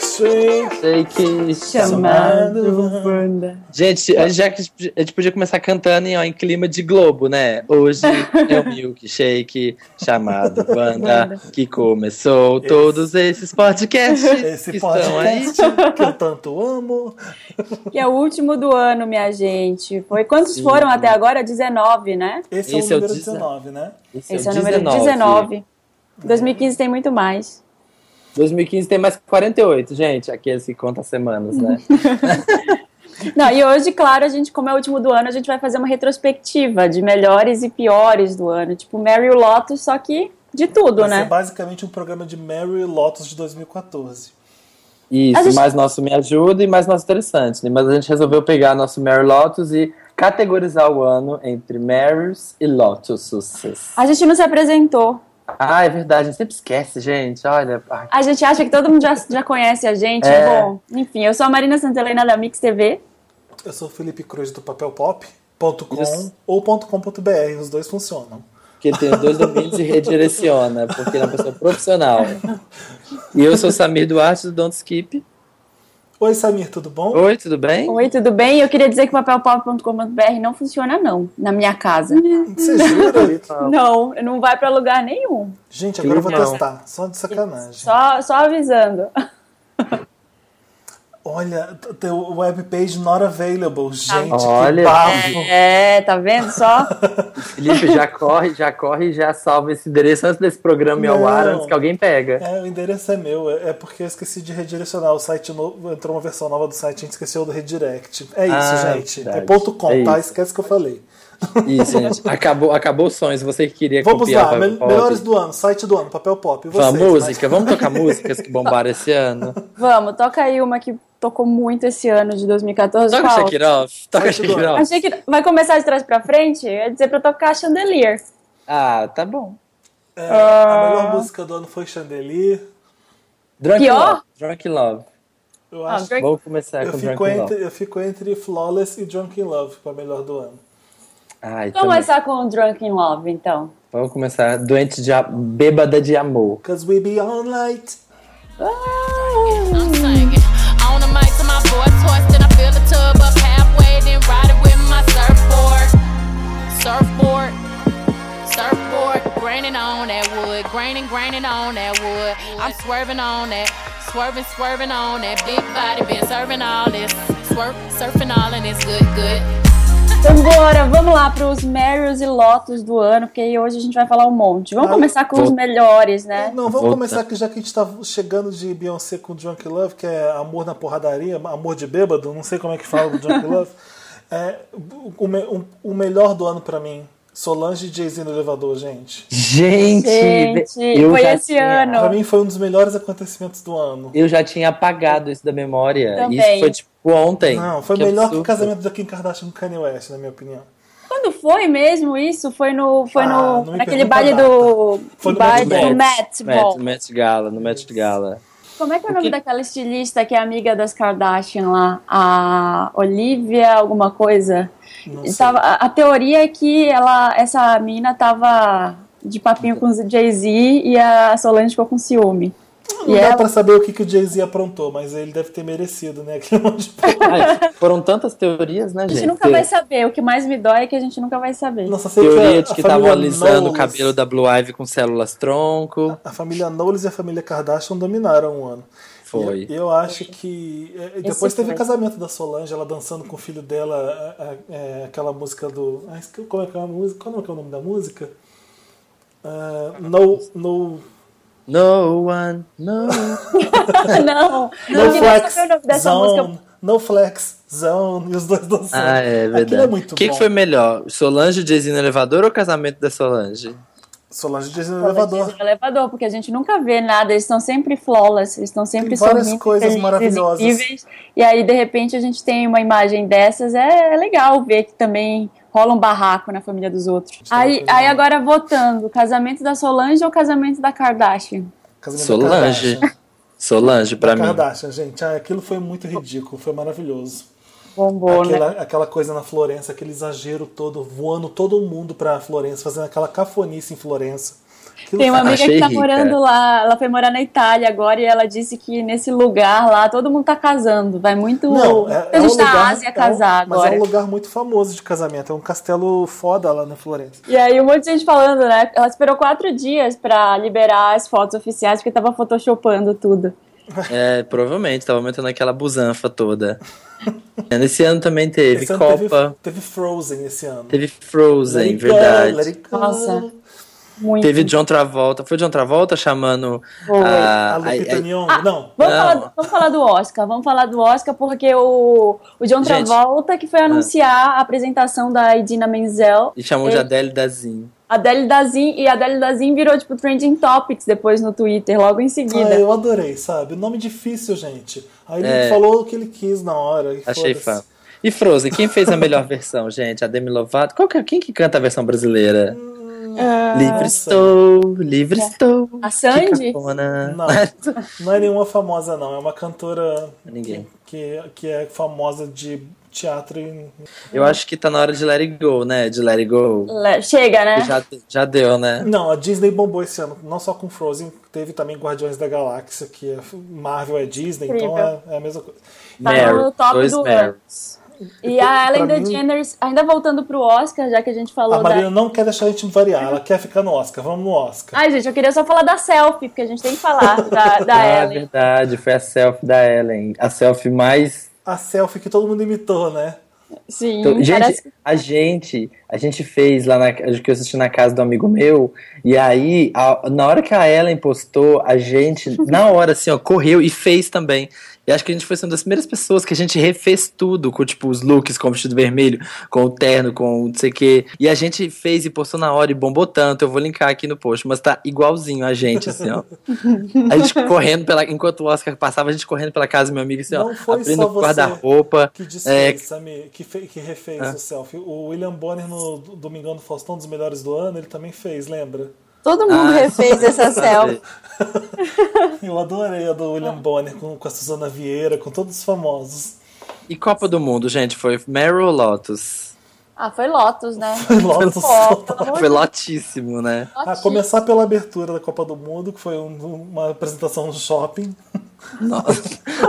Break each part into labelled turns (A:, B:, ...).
A: sweet.
B: Sei que chamado. Gente, a gente, já, que a gente podia começar cantando em, ó, em clima de Globo, né? Hoje é o milkshake chamado Wanda, que começou
A: Esse-
B: todos esses podcasts que
A: Esse
B: estão aí.
A: podcast que eu tanto amo.
C: Que é o último do ano, minha gente. Foi quantos
B: Sim.
C: foram até agora? 19, né?
A: Esse,
B: Esse é
A: é o
B: o
A: número
B: dezen-
A: 19, né?
C: Esse é o número 19. 2015 tem muito mais.
B: 2015 tem mais 48, gente. é Aqueles que contam semanas, né?
C: Não, e hoje, claro, a gente, como é o último do ano, a gente vai fazer uma retrospectiva de melhores e piores do ano. Tipo, Mary Lotus, só que de tudo,
A: Vai ser
C: né?
A: basicamente um programa de Mary Lotus de 2014.
B: Isso,
C: A gente-
B: mais nosso Me Ajuda e mais nosso interessante, né? Mas a gente resolveu pegar nosso Mary Lotus e categorizar o ano entre Marys e Lotuses.
C: A gente não se apresentou.
B: Ah, é verdade, a gente sempre esquece, gente. Olha, ah. ai,
C: A gente acha que todo mundo já, já conhece a gente.
B: É.
C: Bom, enfim, eu sou a Marina Santelena da Mix TV.
A: Eu sou o Felipe Cruz do papelpop.com
B: Isso.
A: ou .com.br, os dois funcionam.
B: que tem os dois domínios e redireciona, porque ele é uma pessoa profissional. E eu sou o Samir Duarte do Don't Skip.
A: Oi, Samir, tudo bom?
B: Oi, tudo bem?
C: Oi, tudo bem? Eu queria dizer que o papelpop.com.br não funciona, não, na minha casa.
A: Você jura?
C: Não, não vai pra lugar nenhum.
A: Gente, agora eu vou
B: Não.
A: testar, só de sacanagem.
C: Só, só avisando.
A: Olha, t- tem o webpage not available, gente, que
B: Olha.
A: bafo.
C: É, tá vendo só?
B: Felipe, já corre, já corre e já salva esse endereço antes desse programa ir ao ar,
A: Não.
B: antes que alguém pega.
A: É, o endereço é meu, é é porque eu esqueci de redirecionar o site novo, entrou uma versão nova do site, a gente esqueceu do redirect. É isso,
B: Ah,
A: gente.
B: verdade.
A: É ponto .com,
B: É
A: tá?
B: isso.
A: Esquece que eu falei.
B: Isso, gente. Acabou, acabou os sonhos. Você que queria
A: Vamos
B: copiar
A: lá,
B: o
A: mel-
B: Pop.
A: melhores do ano, site do ano, papel pop. E vocês,
B: Vamos, música. Vamos tocar músicas que bombaram esse ano.
C: Vamos, toca aí uma que tocou muito esse ano de 2014.
B: Toca
C: Qual?
B: Shakira Off. Toca
A: Site do
B: Shakira Off.
C: Achei que vai começar de trás pra frente? É dizer pra eu tocar Chandelier.
B: Ah, tá bom.
A: É, A melhor música do ano foi Chandelier.
B: Drunk
C: Pior?
B: Love. Drunk Love.
A: Eu
C: Ah,
A: acho
C: Drunk-
B: Vou começar
A: eu
B: com Drunk
A: fico,
B: Love.
A: entre, eu fico entre Flawless e Drunk in Love pra melhor do ano.
B: Ai,
C: Vamos
B: também.
C: começar com Drunk in Love, então.
B: Vamos começar. Doente de a... Bêbada de Amor.
A: Cause we be on light.
C: Ah,
D: I'm singing. On the mic to my boy horse, then I fill the tub up halfway, then ride it with my surfboard. Surfboard. Surfboard. Graining on that wood. Graining, graining on that wood. I'm swerving on that. Swerving, swerving on that. Big body been serving all this. Swerp, surfing all and it's good, good.
C: Então, bora, vamos lá pros Marys e Lotus do ano, porque hoje a gente vai falar um monte. Vamos
A: Ah,
C: começar com os
B: vou-
C: melhores, né?
A: Não, vamos
B: Volta.
A: começar que já que a gente tá chegando de Beyoncé com Drunk in Love, que é amor na porradaria, amor de bêbado, não sei como é que fala do Drunk in Love. É, o, me- o- o melhor do ano pra mim, Solange e Jay-Z no elevador, gente.
B: Gente,
C: Gente,
B: eu
C: foi
B: já
C: esse
B: tinha-
C: ano.
A: Pra mim foi um dos melhores acontecimentos do ano.
B: Eu já tinha apagado isso da memória.
C: Também.
B: Isso foi tipo ontem.
A: Não, foi
B: Que
A: melhor que o
B: absurdo.
A: casamento da Kim Kardashian com Kanye West, na minha opinião.
C: Quando foi mesmo isso? Foi no. Foi
A: Ah,
C: no
A: não me
C: naquele
A: pergunta a
C: baile
A: data.
C: do.
A: Foi no
C: baile
A: Met Ball.
C: do Matt,
B: Met, Met Gala, no Met Gala.
C: Como é que é o nome
B: que-
C: daquela estilista que é amiga das Kardashian lá? A Olivia alguma coisa?
A: Não
C: E
A: sei.
C: tava- a, a teoria é que ela, essa mina tava de papinho com o Jay-Z e a Solange ficou com ciúme.
A: Ah, Não
C: E
A: dá
C: ela-
A: pra saber o que, que o Jay-Z aprontou, mas ele deve ter merecido, né? Aquele monte de...
B: Ai, foram tantas teorias, né,
C: A
B: gente?
C: gente nunca vai saber. O que mais me dói é que a gente nunca vai saber.
A: Nossa, sei
B: Teoria
A: a-
B: de
A: a
B: que estavam
A: família
B: alisando o
A: Knowles-
B: cabelo da Blue Ivy com células tronco.
A: A família Knowles e a família Kardashian dominaram o ano.
B: Foi.
A: E Eu, eu acho que. é, Depois
C: Esse
A: teve
C: foi.
A: o casamento da Solange, ela dançando com o filho dela, a- a- é, aquela música do. ah, esque- Como é que é a música? Qual é que é o nome da música? Ah, no, no,
B: No one, no.
C: não,
A: no
C: é não queria
A: Flex
C: saber o nome dessa
A: Zone.
C: música.
A: No Flex Zone. E os dois dançando.
B: ah, é
A: Aquilo
B: verdade.
A: é muito
B: o que,
A: bom.
B: que foi melhor? Solange e Jay-Z no elevador ou o casamento da Solange?
A: Solange diz no
C: Ela
A: elevador.
C: diz no elevador, porque a gente nunca vê nada, eles estão sempre flawless, eles estão sempre
A: Tem várias
C: sorrindo,
A: coisas
C: felizes,
A: maravilhosas.
C: incríveis. E aí, de repente, a gente tem uma imagem dessas, é, é legal ver que também rola um barraco na família dos outros.
A: Isso é uma
C: Aí,
A: coisa
B: um-
C: aí
A: boa.
C: agora, votando, casamento da Solange ou casamento da Kardashian?
A: Casamento da
B: Solange.
A: Kardashian.
B: Solange, pra mim.
A: Kardashian, gente. Ah, aquilo foi muito ridículo, foi maravilhoso.
C: Bombou,
A: aquela,
C: né?
A: aquela coisa na Florença, aquele exagero todo, voando todo mundo pra Florença, fazendo aquela cafonice em Florença. Aquilo é-
C: Tem uma
A: faz-
C: amiga
B: Achei
C: que tá
B: rica.
C: morando lá, ela foi morar na Itália agora e ela disse que nesse lugar lá todo mundo tá casando, vai muito.
A: Não, é,
C: Tem
A: é um
C: gente da
A: lugar,
C: Ásia
A: é um-
C: casar
A: Mas
C: agora.
A: é um lugar muito famoso de casamento, é um castelo foda lá na Florença.
C: E aí um monte de gente falando, né? Ela esperou quatro dias pra liberar as fotos oficiais porque tava photoshopando tudo.
B: É, provavelmente, tava aumentando aquela busanfa toda. Nesse ano também teve
A: Esse ano
B: Copa,
A: Teve, teve Frozen esse ano.
B: teve,
A: Let
B: Frozen,
A: it go, let
B: verdade.
A: it go.
C: Nossa. Muito.
B: Teve John Travolta, foi John Travolta chamando
C: Foi.
B: a,
A: A
B: ai,
A: Lupita
B: ai,
A: Nyong'o,
C: Ah,
A: não.
C: Vamos,
B: Não.
C: falar do, vamos falar do Oscar. Vamos falar do Oscar porque o, o John
B: Gente. É.
C: Travolta que foi anunciar a apresentação da Idina Menzel,
B: e chamou
A: É.
B: de
C: Ei.
B: Adele Dazin.
C: Adele Dazin e Adele Dazin virou tipo trending topics depois no Twitter logo em seguida.
A: Ah, eu adorei, sabe? Nome difícil, gente. Aí ele
B: É.
A: falou o que ele quis na hora. e
B: Achei
A: foda-se.
B: fã. E Frozen, quem fez a melhor versão, gente? A Demi Lovato? Qual que é- quem que canta a versão brasileira?
A: Hum,
B: livre estou, livre estou.
C: Ah, É. A Sandy?
B: que cafona.
A: Não, não é nenhuma famosa, não. É uma cantora
B: Ninguém.
A: que, que é famosa de teatro e.
B: Eu acho que tá na hora de Let It Go, né? De Let It Go.
C: Le- Chega, né?
B: Já, já deu, né?
A: Não, a Disney bombou esse ano, não só com Frozen, teve também Guardiões da Galáxia, que é Marvel é Disney, então é, é a mesma coisa.
C: Tá no top
B: dois
C: do
B: Mary.
C: E a Ellen
A: Pra mim-
C: DeGeneres, ainda voltando pro Oscar, já que a gente falou
A: A Marina
C: da.
A: não quer deixar a gente variar, ela quer ficar no Oscar, vamos no Oscar.
C: Ai, gente, eu queria só falar da selfie, porque a gente tem que falar da, da
B: Ah,
C: Ellen.
B: verdade, foi a selfie da Ellen. A selfie mais.
A: A selfie que todo mundo imitou, né?
C: Sim, parece
B: Então, Gente, a gente, a gente fez lá na que eu assisti na casa do amigo meu, e aí, a- na hora que a Ellen postou, a gente, na hora, assim, ó, correu e fez também. E acho que a gente foi uma das primeiras pessoas que a gente refez tudo, com tipo os looks, com o vestido vermelho, com o terno, com o não sei o quê. E a gente fez e postou na hora e bombou tanto. Eu vou linkar aqui no post, mas tá igualzinho a gente, assim, ó. A gente correndo pela. Enquanto o Oscar passava, a gente correndo pela casa do meu amigo, assim, ó,
A: Não foi
B: abrindo
A: só
B: o
A: você
B: guarda-roupa.
A: Que desfez,
B: É.
A: sabe? Que, fe- que refez o selfie. O William Bonner no Domingão do Faustão, dos melhores do ano, ele também fez, lembra?
C: Todo mundo
B: Ah,
C: refez essa selfie.
A: Eu adorei a do
C: Ah.
A: William Bonner com, com a Suzana Vieira, com todos os famosos.
B: E Copa do Mundo, gente, foi Meryl ou Lotus.
C: Ah, foi Lotus, né?
A: Lotus.
C: Pô, pelo amor
B: Foi
C: de
B: lotíssimo, né?
C: Deus,
A: A
C: Lotus.
A: começar pela abertura da Copa do Mundo, que foi um- uma apresentação no shopping.
B: Nossa,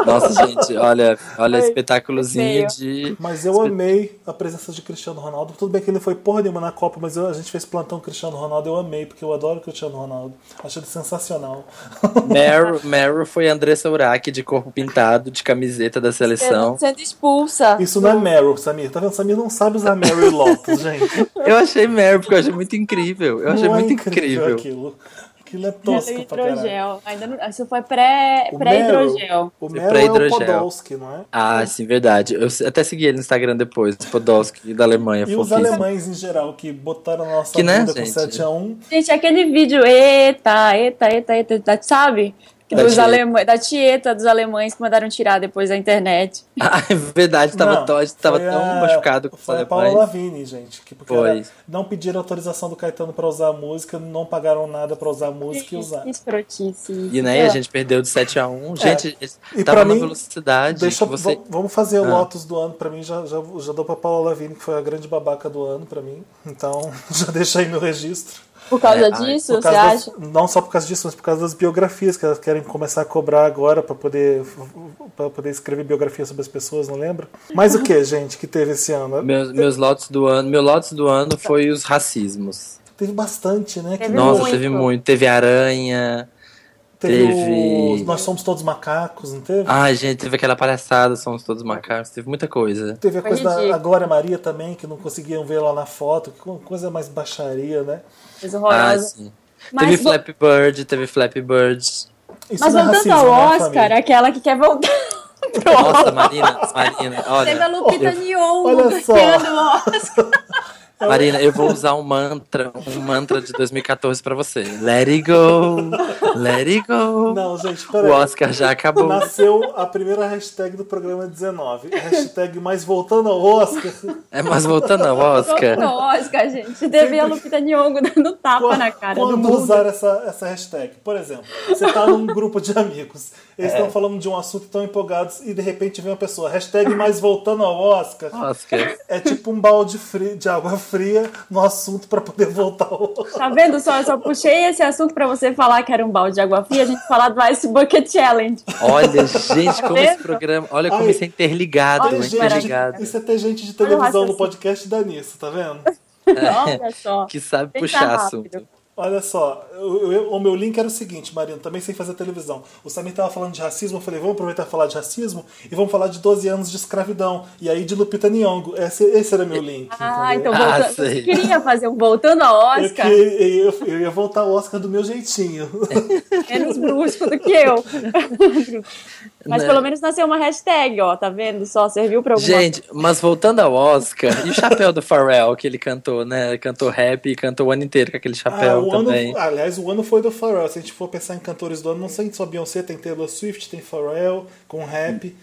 B: Nossa, gente, olha, olha
C: Ai,
B: espetáculozinho
C: feio.
B: de.
A: Mas eu amei a presença de Cristiano Ronaldo. Tudo bem que ele foi porra nenhuma na Copa, mas eu- a gente fez plantão Cristiano Ronaldo. Eu amei, porque eu adoro Cristiano Ronaldo. Achei ele sensacional.
B: Meryl, Meryl foi Andressa Urach de corpo pintado, de camiseta da seleção.
C: Sendo expulsa.
A: Isso não é Meryl, Samir. Tá vendo? Samir não sabe usar Meryl e Lotus, gente.
B: Eu achei Meryl porque eu achei muito incrível. Eu achei
A: não
B: muito
A: é
B: incrível.
A: aquilo. Aquilo é
C: Pelo
A: tosco pra caralho.
C: hidrogel. Ainda não- Isso foi pré-
A: O
C: pré-hidrogel.
A: Meryl,
B: Foi
A: o Meryl é o
B: pré-hidrogel.
A: Podolski, não é?
B: Ah, sim, verdade. Eu até segui ele no Instagram depois, Podolski da Alemanha,
A: E os
B: fofíssimo.
A: alemães em geral, que botaram a nossa
B: É Que, né,
A: bunda com
B: gente?
A: 7x1.
C: Gente, aquele vídeo, eita, eita, eita, eita, da- sabe? Que
B: Da
C: dos
B: tieta.
C: alema- da tieta dos alemães que mandaram tirar depois da internet.
B: Ah, é verdade, tava,
A: Não,
B: tó- tava
A: foi
B: tão
A: a-
B: machucado com os
A: Foi a Paula
B: alemães.
A: Lavigne, gente. Que porque
B: Foi.
A: era- não pediram autorização do Caetano pra usar a música, não pagaram nada pra usar a música e usar.
C: Que escrotice.
B: E né, a gente perdeu de 7 a 1 Gente,
A: É. E
B: tava
A: pra
B: numa
A: mim,
B: velocidade
A: Deixa,
B: que você. Ah.
A: va- Vamos fazer o Lotus do ano. Pra mim, já, já, já dou pra Paula Lavigne, que foi a grande babaca do ano pra mim. Então, já deixa aí meu registro.
C: Por causa
B: É, ai,
C: disso,
A: Por
C: você
A: causa das-
C: acha?
A: não só por causa disso, mas por causa das biografias que elas querem começar a cobrar agora pra poder, pra poder escrever biografia sobre as pessoas, não lembra? Mas o que, gente, que teve esse ano?
B: Meus, meus lotes do ano, meu lotes do ano foi os racismos.
A: Teve bastante, né? Que
C: Teve
B: Nossa,
C: muito.
B: teve muito. Teve aranha.
A: Teve,
B: Teve- Ah.
A: os Nós Somos Todos Macacos, não teve?
B: Ai, gente, teve aquela palhaçada, somos todos macacos, teve muita coisa.
A: Teve a
C: Foi
A: coisa da
C: ridículo.
A: a Glória Maria também, que não conseguiam ver lá na foto, que coisa mais baixaria, né?
C: Coisa
B: Ah,
C: horrorosa.
B: sim.
C: Mas
B: teve
C: vo-
B: Flappy Bird, teve Flappy Bird.
A: Isso
C: Mas
A: não é
C: voltando
A: racismo,
C: ao
A: né,
C: Oscar,
A: família?
C: aquela que quer voltar. pro
B: Nossa,
C: Oscar.
B: Marina, Marina,
C: Teve a
B: olha.
C: Lupita Nyong'o
A: Olha só.
C: ganhando o Oscar.
B: Marina, eu vou usar um mantra, um mantra de 2014 pra você. Let it go, let it go.
A: Não, gente,
B: o
A: peraí.
B: Oscar já acabou.
A: Nasceu a primeira hashtag do programa 19. Hashtag mais voltando ao Oscar.
B: É, mas voltando ao Oscar.
C: Voltou o Oscar, gente. Teve a Lupita Nyong'o dando tapa na cara do
A: Quando
C: mundo.
A: usar essa, essa hashtag? Por exemplo, você tá num grupo de amigos Eles estão falando de um assunto tão empolgados e de repente vem uma pessoa, hashtag mais voltando ao Oscar.
B: Oscar.
A: É tipo um balde frio, de água fria no assunto pra poder voltar ao Oscar.
C: Tá vendo só? Eu só puxei esse assunto pra você falar que era um balde de água fria, a gente falar do Ice Bucket Challenge.
B: Olha, gente, como esse
C: vendo?
B: programa. Olha como
A: Ai.
B: isso é interligado,
A: Tem
B: é
A: gente,
B: interligado.
A: isso é ter gente de televisão
C: Nossa,
A: no podcast dá nisso, tá vendo?
C: Olha só.
B: É. Que sabe
C: Pensa
B: puxar
C: é rápido.
B: assunto.
A: Olha só, eu- eu- o meu link era o seguinte, Marina, também sem fazer televisão. O Samir tava falando de racismo, eu falei, vamos aproveitar e falar de racismo e vamos falar de 12 anos de escravidão. E aí de Lupita Nyong'o. Esse, esse era meu link.
C: Ah,
A: entendeu?
C: então
B: Ah,
C: voltando.
B: sei.
C: Você queria fazer um voltando ao
A: Eu, que,
C: Oscar,
A: eu, eu ia voltar ao Oscar do meu jeitinho.
B: É,
C: menos brusco do que eu. Mas
B: Né?
C: pelo menos nasceu uma hashtag, ó, tá vendo? Só serviu pra alguma
B: Gente, mas voltando ao Oscar, e o chapéu do Pharrell que ele cantou, né? Ele Cantou rap e cantou o ano inteiro com aquele
A: Ah,
B: chapéu
A: o ano,
B: então, também.
A: aliás, o ano foi do Pharrell. Se a gente for pensar em cantores do ano, não sei só Beyoncé, tem Taylor Swift, tem Pharrell, com rap.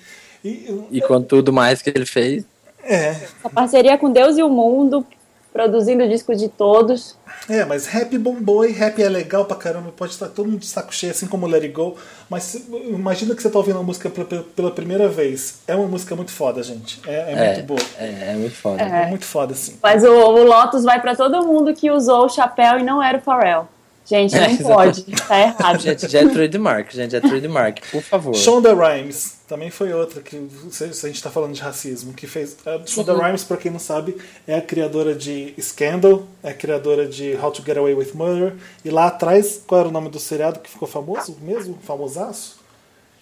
A: E,
B: E com tudo mais que ele fez.
A: é,
C: Essa parceria com Deus e o mundo, produzindo o disco de todos.
A: É, mas rap bombou e rap é legal pra caramba, pode estar todo mundo de saco cheio, assim como Let It Go. Mas se- imagina que você tá ouvindo uma música pela, pela primeira vez. É uma música muito foda, gente. É, é muito boa.
B: É, é muito foda.
A: É. muito foda, assim.
C: Mas o, o Lotus vai pra todo mundo que usou o chapéu e não era o Pharrell. Gente,
B: É,
C: não
B: exatamente.
C: pode. Tá errado.
B: Gente, já é trademark, gente, já é trademark, por favor.
A: Shonda Rhimes também foi outra que se, se a gente tá falando de racismo, que fez. é, A Shonda Rhimes, pra quem não sabe, é a criadora de Scandal, é a criadora de How to Get Away with Murder. E lá atrás, qual era o nome do seriado que ficou famoso mesmo? Famosaço?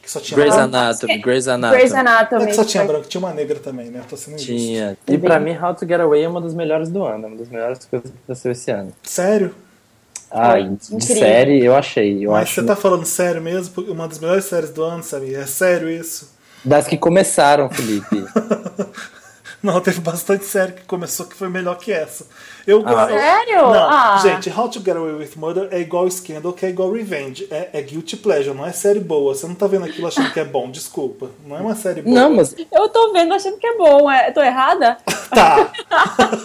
A: Que só tinha
B: Grey's
A: branco.
B: Anatomy, Grey's Anatomy.
C: Grey's
A: Não
C: Anatomy.
A: é que só tinha branco, tinha uma negra também, né? Tô sendo injusto.
B: Tinha. E pra mim, How to Get Away é uma das melhores do ano, é uma das melhores coisas que aconteceu esse ano.
A: Sério?
B: Ai,
C: incrível.
B: de série, eu achei. Eu
A: Mas
B: acho
A: você tá falando sério mesmo? Porque Uma das melhores séries do ano, sabe? É sério isso?
B: das que começaram, Felipe.
A: Não, teve bastante série que começou que foi melhor que essa. Eu
B: Ah.
A: eu-
C: Sério?
A: Não,
C: Ah.
A: gente, How to Get Away with Murder é igual Scandal, que é igual Revenge. É, é guilty pleasure, não é série boa. Você não tá vendo aquilo achando que é bom, desculpa. Não é uma série boa.
B: Não, mas
C: Eu tô vendo achando que é bom. É, tô errada?
A: Tá.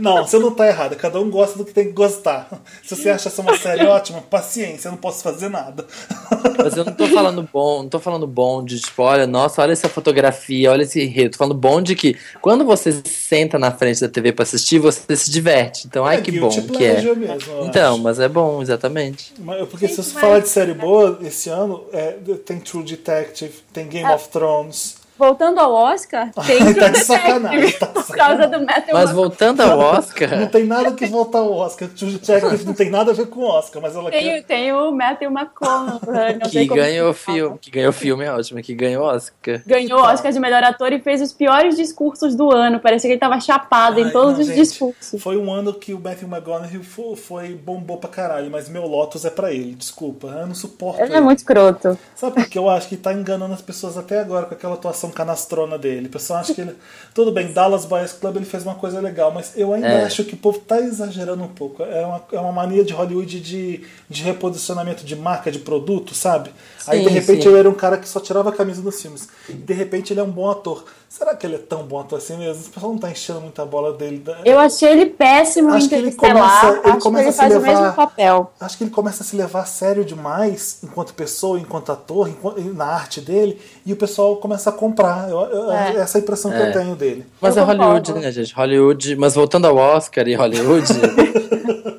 A: não, você não tá errada. Cada um gosta do que tem que gostar. Se você acha essa uma série ótima, paciência, eu não posso fazer nada.
B: Mas eu não tô falando bom, não tô falando bom de tipo, olha, nossa, olha essa fotografia, olha esse enredo. Tô falando bom de que quando você senta na frente da TV pra assistir, você se diverte. Então, ai,
A: É
B: que bom
A: guilty
B: que é.
A: pleasure mesmo, eu
B: Então,
A: acho.
B: mas é bom, exatamente.
A: Mas- Porque se você
C: é
A: falar de série boa esse ano, é, tem True Detective, tem Game
C: É.
A: of Thrones.
C: Voltando ao Oscar,
A: Tá
C: tem True
A: de
C: Detective,
A: sacanagem, tá de
C: por causa do Matthew
B: Mas voltando ao
A: Não
B: Oscar,
A: tem nada que voltar ao Oscar. True Detective não tem nada a ver com o Oscar, mas ela
C: Tem,
A: quer.
C: o- tem o Matthew McConaughey. né? não sei
B: que
C: como
B: ganhou
C: se fala.
B: filme, que ganhou filme é ótimo, que ganhou Oscar.
C: Ganhou o Oscar de melhor ator e fez os piores discursos do ano. Parecia que ele tava chapado
A: Ai,
C: em todos
A: não,
C: os
A: gente,
C: discursos.
A: Foi um ano que o Matthew McGonaghy foi, foi bombou pra caralho, mas meu Lotus é pra ele, desculpa. Eu não suporto
C: Ele
A: ele.
C: é muito escroto.
A: Sabe por que eu acho que tá enganando as pessoas até agora com aquela atuação canastrona dele? O pessoal acha que ele. Tudo bem, Dallas Buyers Club ele fez uma coisa legal, mas eu ainda
B: É.
A: acho que o povo tá exagerando um pouco. É uma, é uma mania de Hollywood de, de reposicionamento de marca, de produto, sabe? Aí de
B: Sim,
A: repente
B: sim.
A: ele era um cara que só tirava a camisa nos filmes. E de repente ele é um bom ator. Será que ele é tão bom ator assim mesmo? O pessoal não tá enchendo muita bola dele. né?
C: Eu achei ele péssimo
A: Acho
C: em
A: que ele
C: Interestelar.
A: começa- ele
C: acho
A: começa a
C: que ele
A: se
C: faz
A: levar-
C: o mesmo papel.
A: Acho que ele começa a se levar a sério demais enquanto pessoa, enquanto ator, enquanto- na arte dele, e o pessoal começa a comprar. Eu- eu-
C: É.
A: Essa é a impressão que eu tenho dele.
B: Mas
C: Eu
B: é Hollywood,
C: concordo.
B: né, gente? Hollywood. Mas voltando ao Oscar e Hollywood,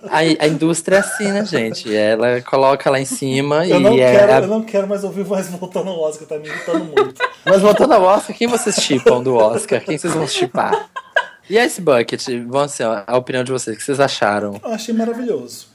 B: a, a indústria é assim, né, gente? Ela coloca lá em cima
A: Eu
B: e
A: não,
B: é
A: quero,
B: a
A: eu não quero mais ouvir voz voltando ao Oscar, tá me irritando muito.
B: Mas voltando ao Oscar, quem vocês chipam do Oscar? Quem vocês vão chipar? E Ice Bucket? Vamos assim, ó, a opinião de vocês, o que vocês acharam?
A: Eu achei maravilhoso.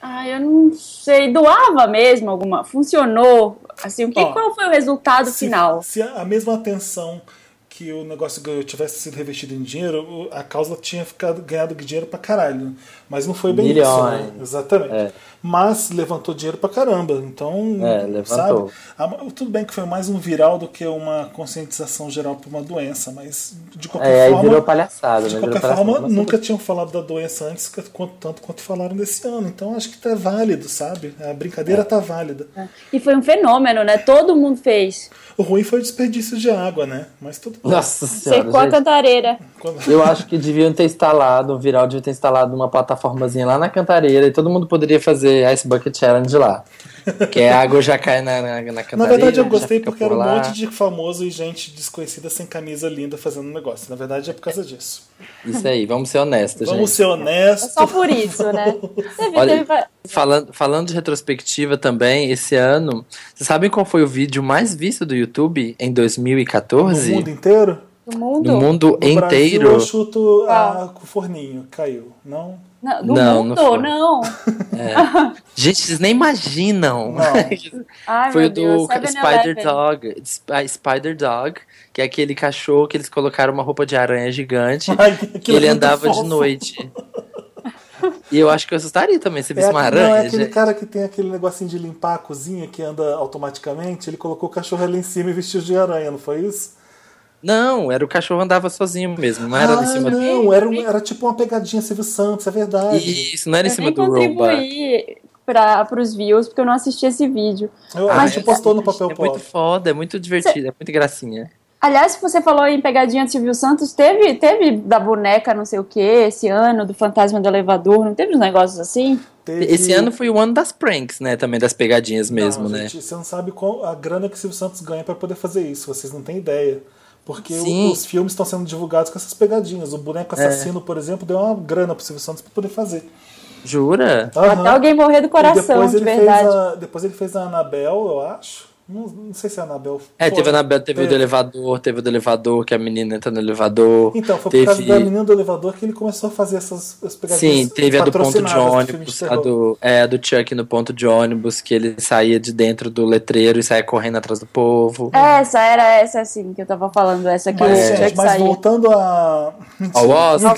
C: Ah, eu não sei. Doava mesmo alguma? Funcionou? Assim, o que,
A: Ó,
C: qual foi o resultado
A: se,
C: final?
A: Se a a mesma atenção que o negócio ganhou tivesse sido revestido em dinheiro, o- a causa tinha ficado ganhado dinheiro pra caralho. Mas não foi bem isso, né?
B: Milhões.
A: Exatamente.
B: É.
A: Mas levantou dinheiro pra caramba. Então,
B: É, levantou.
A: sabe? A- tudo bem que foi mais um viral do que uma conscientização geral pra uma doença, mas de qualquer
B: É, aí
A: forma.
B: virou palhaçada,
A: de
B: né?
A: qualquer
B: Virou palhaçada.
A: forma,
B: Mas
A: nunca tinham falado da doença antes, que- quanto- tanto quanto falaram desse ano. Então acho que tá válido, sabe? A brincadeira
B: É.
A: tá válida.
C: E foi um fenômeno, né? Todo mundo fez.
A: O ruim foi o desperdício de água, né? Mas tudo bem.
B: Nossa senhora,
C: Secou a
B: gente.
C: cantareira.
A: Quando-
B: Eu acho que deviam ter instalado, um viral devia ter instalado uma plataformazinha lá na cantareira e todo mundo poderia fazer fazer Ice Bucket Challenge lá. Que a água já cai na, na, na
A: Na
B: cantareira,
A: verdade, eu
B: já
A: gostei
B: fica
A: porque
B: por
A: era um
B: lá.
A: monte de famoso e gente desconhecida sem camisa linda fazendo negócio. Na verdade, é por causa disso.
B: Isso aí, vamos ser honestos,
A: Vamos
B: gente.
A: ser honestos.
C: É Só por isso, né? Teve,
B: Olha-
C: teve va-
B: Falando, falando de retrospectiva também, esse ano, vocês sabem qual foi o vídeo mais visto do YouTube em
A: No
B: 2014?
A: mundo inteiro?
C: do
B: No
C: mundo?
B: mundo
A: No Brasil,
B: inteiro.
A: eu chuto
C: Ah.
A: a, o forninho. Caiu. Não?
C: Não, do
B: Não,
C: mundo,
B: não foi.
C: não.
B: Gente, vocês nem imaginam.
A: Não.
C: Ai,
B: Foi
C: meu
B: o do
C: Deus, é
B: Spider tá
C: 7-Eleven.
B: Dog, Sp- Spider Dog, que é aquele cachorro que eles colocaram uma roupa de aranha gigante
A: Ai,
B: e
A: aquilo é
B: ele
A: muito
B: andava
A: fofo.
B: de noite. E eu acho que eu assustaria também se
A: É,
B: visse uma
A: aquele- não, é
B: aranha,
A: aquele
B: gente.
A: cara que tem aquele negocinho de limpar a cozinha que anda automaticamente. Ele colocou o cachorro ali em cima e vestiu de aranha, não foi isso?
B: Não, era o cachorro andava sozinho mesmo, não era
A: ah,
B: em cima do.
A: não, era, um- era tipo uma pegadinha Silvio Santos, é verdade.
B: Isso, não era em
C: Eu
B: cima
C: nem
B: do é. Roomba.
C: contribuí para os views, porque eu não assisti esse vídeo.
A: Eu-
B: Ah,
A: a gente
B: é-
A: postou no papel
B: É
A: pop.
B: muito foda, é muito divertido, é muito gracinha.
C: Aliás, você falou em pegadinha de Silvio Santos, teve, teve da boneca não sei o que esse ano, do fantasma do elevador, não teve uns negócios assim?
A: Teve-
B: Esse ano foi o ano das pranks, né? Também das pegadinhas mesmo,
A: não,
B: né?
A: gente, você não sabe qual a grana que o Silvio Santos ganha pra poder fazer isso, vocês não têm ideia. Porque o-
B: Sim. É.
A: os filmes estão sendo divulgados com essas pegadinhas. O boneco assassino, por exemplo, deu uma grana pro Silvio Santos pra poder fazer.
B: Jura?
A: Aham.
C: Até alguém morrer do
A: E
C: coração,
A: depois
C: de
A: ele
C: verdade.
A: Fez a, depois ele fez a Anabel, eu acho. Não, não sei se é a Anabel.
B: É,
A: Pô,
B: teve a Anabel, teve o do elevador, teve o do elevador, que a menina entra no elevador.
A: Então, foi
B: teve...
A: por causa da menina do elevador que ele começou a fazer essas, essas
B: Sim,
A: pegadinhas.
B: teve a do ponto de
A: patrocinadas filme
B: ônibus, a
A: terror.
B: do, é, a do Chuck no ponto de ônibus, que ele saía de dentro do letreiro e saía correndo atrás do povo.
C: Essa era essa assim que eu tava falando, essa que
A: Mas,
C: o
A: gente,
C: Jack
A: É, mas
C: saiu.
A: voltando a.
B: Ao Oscar,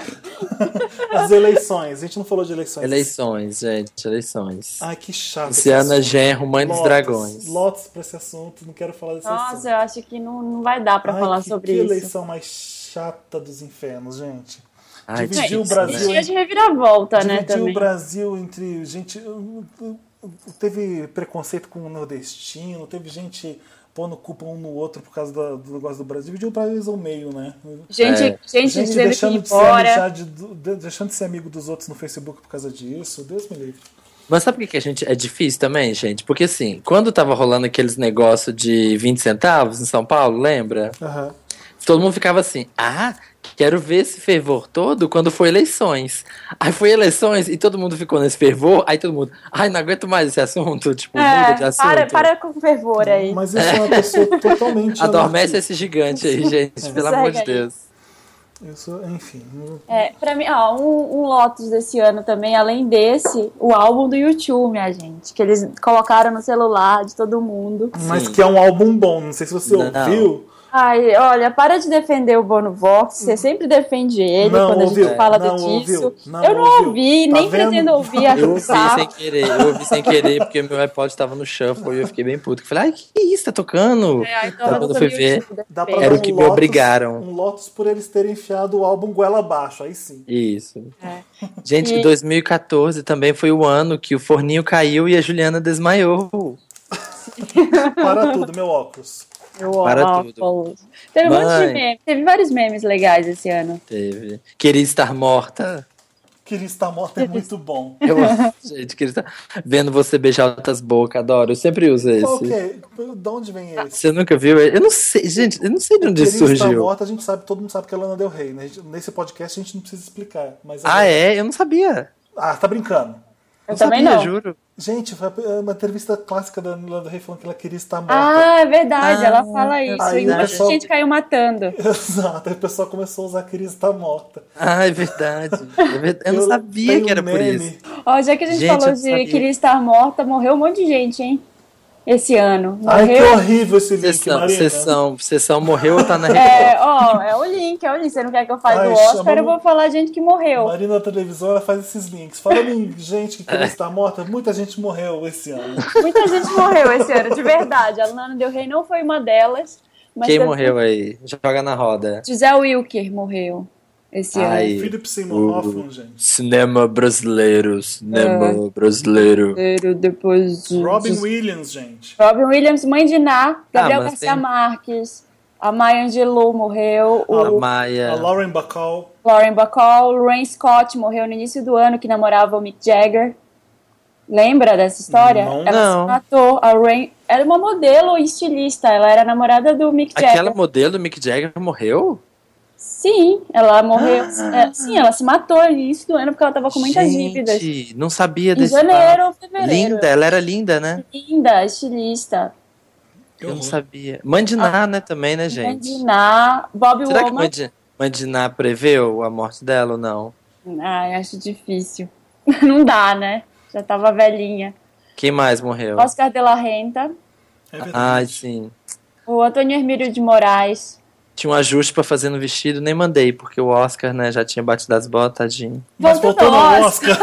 A: As eleições. A gente não falou de eleições.
B: eleições, gente, eleições.
A: Ai, que chato. esse é
B: Luciana
A: assunto.
B: Genro, Mãe dos
A: Lotus,
B: Dragões.
A: Lotus pra esse assunto, não quero falar desse assunto.
C: Nossa, eu acho que não, não vai dar pra
A: assim. Ai,
C: falar
A: que,
C: sobre
A: que
C: isso.
A: eleição mais chata dos infernos, gente.
B: Ai, difícil,
A: Dividiu o Brasil
C: E
B: né?
C: cheia é de reviravolta, né,
A: Dividiu
C: também.
A: o Brasil entre gente. uh, uh, uh, Teve preconceito com o nordestino, teve gente pondo culpa um no outro por causa da- do negócio do Brasil. Dividiu o Brasil ao meio, né?
C: Gente,
B: É.
C: gente,
A: Gente
C: dizendo que ia
A: deixando de, ser
C: embora.
A: amizade do- de- deixando de ser amigo dos outros no Facebook por causa disso. Deus me livre.
B: Mas sabe por que que a gente é difícil também, gente? Porque assim, quando tava rolando aqueles negócios de 20 centavos em São Paulo, lembra?
A: Aham.
B: Todo mundo ficava assim, ah, quero ver esse fervor todo quando foi eleições. Aí foi eleições e todo mundo ficou nesse fervor, aí todo mundo, ai, não aguento mais esse assunto, tipo, muda de
C: É,
B: assunto.
C: para, para com o fervor aí.
A: Mas isso é uma pessoa totalmente.
B: Adormece esse gigante aí, gente, pelo amor de
C: Segue aí. Tá
B: Deus.
A: Isso, enfim.
C: É, pra mim, ó, um, um Lotus desse ano também, além desse, o álbum do YouTube, minha gente, que eles colocaram no celular de todo mundo.
A: Mas que é um álbum bom, não sei se você
B: Não.
A: ouviu.
C: Ai, olha, para de defender o Bono Vox, você sempre defende ele
A: Uhum. Não
C: quando a
A: ouviu,
C: gente fala
A: não
C: disso.
A: ouviu, não
C: eu não
A: ouviu.
C: ouvi,
A: Tá
C: nem
A: vendo?
C: pretendo ouvir a
B: Eu ouvi sem
C: saco.
B: querer, eu ouvi sem querer, porque meu iPod tava no shuffle e eu fiquei bem puto. que eu Falei, ai, que isso, tá tocando?
C: É, aí tava
B: Então, quando eu fui
C: sobre o
B: ver,
C: YouTube,
A: Dá pra
C: defende.
B: Era
A: dar
B: o que
A: um
B: me
A: Lotus-
B: obrigaram.
A: Um Lotus por eles terem enfiado o álbum goela abaixo, aí sim.
B: Isso.
C: É.
B: Gente,
C: E-
B: 2014 também foi o ano que o forninho caiu e a Juliana desmaiou.
A: Para tudo, meu óculos.
C: Eu
B: Para
C: amo. Teve um monte
B: Mãe.
C: de memes, teve vários memes legais esse ano.
B: Teve. Queria estar morta.
A: Queria estar morta é muito bom.
B: Eu amo, gente, queria estar vendo você beijar outras bocas, adoro. Eu sempre uso esse.
A: Qual que é? De onde vem esse?
B: Você nunca viu? Eu não sei, gente, eu não sei de onde isso
A: Queria estar
B: surgiu.
A: morta, a gente sabe, todo mundo sabe que é Lana Del Rey. né? Nesse podcast a gente não precisa explicar. Mas
B: Ah, é? Eu não sabia.
A: Ah, tá brincando.
C: Eu
B: não
C: também
B: sabia,
C: não.
B: juro.
A: Gente, foi é uma entrevista clássica da Lana Del Rey falando que ela queria estar morta.
C: Ah, é verdade,
B: Ah,
C: ela fala isso.
A: aí o
C: E um monte de
A: pessoal-
C: gente caiu matando.
A: Exato, aí o pessoal começou a usar queria estar morta.
B: Ah, é verdade. É verdade. Eu, não sabia
A: tenho
B: que era
A: um
B: por
A: meme
B: isso.
C: Ó, já que a gente,
B: Gente, eu
C: falou
B: não sabia.
C: de queria estar morta, morreu um monte de gente, hein? Esse ano.
A: Ai, que
C: Morreu.
A: horrível esse link,
B: Sessão,
A: Marina.
B: sessão, sessão morreu ou tá na
C: é, ó, é o link, é o link. Você não quer que eu fale
A: Ai,
C: do Oscar,
A: chama-
C: eu vou falar gente que morreu.
A: Marina na televisão, ela faz esses links. Falando em
B: É.
A: gente que queria estar morta, muita gente morreu esse ano.
C: Muita gente morreu esse ano, de verdade. A Lana Del Rey não foi uma delas. Mas
B: Quem
A: é
C: teve-
B: morreu aí? Joga na roda.
C: Gisele Wilker morreu esse
B: Ai.
C: ano.
A: Philip Seymour Hoffman, gente.
B: Cinema brasileiro,
C: É.
B: cinema brasileiro.
C: Primeiro, Depois de...
A: Robin Williams, gente.
C: Robin Williams, mãe de Ná, Gabriel
B: Ah, mas
C: Garcia
B: tem-
C: Marques, a Maya Angelou morreu,
B: A
C: o
A: A
B: Maia.
A: Lauren Bacall.
C: Lauren Bacall, Lorraine Scott morreu no início do ano, que namorava o Mick Jagger. Lembra dessa história?
A: Não.
C: ela
B: Não.
C: se matou. A Rain era uma modelo e estilista. Ela era namorada do Mick Jagger.
B: Aquela modelo do Mick Jagger morreu?
C: Sim, ela morreu. é, sim, ela se matou no início do ano porque ela tava com muitas dívidas.
B: Gente, não sabia
C: Em
B: desse
C: janeiro
B: fato.
C: ou fevereiro.
B: Linda, ela era linda, né?
C: Linda, estilista.
A: Que
B: Eu não
A: horror.
B: sabia.
C: Ah,
B: Mandiná, né, também, né, gente?
C: Mandiná, Bob
B: Será que
C: Womack.
B: Mandi- Mandiná preveu a morte dela ou não?
C: Ai, acho difícil. Não dá, né? Já tava velhinha.
B: Quem mais morreu?
C: Oscar de la Renta,
A: É verdade.
B: Ai, Ah, sim.
C: o Antônio Hermílio de Moraes.
B: Tinha um ajuste pra fazer no vestido, nem mandei, porque o Oscar, né, já tinha batido as botas, tadinho.
A: Mas
C: Voltando
A: voltando
C: ao
A: ao Oscar.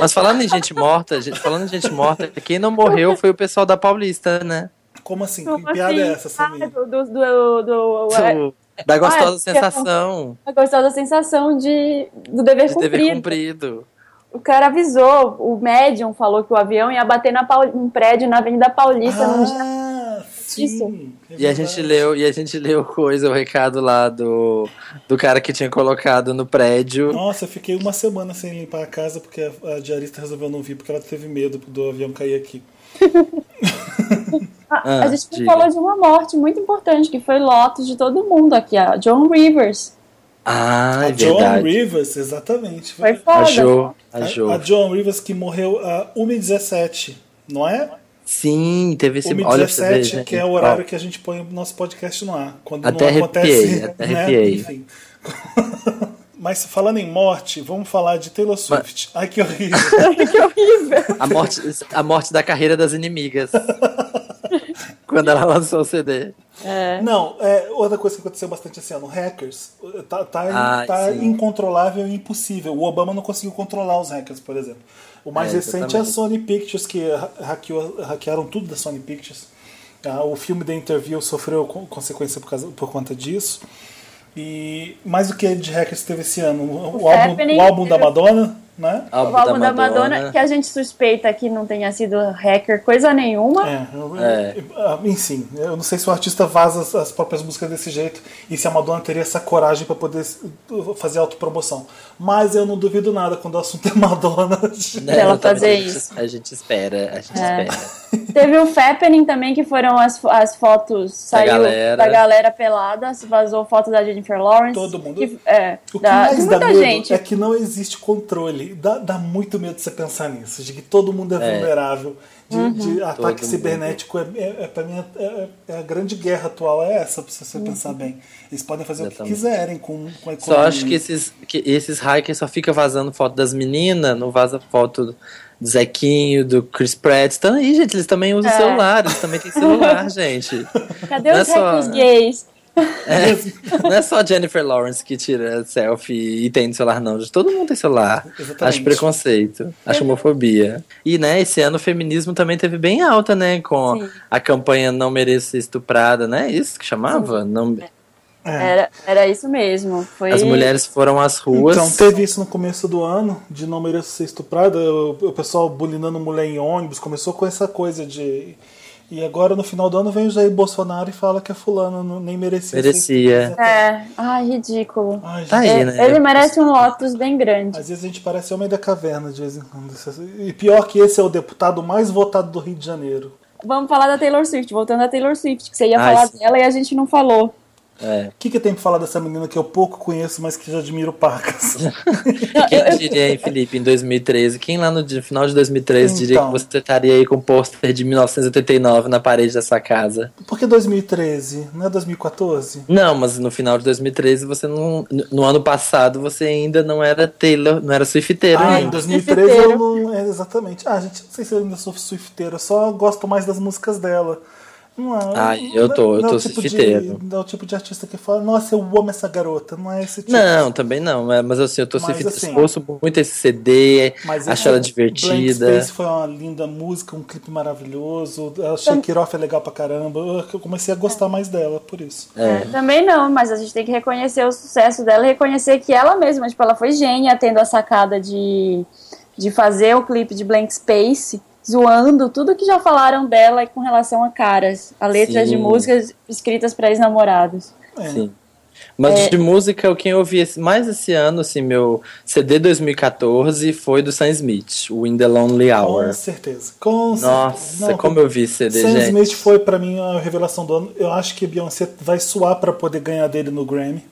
B: Mas falando em gente morta, gente- falando em gente morta, quem não morreu foi o pessoal da Paulista, né?
A: Como assim?
C: Como
A: que piada
C: assim?
A: é essa,
C: Ah,
A: Samir?
C: do, do, do, do-
B: O- Da gostosa
C: Ah,
B: sensação
C: a gostosa sensação de, do dever,
B: de
C: cumprido.
B: dever cumprido.
C: O cara avisou, o médium falou que o avião ia bater na Paul- num prédio na Avenida Paulista. num dia.
A: Ah, sim. é
B: E a
A: verdade.
B: gente leu, e a gente leu coisa, o recado lá do, do cara que tinha colocado no prédio.
A: Nossa, eu fiquei uma semana sem limpar a casa porque a, a diarista resolveu não vir porque ela teve medo do avião cair aqui.
C: Ah,
B: Ah,
C: a gente não
B: diga.
C: falou de uma morte muito importante, que foi Lotus de todo mundo aqui, a John Rivers.
B: Ah, é
A: a Joan
B: verdade.
A: Rivers, exatamente.
C: Foi
B: A
C: foda.
B: Jo, a
A: A, a
B: Jo.
A: Joan Rivers que morreu a 1h17, não é?
B: Sim, teve esse. Olha pra você ver,
A: 1h17,
B: gente.
A: que é o horário que a gente põe o nosso podcast no ar. Quando
B: Até
A: não acontece. né?
B: arrepiei, até arrepiei.
A: Enfim. Mas falando em morte, vamos falar de Taylor Swift. Ai, que horrível.
C: que horrível.
B: A morte, a morte da carreira das inimigas. Quando ela lançou o CD.
C: É.
A: Não, é, outra coisa que aconteceu bastante esse ano, hackers. Tá, tá-
B: Ah,
A: tá
B: sim.
A: incontrolável e impossível. O Obama não conseguiu controlar os hackers, por exemplo. O mais
B: É,
A: recente é a
B: exatamente.
A: Sony Pictures, que ha- hackeou- hackearam tudo da Sony Pictures. Ah, o filme The Interview sofreu co- consequência por, causa- por conta disso. E mais o que de hackers teve esse ano? O, o álbum,
C: Happening.
A: o álbum da Madonna, né?
C: O álbum da Madonna, que a gente suspeita que não tenha sido hacker coisa nenhuma.
A: É, eu-
B: É.
A: eu- ah, enfim, eu não sei se o artista vaza as, as próprias músicas desse jeito e se a Madonna teria essa coragem pra poder s- fazer autopromoção. Mas eu não duvido nada quando o assunto é Madonna.
B: Né,
C: dela
B: exatamente,
C: fazer
B: a gente-
C: isso.
B: A gente espera, a gente
C: É.
B: espera.
C: Teve o Fappening também, que foram as, fo- as fotos, saiu
B: galera.
C: da galera pelada, se vazou foto da Jennifer Lawrence.
A: Todo mundo.
C: que- é,
A: O que
C: da, de
A: mais
C: muita
A: dá medo
C: gente.
A: é que não existe controle. Dá, dá muito medo você pensar nisso, de que todo mundo é,
B: É.
A: vulnerável. De,
C: Uhum.
A: de ataque
B: mundo.
A: cibernético é, é, é pra mim é- é, é a grande guerra atual é essa, se você
C: Uhum.
A: pensar bem. Eles podem fazer o que
B: Exatamente.
A: quiserem com, com a economia.
B: Só acho que esses, que esses hackers só ficam vazando foto das meninas, não vaza foto do Zequinho, do Chris Pratt. Estão aí, gente, eles também usam
C: É.
B: celular, eles também têm celular, gente.
C: Cadê
B: não é
C: os
B: só-
C: hackers gays?
B: É, não é só Jennifer Lawrence que tira selfie e tem celular, não. gente. Todo mundo tem celular.
A: Exatamente.
B: Acho preconceito, acho homofobia. E, né, esse ano o feminismo também teve bem alta, né? Com
C: Sim.
B: a campanha Não Mereço Ser Estuprada, né? Isso que chamava? Não...
A: É.
C: Era, era isso mesmo. Foi...
B: As mulheres foram às ruas.
A: Então, teve isso no começo do ano, de não mereço ser estuprada, o, o pessoal bulinando mulher em ônibus, começou com essa coisa de. E agora no final do ano vem o Jair Bolsonaro e fala que a fulana não- nem merecia. ser
B: Merecia.
A: estuprada.
C: É. Ai, ridículo.
A: Ai, gente,
B: Tá aí,
C: É,
B: né?
C: Ele merece um Lotus bem grande.
A: Às vezes a gente parece homem da caverna de vez em quando. E pior que esse é o deputado mais votado do Rio de Janeiro.
C: Vamos falar da Taylor Swift, voltando à Taylor Swift, que você ia
B: Ai,
C: falar
B: sim.
C: dela e a gente não falou.
B: É.
A: O que, que tem pra falar dessa menina que eu pouco conheço, mas que já admiro pacas?
B: Quem diria, hein, Felipe, em 2013? Quem lá no di- final de 2013 diria
A: Então.
B: que você estaria aí com um pôster de 1989 na parede da sua casa?
A: Por que 2013? Não é 2014?
B: Não, mas no final de 2013 você não. no- No ano passado você ainda não era Taylor, não era Swifteiro
A: Ah, em
B: ainda.
A: 2013 eu
C: Swifteiro.
A: não. É, exatamente. Ah, gente, não sei se eu ainda sou swifteira, eu só gosto mais das músicas dela. Não, é-
B: Ah, eu tô- eu
A: não é
B: tô
A: o tipo de-
B: swifteiro.
A: Não é o tipo de artista que fala, nossa, eu amo essa garota. Não é esse tipo.
B: Não, também não. é, Mas assim, eu tô
A: Mas,
B: Swifteiro.
A: assim,
B: ouço muito esse CD,
A: Mas
B: acho ela
A: esse Blank
B: divertida.
A: Space foi uma linda música, um clipe maravilhoso. A Shake It Off é legal pra caramba. Eu- Eu comecei a gostar mais dela, por isso.
C: É, também não, mas a gente tem que reconhecer o sucesso dela e reconhecer que ela mesma, tipo, ela foi gênia tendo a sacada de, de fazer o clipe de Blank Space, zoando tudo que já falaram dela com relação a caras, a letras
B: Sim.
C: de músicas escritas para ex-namorados.
A: É.
B: Sim. assim. Mas é... de música, quem eu ouvi mais esse ano, assim, meu CD 2014 foi do Sam Smith, o In The Lonely Hour.
A: Com certeza. Com
B: Nossa,
A: certeza. Não,
B: como eu vi esse CD,
A: Sam
B: gente.
A: Smith foi para mim a revelação do ano. Eu acho que Beyoncé vai suar para poder ganhar dele no Grammy.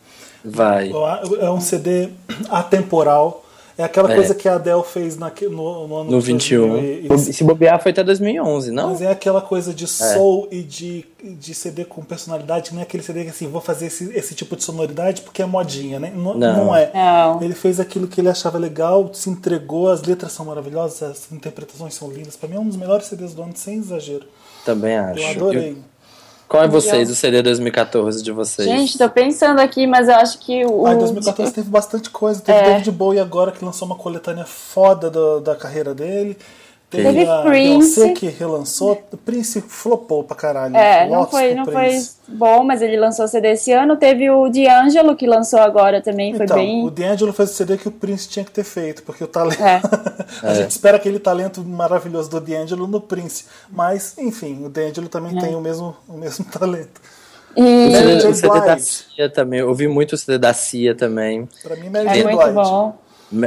B: Vai.
A: É um CD atemporal. É aquela
B: É.
A: coisa que a Adele fez na, no, no ano
B: No
A: de
B: 21.
A: 2000 e-
B: Se bobear foi até 2011, não?
A: Mas é aquela coisa de soul e de, de CD com personalidade, que não é aquele CD que assim, vou fazer esse, esse tipo de sonoridade porque é modinha, né? Não,
B: Não.
A: não é.
C: Não.
A: Ele fez aquilo que ele achava legal, se entregou, as letras são maravilhosas, as interpretações são lindas. Pra mim é um dos melhores CDs do ano, sem exagero.
B: Também
A: Eu
B: acho.
A: adorei.
B: Eu- Qual é vocês, o CD 2014 de vocês?
C: Gente, tô pensando aqui, mas eu acho que o.
A: Ah, em 2014 teve bastante coisa. Teve
C: É.
A: David Bowie agora, que lançou uma coletânea foda do- da carreira dele. Teve,
C: Teve
A: a
C: Prince.
A: Beyoncé, que relançou. Prince flopou pra caralho.
C: É, não
A: Lotus
C: foi,
A: pro
C: não foi
A: Prince.
C: bom, mas ele lançou o CD esse ano. Teve o D'Angelo que lançou agora também, foi
A: Então,
C: bem.
A: o D'Angelo fez o CD que o Prince tinha que ter feito, porque o talento.
C: É.
A: a gente espera aquele talento maravilhoso do D'Angelo no Prince. Mas, enfim, o D'Angelo
C: É.
A: também tem o mesmo, o mesmo talento.
B: O
C: E
B: CD, o
A: James
B: CD da
A: White.
B: Cia também. Eu ouvi muito o CD da Cia também.
A: Pra mim, Mary
C: é
A: J.
C: muito
A: Blige.
C: bom.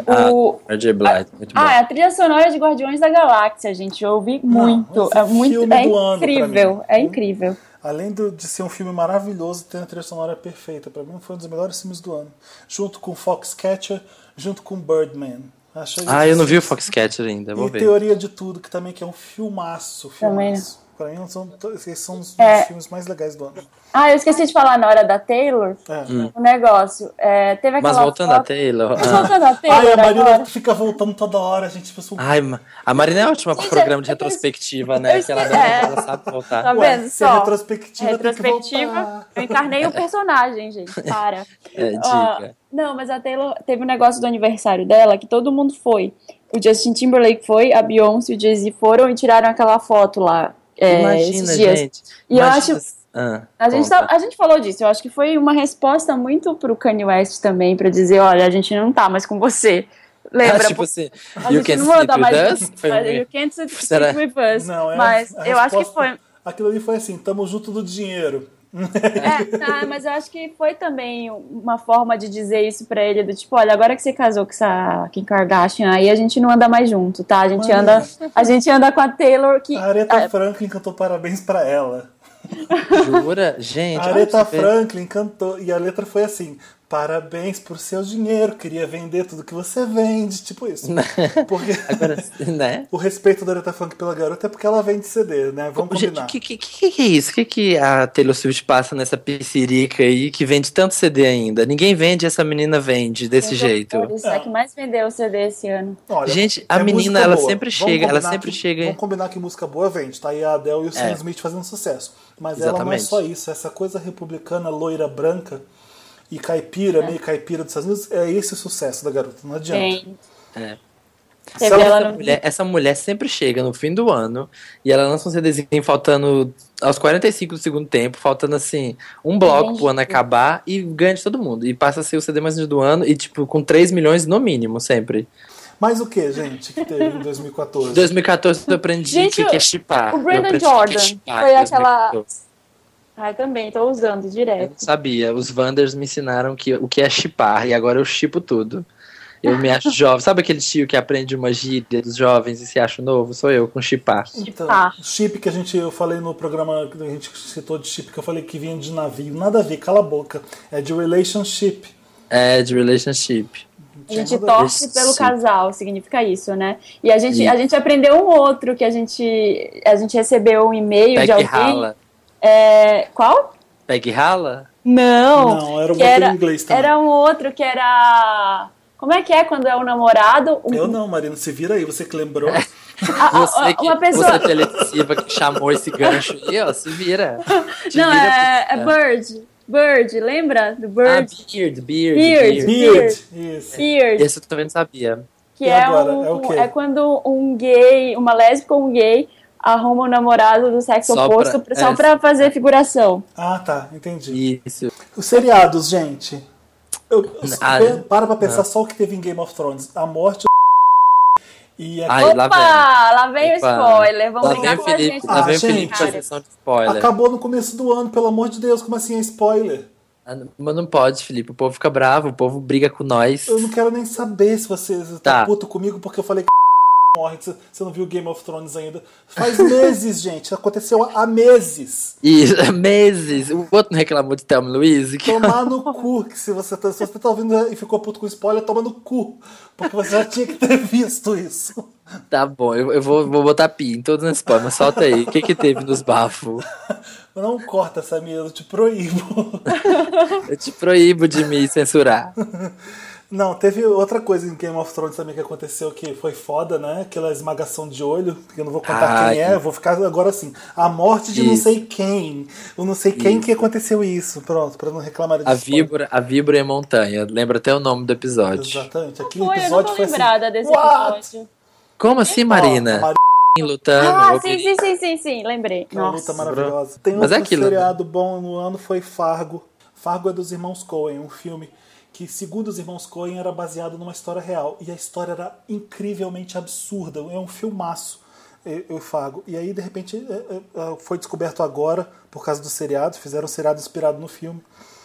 B: Ah,
C: O-
B: Mary J. Blige, muito bom.
C: Ah, é a trilha sonora de Guardiões da Galáxia, gente. Eu ouvi muito.
A: esse
C: É muito.
A: filme
C: É
A: do ano pra mim.
C: incrível. É incrível.
A: Além do- de ser um filme maravilhoso, tem a trilha sonora perfeita. Pra mim, foi um dos melhores filmes do ano. Junto com Foxcatcher, junto com Birdman. Acho isso-
B: Ah, eu não vi o Foxcatcher ainda, vou
A: E
B: ver.
A: Teoria de Tudo, que também que é um filmaço.
C: Também
A: filmaço. Pra mim, são, to- esses são os
C: É.
A: filmes mais legais do ano.
C: Ah, eu esqueci de falar na hora da Taylor
A: É.
B: Hum.
C: o negócio. É, teve aquela
B: Mas voltando
C: foto...
B: a Taylor.
C: Mas
B: ah.
C: voltando a Taylor
A: Ai, a Marina
C: agora.
A: fica voltando toda hora, gente. assim, Pessoal,
B: Ai, ma- a Marina é ótima com
C: Gente,
B: programa de
C: eu- eu-
B: retrospectiva, né?
C: eu-
B: Que ela,
C: é.
B: dá- ela sabe voltar.
C: Tá
A: ué,
C: vendo
A: se é
C: só?
A: retrospectiva, tem que voltar.
C: retrospectiva. Eu encarnei o personagem, gente. Para.
B: É, diga.
C: Ah, não, mas a Taylor teve um negócio do aniversário dela que todo mundo foi. O Justin Timberlake foi, a Beyoncé e o Jay-Z foram e tiraram aquela foto lá. é,
B: Imagina,
C: esses dias.
B: gente.
C: E eu
B: Imagina-
C: acho-
B: Ah,
C: A gente,
B: conta.
C: tá- a gente falou disso, eu acho que foi uma resposta muito pro Kanye West também, pra dizer, olha, a gente não tá mais com você. Lembra?
B: Ah, tipo
C: porque
B: assim,
C: a
B: you
C: gente
B: can
C: não
B: sleep
C: anda
B: with
C: mais
B: us?
C: junto,
B: Foi um
C: mas
B: meio-
C: You can't sit- sit
B: Será?
C: with us.
A: é,
C: mas
A: a
C: eu acho que
A: resposta-
C: foi.
A: Aquilo ali foi assim: tamo junto do dinheiro.
C: É, tá, mas eu acho que foi também uma forma de dizer isso pra ele, do tipo, olha, agora que você casou com essa Kim Kardashian, aí a gente não anda mais junto, tá? A gente,
A: Olha.
C: anda, a gente anda com a Taylor que.
A: A Aretha
C: Ah,
A: Franklin cantou parabéns pra ela.
B: Jura? Gente,
A: A
B: olha
A: Aretha
B: pra você ver.
A: Franklin cantou e a letra foi assim: Parabéns por seu dinheiro, queria vender tudo que você vende, tipo isso. Porque
B: Agora, né?
A: o respeito da Aretha Franklin pela garota é porque ela vende CD, né? Vamos
B: Gente,
A: combinar.
B: o que, que, que que é isso? O que, que a Taylor Swift passa nessa piscirica aí que vende tanto CD ainda? Ninguém vende, essa menina vende desse jeito.
C: Isso, é a que mais vendeu o CD esse ano.
A: Olha, é
B: Gente, a menina,
A: música
B: ela
A: boa.
B: sempre
A: Vamos
B: chega, ela
A: combinar
B: sempre
A: que-
B: chega-
A: Vamos combinar que música boa vende, tá? E a Adele e o Sam
B: É.
A: Smith fazendo sucesso. Mas ela não é
B: Exatamente.
A: só isso, essa coisa republicana, loira, branca e caipira, meio caipira dos Estados Unidos, é esse o sucesso da garota, não adianta.
C: Tem.
B: É.
C: Teve
A: Só
C: ela
B: Essa
C: no-
B: mulher, essa mulher sempre chega no fim do ano e ela lança um CDzinho faltando aos 45 do segundo tempo, faltando assim, um bloco
C: Gente.
B: pro ano acabar e ganha de todo mundo. E passa a ser o CD mais vendido do ano e, tipo, com 3 milhões no mínimo, sempre.
A: Mas o que, gente, que teve em 2014?
B: Em 2014 eu aprendi
C: Gente,
B: que é chipar.
C: o
B: Eu
C: Brandon
B: aprendi
C: Jordan
B: que é chipar
C: foi
B: em
C: aquela-
B: 2014.
C: Ai, também, tô usando
B: Eu não
C: direto.
B: sabia, os Wanders me ensinaram que, o que é chipar e agora eu chipo tudo. Eu me acho jovem. Sabe aquele tio que aprende uma gíria dos jovens e se acha novo? Sou eu com chipar.
A: Então,
C: Chipar.
A: chip que a gente, eu falei no programa que a gente citou de chip, que eu falei que vinha de navio. Nada a ver, cala a boca. É de relationship.
B: É, de relationship. É,
C: A gente
A: Tinha nada a ver.
C: torce pelo
B: Sim.
C: casal, significa isso, né? E a gente,
B: Sim.
C: a gente aprendeu um outro que a gente, a gente recebeu um e-mail de
B: Peg
C: alguém.
B: rala.
C: É, qual?
B: Peg rala?
C: Não.
A: Não, era um
C: que
A: outro
C: era-
A: em inglês também.
C: Era um outro que era. Como é que é quando é o namorado? Um-
A: Eu não, Marina, se vira aí, você que lembrou.
C: É. a- a-
B: Você que,
C: Ah, uma pessoa.
B: você televisiva que chamou esse gancho aí, ó, se vira. Te
C: não,
B: vira
C: é, é
B: pro-
C: Bird. Bird, lembra? Do
B: Ah,
C: Bird.
B: beard, beard, beard.
C: Beard.
A: Beard. Isso.
C: Beard.
B: Esse eu também não sabia.
C: Que
A: E
C: é,
A: agora?
C: um-
A: É o quê?
C: é quando um gay, uma lésbica ou um gay arruma um namorado do sexo
B: Só
C: oposto
B: pra-
C: só
B: é.
C: pra fazer figuração.
A: Ah, tá, entendi.
B: Isso.
A: Os seriados, gente. Eu, eu-
B: Ah,
A: pe- para pra pensar só o que teve em Game of Thrones. A morte e a...
B: Ai, lá
C: Opa,
B: vem.
C: lá vem o
B: Opa.
C: um spoiler. Vamos
B: lá
C: brigar
B: vem o
C: com a
B: Felipe,
C: gente.
B: lá vem o
A: Ah,
B: Felipe com a
A: gente.
B: sessão de spoiler.
A: acabou no começo do ano, pelo amor de Deus, como assim é spoiler?
B: Ah, Mas não pode, Felipe. O povo fica bravo, o povo briga com nós.
A: Eu não quero nem saber se você tá,
B: Tá.
A: puto comigo porque eu falei que morre. que Você você não viu Game of Thrones ainda. Faz meses, gente. Aconteceu há meses.
B: E meses. O outro não reclamou de Thelma e Luiz. Que...
A: Tomar no cu. Que se, você tá, se você tá ouvindo e ficou puto com spoiler, toma no cu. Porque você já tinha que ter visto isso.
B: Tá bom, eu, eu vou, vou botar pi em todos os mas solta aí. O que que teve nos bafos?
A: Não corta, Samir. Eu te proíbo.
B: Eu te proíbo de me censurar.
A: Não, teve outra coisa em Game of Thrones também que aconteceu que foi foda, né? Aquela esmagação de olho, que eu não vou contar
B: Ah,
A: quem é,
B: que-
A: eu vou ficar agora assim. A morte de não
B: Isso.
A: sei quem. O não sei quem que aconteceu isso. Pronto, pra não reclamar disso.
B: A víbora, a víbora em montanha. Lembra até o nome do episódio.
A: Exatamente. Aqui o
C: Foi, eu não
A: episódio
C: tô
A: foi assim,
C: lembrada desse
A: "What?"
C: episódio.
B: Como assim,
A: Ó, a
B: Marina?
A: Marina
B: Lutando.
C: Ah,
B: ou-
C: sim, sim, sim, sim, sim, lembrei.
A: é uma luta
C: Nossa.
A: maravilhosa. Tem
B: Mas
A: outro
B: é aquilo, né?
A: seriado bom no ano foi Fargo. Fargo é dos irmãos Coen, um filme que, segundo os irmãos Coen, era baseado numa história real. E a história era incrivelmente absurda. É um filmaço, é, é o Fargo. E aí, de repente, é, é, é, foi descoberto agora, por causa do seriado. Fizeram um seriado inspirado no filme.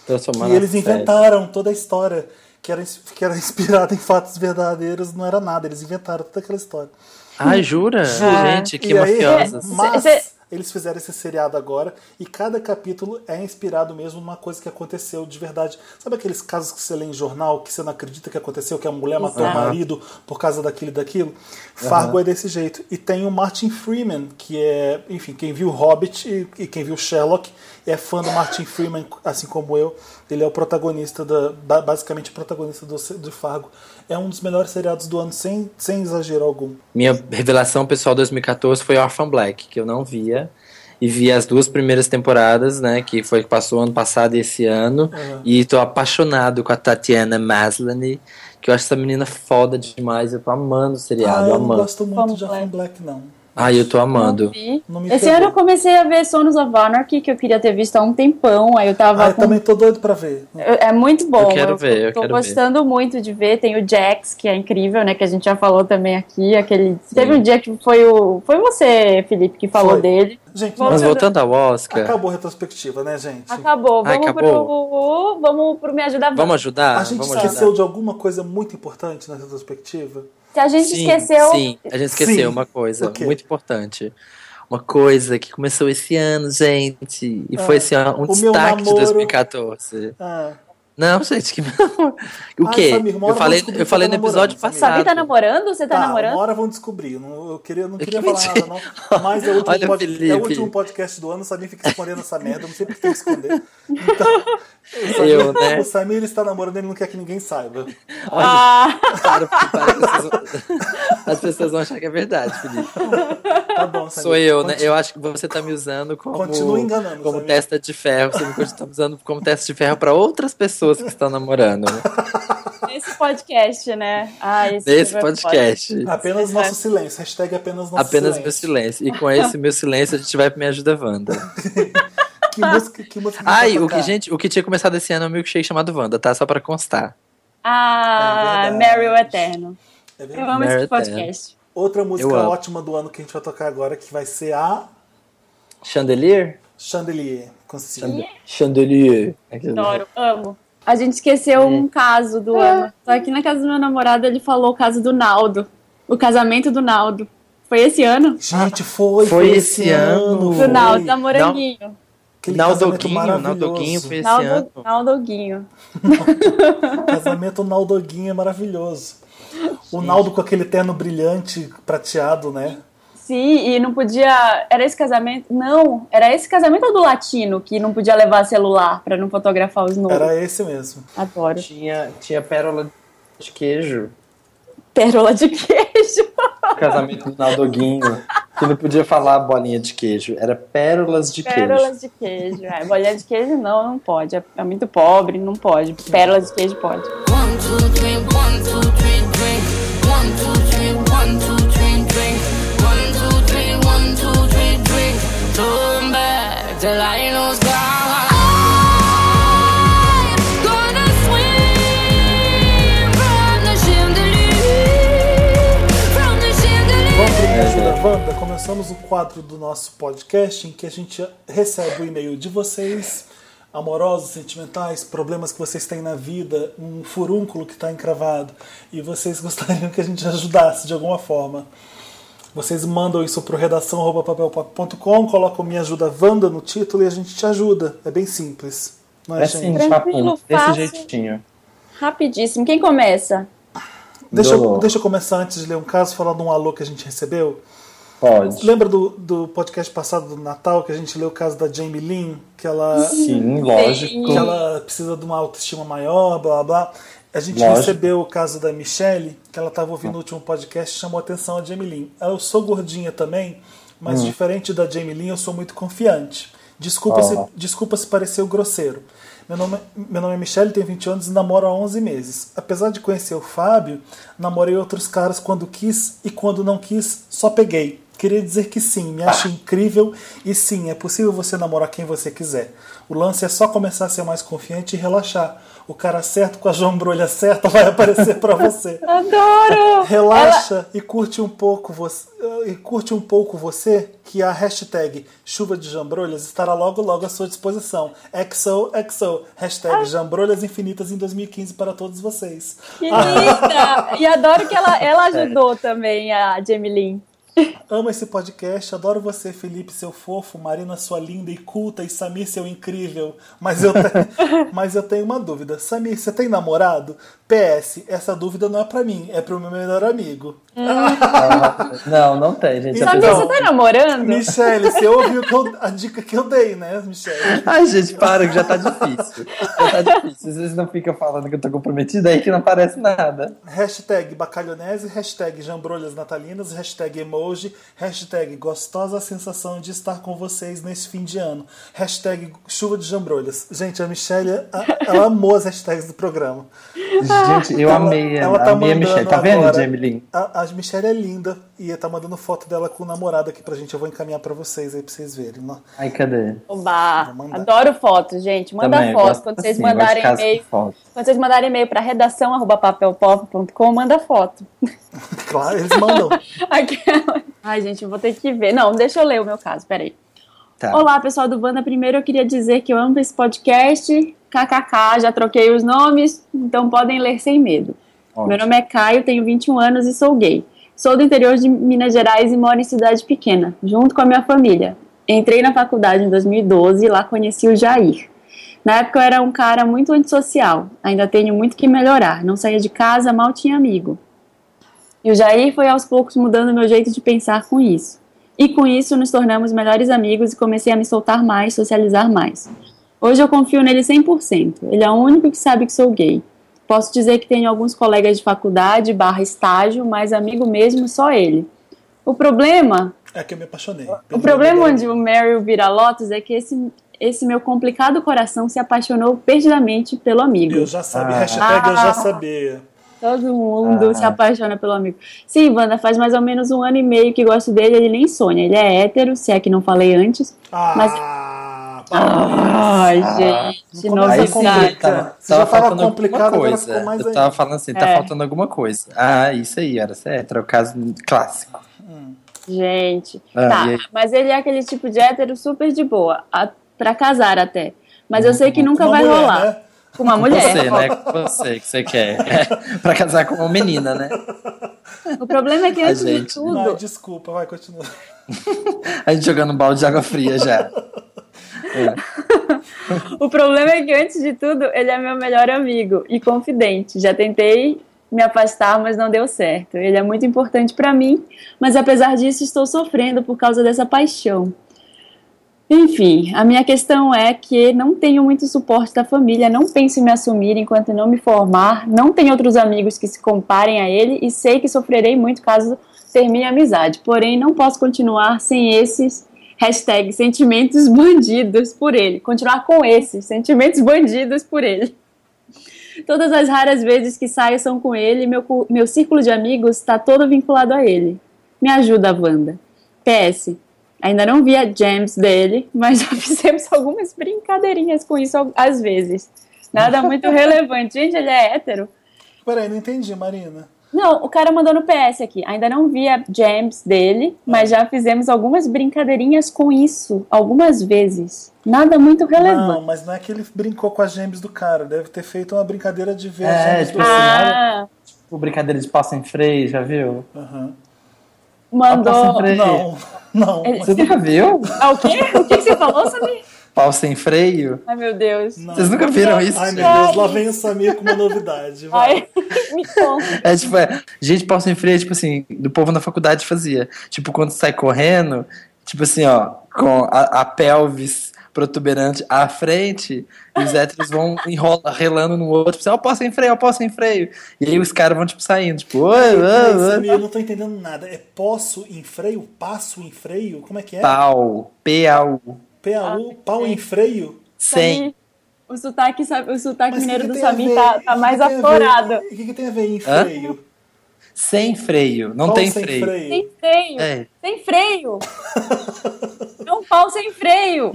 B: Transformando
A: E eles
B: a série.
A: inventaram toda a história, que era, ins- que era inspirada em fatos verdadeiros, não era nada. Eles inventaram toda aquela história.
B: Ah, jura? Gente, que
A: É, E aí,
B: mafiosas.
A: Mas
C: É, Cê- cê-
A: eles fizeram esse seriado agora e cada capítulo é inspirado mesmo numa coisa que aconteceu de verdade. Sabe aqueles casos que você lê em jornal que você não acredita que aconteceu, que a mulher matou o
B: Aham.
A: marido por causa daquilo e daquilo? Fargo é desse jeito. E tem o Martin Freeman, que é, enfim, quem viu Hobbit e, e quem viu Sherlock é fã do Martin Freeman, assim como eu. Ele é o protagonista, da, ba- basicamente o protagonista do, do Fargo. É um dos melhores seriados do ano, sem, sem exagero algum.
B: Minha revelação pessoal 2014 foi Orphan Black, que eu não via. E vi as duas primeiras temporadas, né? Que foi que passou ano passado e esse ano. E tô apaixonado com a Tatiana Maslany, que eu acho essa menina foda demais. Eu tô amando o
A: Ah,
B: seriado,
A: eu não
B: amando.
A: gosto muito de
C: Vamos, então.
A: Orphan Black, não.
B: Ai, eu tô amando.
C: Vi.
A: Não me
C: Esse
A: pegou.
C: ano eu comecei a ver Sonos of Anarchy, que eu queria ter visto há um tempão, aí eu tava
A: Ah, eu
C: com
A: também tô doido pra ver.
C: Eu- É muito bom.
B: Eu quero ver, eu
C: tô
B: quero
C: gostando muito de ver. Tem o Jax, que é incrível, né? Que a gente já falou também aqui. Aquele... Teve um dia que foi o. Foi você, Felipe, que falou
A: Foi.
C: dele.
A: Gente,
C: Vamos-
B: Mas
A: mas
B: voltando ao Oscar,
A: acabou a retrospectiva, né, gente?
C: Acabou.
B: Ai,
C: Vamos
B: acabou.
C: pro. Vamos pro Me Ajuda
B: vamos
C: Wanda.
B: ajudar?
A: a gente
B: Ah, vamos
A: esqueceu
B: ajudar.
A: de alguma coisa muito importante na retrospectiva?
C: Se a gente
B: Sim,
C: esqueceu.
B: sim, a gente esqueceu
A: Sim.
B: uma coisa
A: O quê?
B: muito importante. Uma coisa que começou esse ano, gente. E foi assim, ó, um
A: Ah, o meu
B: destaque de
A: namoro-
B: 2014.
A: Ah,
B: Não, gente, que não. O
A: Ai,
B: quê?
A: Samir, uma hora
B: eu falei,
A: vamos descobrir
B: eu falei
A: que tá
B: no episódio
A: namorando, Samir.
B: passado.
C: Sabi tá namorando? Você tá, namorando?
A: uma hora vão descobrir. Não, eu queria, não
B: Que
A: queria falar nada,
B: mentira.
A: não. Mas é o, último
B: Olha,
A: pod- é o
B: Felipe.
A: último podcast do ano, o Samir fica escondendo essa merda. Eu não sei por que tem que esconder. Então,
B: Eu,
A: o Samir,
B: né?
A: o Samir está namorando, ele não quer que ninguém saiba.
B: Olha,
C: Ah,
B: para, para, que vocês vão- as pessoas vão achar que é verdade, Felipe.
A: Tá bom, Samir.
B: Sou eu, né?
A: Conti-
B: Eu acho que você tá me usando como,
A: Continua enganando,
B: como
A: Samir.
B: testa de ferro. Você me continua usando como testa de ferro pra outras pessoas que estão namorando. né?
C: esse podcast, né? Ah, esse
B: Nesse
C: foi
B: podcast.
A: Apenas
C: é.
A: nosso silêncio. Hashtag apenas nosso
B: Apenas
A: Ah, silêncio.
B: meu silêncio. E com esse meu silêncio, a gente vai pro Me Ajuda Wanda.
A: Que música, que música
B: Ai,
A: vai
B: o que,
A: tocar?
B: gente, o que tinha começado esse ano é um milkshake chamado Wanda, tá? Só pra constar.
C: Ah,
A: É verdade.
C: Mary o Eterno.
A: É verdade.
C: Eu amo
B: Mary
C: esse
B: o
C: podcast.
A: Outra música
B: Eu amo.
A: ótima do ano que a gente vai tocar agora, que vai ser a
B: Chandelier?
A: Chandelier. Consigo.
B: Chande- Chandelier. Aquele-
E: né?
C: Adoro, amo. A gente esqueceu um caso do ano. Só que na casa do meu namorado ele falou o caso do Naldo. O casamento do Naldo. Foi esse ano?
A: Gente, foi,
B: Foi esse ano.
A: foi.
C: Do Naldo, da Moranguinho.
A: Aquele casamento
B: Naldoguinho,
A: maravilhoso.
B: Naldoguinho foi esse ano.
C: Naldo, Naldoguinho.
A: Casamento Naldoguinho é maravilhoso. O Naldo com aquele terno brilhante, prateado, né?
C: Sim, e não podia. Era esse casamento? Não, era esse casamento ou do latino que não podia levar celular pra não fotografar os nomes.
A: Era esse mesmo.
C: Adoro.
B: Tinha, tinha pérola de queijo.
C: Pérola de queijo.
B: Casamento do Naldoguinho. Que não podia falar bolinha de queijo. Era pérolas de queijo.
C: Pérolas de queijo. É, bolinha de queijo não, não pode. É, é muito pobre, não pode. Pérola de queijo pode.
D: One, two, three, one, two, three, drink. One, two, three, one, two, three, drink. One, two, three, one, two, three, drink. Turn back till I lose God. I'm gonna swim from the chandelier, from the chandelier.
A: Vamos pro Me Ajuda É, Wanda. Começamos o quadro do nosso podcast em que a gente recebe o e-mail de vocês. amorosos, sentimentais, problemas que vocês têm na vida, um furúnculo que está encravado e vocês gostariam que a gente ajudasse de alguma forma. Vocês mandam isso para redação@papelpop.com, colocam me ajuda Vanda no título e a gente te ajuda. É bem simples. Não é,
E: É
A: gente?
E: assim,
C: Tranquilo,
E: papum, desse
C: fácil.
E: jeitinho.
C: Rapidíssimo. Quem começa?
A: Deixa eu,
E: Dou.
A: deixa eu começar antes de ler um caso, falar de um alô que a gente recebeu.
E: Pode.
A: Lembra do, do podcast passado do Natal que a gente leu o caso da Jamie Lynn, que ela,
E: Sim, lógico.
A: que ela precisa de uma autoestima maior, blá blá. blá. A gente
E: Lógico. Hum.
A: recebeu o caso da Michelle, que ela estava ouvindo o último podcast e chamou a atenção a Jamie Lynn. Eu sou gordinha também, mas
E: Hum.
A: diferente da Jamie Lynn, eu sou muito confiante. Desculpa,
E: Ah.
A: se, desculpa se pareceu grosseiro. Meu nome, meu nome é Michelle, tenho 20 anos e namoro há 11 meses. Apesar de conhecer o Fábio, namorei outros caras quando quis e quando não quis, só peguei. Queria dizer que sim, me acho incrível e sim, é possível você namorar quem você quiser. O lance é só começar a ser mais confiante e relaxar. O cara certo com a jambrolha certa vai aparecer pra você.
C: Adoro!
A: Relaxa e curte um pouco você e curte um pouco você que a hashtag chuva de jambrolhas estará logo logo à sua disposição. XOXO, hashtag jambrolhas infinitas em 2015 para todos vocês. Ah,
C: Que
E: Ah.
C: linda! E adoro que ela, ela ajudou também a Jamie Lynn.
A: Amo esse podcast, adoro você, Felipe, seu fofo, Marina, sua linda e culta, e Samir, seu incrível. Mas eu, te- mas eu tenho uma dúvida. Samir, você tem namorado? PS, essa dúvida não é pra mim, é pro meu melhor amigo.
E: Ah, Não, não tem, gente.
A: Sabe
C: Sabe,
A: Então-
E: Apesar...
C: você tá namorando?
A: Michelle, você ouviu que eu- a dica que eu dei, né, Michelle?
E: Ai, gente, para, que já tá difícil. Já tá difícil. Vocês não ficam falando que eu tô comprometida aí que não aparece nada.
A: Hashtag bacalhonese, hashtag jambrolhas natalinas, hashtag emoji, hashtag gostosa sensação de estar com vocês nesse fim de ano, hashtag chuva de jambrolhas. Gente, a Michelle, a- ela amou as hashtags do programa.
C: Ah.
E: Gente, eu amei, ela,
A: tá
E: amei a
A: mandando
E: Michelle. Tá vendo,
A: agora-
E: Jamie Lynn?
A: A, a Michelle é linda e tá mandando foto dela com o namorado aqui pra gente. Eu vou encaminhar pra vocês aí, pra vocês verem. Não-
E: Ai, cadê?
C: Oba!
A: Vou mandar.
C: Adoro fotos, gente. Manda
E: Também, eu
C: foto.
E: gosto
C: Quando vocês
E: assim,
C: mandarem
E: gosto de casa com
C: e-mail,
E: foto.
C: quando vocês mandarem e-mail para redação@papelpop.com, manda foto.
A: Claro, eles mandam.
C: Aquela. Ai, gente, eu vou ter que ver. Não, deixa eu ler o meu caso, peraí.
E: Tá.
C: Olá, pessoal do Banda. Primeiro eu queria dizer que eu amo esse podcast. KKK, já troquei os nomes, então podem ler sem medo.
E: Ótimo.
C: Meu nome é Caio, tenho 21 anos e sou gay. Sou do interior de Minas Gerais e moro em cidade pequena, junto com a minha família. Entrei na faculdade em 2012 e lá conheci o Jair. Na época eu era um cara muito antissocial, ainda tenho muito que melhorar. Não saía de casa, mal tinha amigo. E o Jair foi aos poucos mudando meu jeito de pensar com isso. E com isso nos tornamos melhores amigos e comecei a me soltar mais, socializar mais. Hoje eu confio nele 100%. Ele é o único que sabe que sou gay. Posso dizer que tenho alguns colegas de faculdade, barra estágio, mas amigo mesmo só ele. O problema
A: É que eu me apaixonei.
C: o problema onde o Meryl vira Lotus é que esse, esse meu complicado coração se apaixonou perdidamente pelo amigo.
A: Eu já sabia.
E: Ah.
A: Hashtag eu já sabia.
C: Todo mundo
E: Ah.
C: se apaixona pelo amigo. Sim, Wanda, faz mais ou menos um ano e meio que gosto dele, ele nem sonha. Ele é hétero, se é que não falei antes.
A: Ah,
C: Mas- Ai, gente,
A: Não começa
E: Aí
A: a
C: novidade.
A: complicar.
E: sim, tava,
A: Se já
E: tava
A: tava
E: faltando
A: complicado,
E: alguma
A: agora
E: coisa.
A: ficou mais
E: Eu
A: ainda.
E: tava falando assim, tá
C: É.
E: faltando alguma coisa. Ah, isso aí, era certo. É o caso clássico.
C: Gente,
E: Ah,
C: tá.
E: e aí?
C: Mas ele é aquele tipo de hétero super de boa, a, pra casar até. Mas
E: Hum,
C: eu sei que nunca
A: Uma
C: vai
A: mulher,
C: rolar.
A: né?
C: Com uma mulher.
E: Você, né? Com você que você quer. pra casar com uma menina, né?
C: O problema é que
E: A
C: antes de
E: gente-
C: tudo,
A: Ai, desculpa, vai, continua.
E: A gente jogando um balde de água fria já. É,
C: O problema é que, antes de tudo, ele é meu melhor amigo e confidente. Já tentei me afastar, mas não deu certo. Ele é muito importante pra mim, mas apesar disso, estou sofrendo por causa dessa paixão. Enfim, a minha questão é que não tenho muito suporte da família, não penso em me assumir enquanto não me formar, não tenho outros amigos que se comparem a ele e sei que sofrerei muito caso termine a amizade. Porém, não posso continuar sem esses Hashtag sentimentos bandidos por ele. Continuar com esses sentimentos bandidos por ele. Todas as raras vezes que saio são com ele, meu, cu- meu círculo de amigos está todo vinculado a ele. Me ajuda, Wanda. PS. Ainda não vi a James dele, mas já fizemos algumas brincadeirinhas com isso al- às vezes. Nada muito relevante. Gente, ele é hétero?
A: Peraí, não entendi, Marina.
C: Não, o cara mandou no PS aqui. Ainda não vi a James dele, mas já fizemos algumas brincadeirinhas com isso, algumas vezes. Nada muito relevante.
A: Não, mas não é que ele brincou com as gems do cara. Deve ter feito uma brincadeira de ver as
B: É,
A: gems do
B: tipo assim,
C: Ah,
B: Tipo, brincadeira de passo em freio, já viu?
A: Aham.
B: Passo em
A: tá
C: mandou.
B: freio.
A: Não, não.
C: Ele-
B: Você nunca viu?
C: Ah, o quê? O que que você falou, Samir?
B: Pau sem freio?
C: Ai, meu Deus.
A: Não.
B: Vocês nunca viram isso?
A: Ai, meu
B: gente?
A: Deus, lá vem o Samir com uma novidade. vai.
C: Ai, me conta.
B: É tipo, é, gente, pau sem freio, é, tipo assim, do povo na faculdade fazia. Tipo, quando sai correndo, tipo assim, ó, com a, a pelvis protuberante à frente, e os héteros vão enrola, relando no outro, tipo assim, ó, pau sem freio, ó, pau sem freio. E aí os caras vão, tipo, saindo, tipo, oi,
A: Peraí,
B: oi,
A: Samir,
B: oi.
A: eu não tô entendendo nada. É posso em freio? Passo em freio? Como é que é?
B: Tá. Pau, P-A-U,
A: PAU,
C: Ah,
A: pau em freio?
B: sem.
C: Samir, O sotaque, sabe- o sotaque
A: Mas o que
C: mineiro
A: que
C: do
A: tem a
C: Samir
A: ver?
C: tá,
A: O que
C: tá
A: que
C: mais
A: tem a ver?
C: aflorado.
A: O que, que tem a ver em
B: Hã?
A: freio?
B: Sem freio, não
A: Pau
B: tem
A: sem
B: freio.
C: Sem freio.
B: É.
C: Sem freio. É um pau sem freio.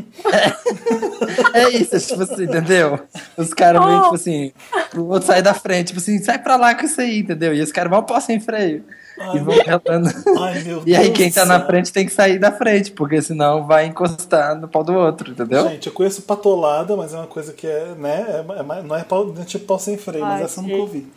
B: É isso, tipo assim, entendeu? Os caras meio, tipo assim, o outro sai da frente, tipo assim, sai pra lá com isso aí, entendeu? E os caras vão pau sem freio.
A: Ai,
B: e vão
A: meu-
B: relando.
A: Ai, meu
B: E aí
A: Deus
B: quem
A: do
B: tá na
A: céu.
B: frente tem que sair da frente, porque senão vai encostar no pau do outro, entendeu?
A: Gente, eu conheço patolada, mas é uma coisa que é, né? é- é mais- não, é pau- não é tipo pau sem freio, mas
C: Ai,
A: essa eu nunca
C: gente.
A: ouvi.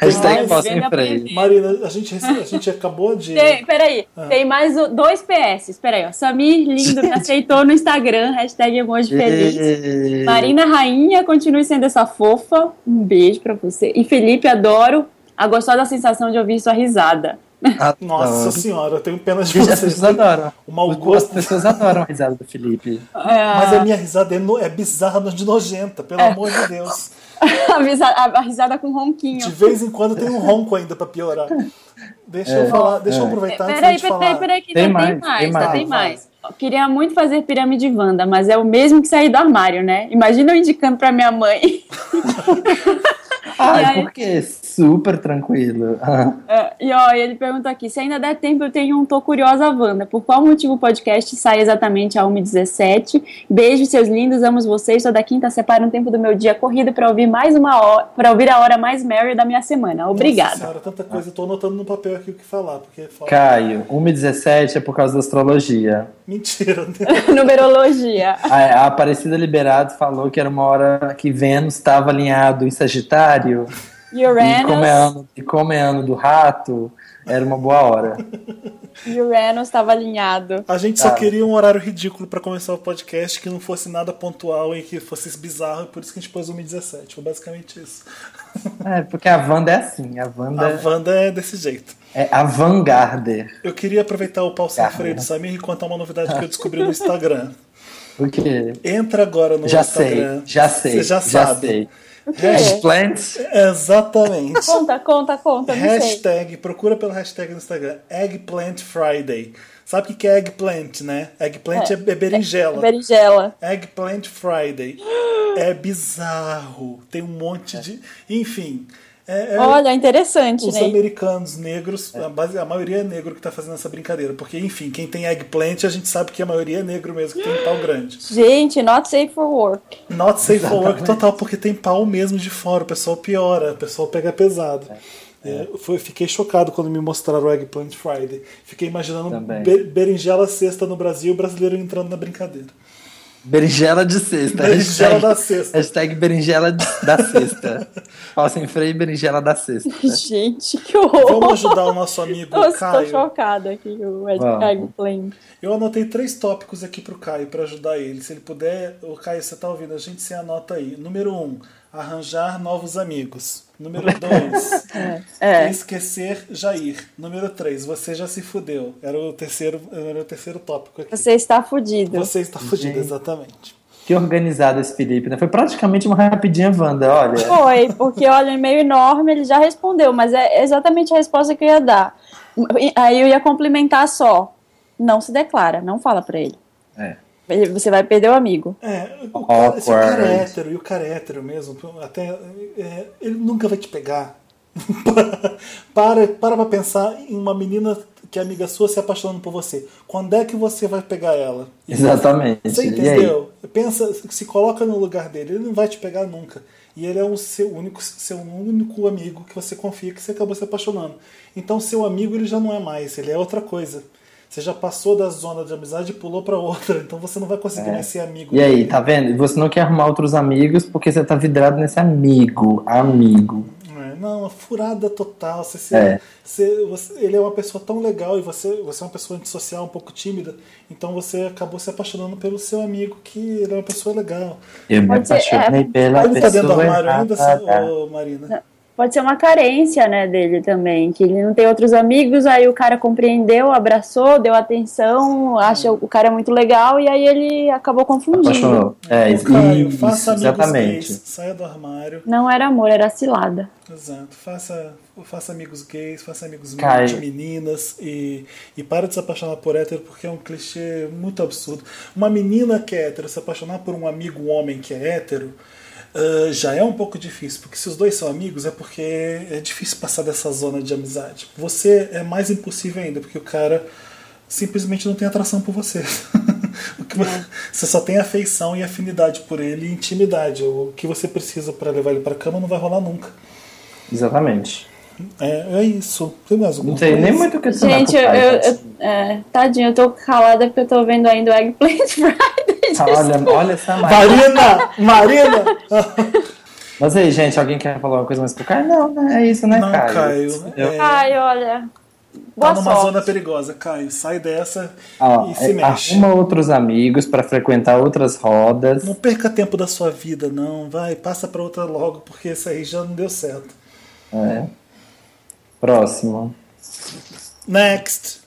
B: Hashtag
C: Nossa,
B: pau sem
C: ainda
B: freio.
C: aprendi.
A: Marina, a gente, rece- a gente acabou de.
C: Tem, peraí,
A: Ah.
C: tem mais o- dois PS. Peraí, ó. Samir lindo me aceitou no Instagram, hashtag emoji é feliz.
B: E-
C: Marina Rainha, continue sendo essa fofa. Um beijo pra você. E Felipe, adoro a gostosa sensação de ouvir sua risada.
B: Adoro. Ah.
A: Nossa senhora, eu tenho pena de
B: Gente, as
A: vocês.
B: pessoas adoram.
A: O mau
B: As
A: gosto.
B: pessoas adoram a risada do Felipe.
A: É. Mas a minha risada é, no- é bizarra, mas de nojenta, pelo
C: É.
A: amor de Deus.
C: A, risa- a- a risada com ronquinho.
A: De vez em quando tem um ronco ainda pra piorar. Deixa
B: É.
A: eu falar, deixa eu aproveitar antes
C: É, Peraí,
A: de falar.
C: peraí, peraí, que
B: Tem
C: ainda
B: mais,
C: tem mais,
B: tem
C: ainda
B: mais.
C: tem mais. Queria muito fazer pirâmide Wanda, mas é o mesmo que sair do armário, né? Imagina eu indicando pra minha mãe.
B: Ai,
C: aí?
B: por quê? Super tranquilo.
C: Ah, e ó, ele pergunta aqui: se ainda der tempo, eu tenho um Tô Curiosa Wanda. Por qual motivo o podcast sai exatamente a 1h17? Beijo, seus lindos, amo vocês. Toda quinta separa um tempo do meu dia corrido pra ouvir mais uma hora, pra ouvir a hora mais Mary da minha semana.
A: Nossa
C: Obrigada.
A: senhora, tanta coisa. Eu tô anotando no papel aqui o que falar, porque é fala-
B: Caio, 1h17 é por causa da astrologia.
A: Mentira, né?
C: Numerologia.
B: A, a Aparecida Liberado falou que era uma hora que Vênus estava alinhado em Sagitário. E como, é
C: Uranus.
B: ano, e como é ano do rato, era uma boa hora.
C: Uranus estava alinhado.
A: A gente só
B: Ah.
A: queria um horário ridículo pra começar o podcast que não fosse nada pontual e que fosse bizarro, e por isso que a gente pôs 1h17. Foi basicamente isso.
B: É, porque a Wanda é assim, a Wanda
A: A Wanda é desse jeito.
B: é a vanguarder.
A: Eu queria aproveitar o pau sem
B: Ah.
A: freio do Samir e contar uma novidade que eu descobri no Instagram.
B: Porque
A: Entra agora no
B: já
A: É, Instagram.
B: sei, já sei,
A: Você já, sabe.
B: sei.
C: É.
A: Hashtag-
B: Plant,
A: Exatamente.
C: Conta, conta, conta, não sei.
A: hashtag, procura pela hashtag no Instagram, Eggplant Friday. Sabe o que que é eggplant, né? Eggplant é, é berinjela.
C: Berinjela.
A: Eggplant Friday. É bizarro. Tem um monte de. Enfim. É, é
C: Olha, interessante,
A: os
C: né?
A: americanos negros, a, base- a maioria é negro que tá fazendo essa brincadeira. Porque, enfim, quem tem eggplant, a gente sabe que a maioria é negro mesmo, que tem pau grande.
C: Gente, not safe for work.
A: Not safe for work total, porque tem pau mesmo de fora, o pessoal piora, o pessoal pega pesado. É, foi, fiquei chocado quando me mostraram o Eggplant Friday. Fiquei imaginando
B: Também.
A: be- berinjela sexta no Brasil e o brasileiro entrando na brincadeira.
B: berinjela de sexta.
A: Berinjela
B: hashtag-
A: da sexta.
B: Hashtag berinjela de- da sexta. Pau sem freio, berinjela da sexta.
C: Gente, que horror.
A: Vamos ajudar o nosso amigo
C: Tô, tô
A: Caio.
C: chocada aqui com o Ed
B: Vamos.
C: Eggplant.
A: Eu anotei três tópicos aqui pro Caio pra ajudar ele. Se ele puder, o Caio, você tá ouvindo, a gente se anota aí. Número um, arranjar novos amigos. Número dois,
C: É.
A: Esquecer Jair. Número 3, você já se fudeu. Era o terceiro, era o terceiro tópico aqui.
C: Você está fudido.
A: Você está fudido, exatamente.
B: Que organizado esse Felipe, né? Foi praticamente uma rapidinha Wanda, olha.
C: Foi, porque olha, e-mail enorme, ele já respondeu, mas é exatamente a resposta que eu ia dar. E- Aí eu ia complementar só. Não se declara, não fala pra ele.
B: É.
C: Ele- Você vai perder o amigo.
A: É, o cara, se o
B: Awkward.
A: cara é hétero, e o cara é hétero mesmo, até, é, ele nunca vai te pegar. para, para pra pensar em uma menina que é amiga sua se apaixonando por você. Quando é que você vai pegar ela?
B: Exatamente.
A: Você
B: E aí?
A: entendeu? Pensa, se coloca no lugar dele, ele não vai te pegar nunca. E ele é o seu único, seu único amigo que você confia que você acabou se apaixonando. Então seu amigo ele já não é mais, ele é outra coisa. Você já passou da zona de amizade e pulou para outra, então você não vai conseguir
B: É.
A: mais ser amigo.
B: E aí, tá vendo? Você não quer arrumar outros amigos porque você tá vidrado nesse amigo. Amigo.
A: É, Não, uma furada total. Você, se-
B: É.
A: você- você- ele é uma pessoa tão legal e você, você é uma pessoa antissocial, um pouco tímida, então você acabou se apaixonando pelo seu amigo, que ele é uma pessoa legal.
B: Eu me
C: Pode ser,
B: apaixonei
C: é.
B: pela
A: Ele tá
B: pessoa.
A: dentro do armário ainda,
B: errada.
A: ô, Marina?
C: Pode ser uma carência, né, dele também, que ele não tem outros amigos, aí o cara compreendeu, abraçou, deu atenção, acha o cara muito legal e aí ele acabou confundindo.
B: Apaixonou. É, isso,
A: Ô, Caio,
B: isso,
A: faça amigos gays,
B: exatamente.
A: saia do armário.
C: Não era amor, era cilada.
A: Exato. Faça, faça amigos gays, faça amigos
B: Caio.
A: de meninas e, e para de se apaixonar por hétero porque é um clichê muito absurdo. Uma menina que é hétero se apaixonar por um amigo homem que é hétero ah, já é um pouco difícil, porque se os dois são amigos é porque é difícil passar dessa zona de amizade. Você é mais impossível ainda, porque o cara simplesmente não tem atração por você. O que vo- Você só tem afeição e afinidade por ele e intimidade. O que você precisa para levar ele para cama não vai rolar nunca.
B: Exatamente.
A: É, é isso. Tem mais alguma
B: Não tem
A: coisa?
B: nem muito o que adicionar
C: Gente, eu,
B: pro Caio,
C: eu-
B: gente.
C: eu- é, tadinho, eu tô calada porque eu tô vendo ainda o Eggplant Friday.
B: Tá, Olha, olha essa marca.
A: Marina! Marina!
B: Mas aí, gente, alguém quer falar uma coisa mais pro Caio? Não, né? É isso, né,
A: Não,
B: Caio?
A: Caio.
B: Eu-
A: é,
C: Ai, olha.
A: tá
C: Boa
A: numa
C: sorte.
A: zona perigosa, Caio. Sai dessa
B: Ó,
A: e se
B: é,
A: mexe.
B: arruma outros amigos pra frequentar outras rodas.
A: Não perca tempo da sua vida, não. Vai, passa pra outra logo, porque isso aí já não deu certo.
B: É. Próximo.
A: Next!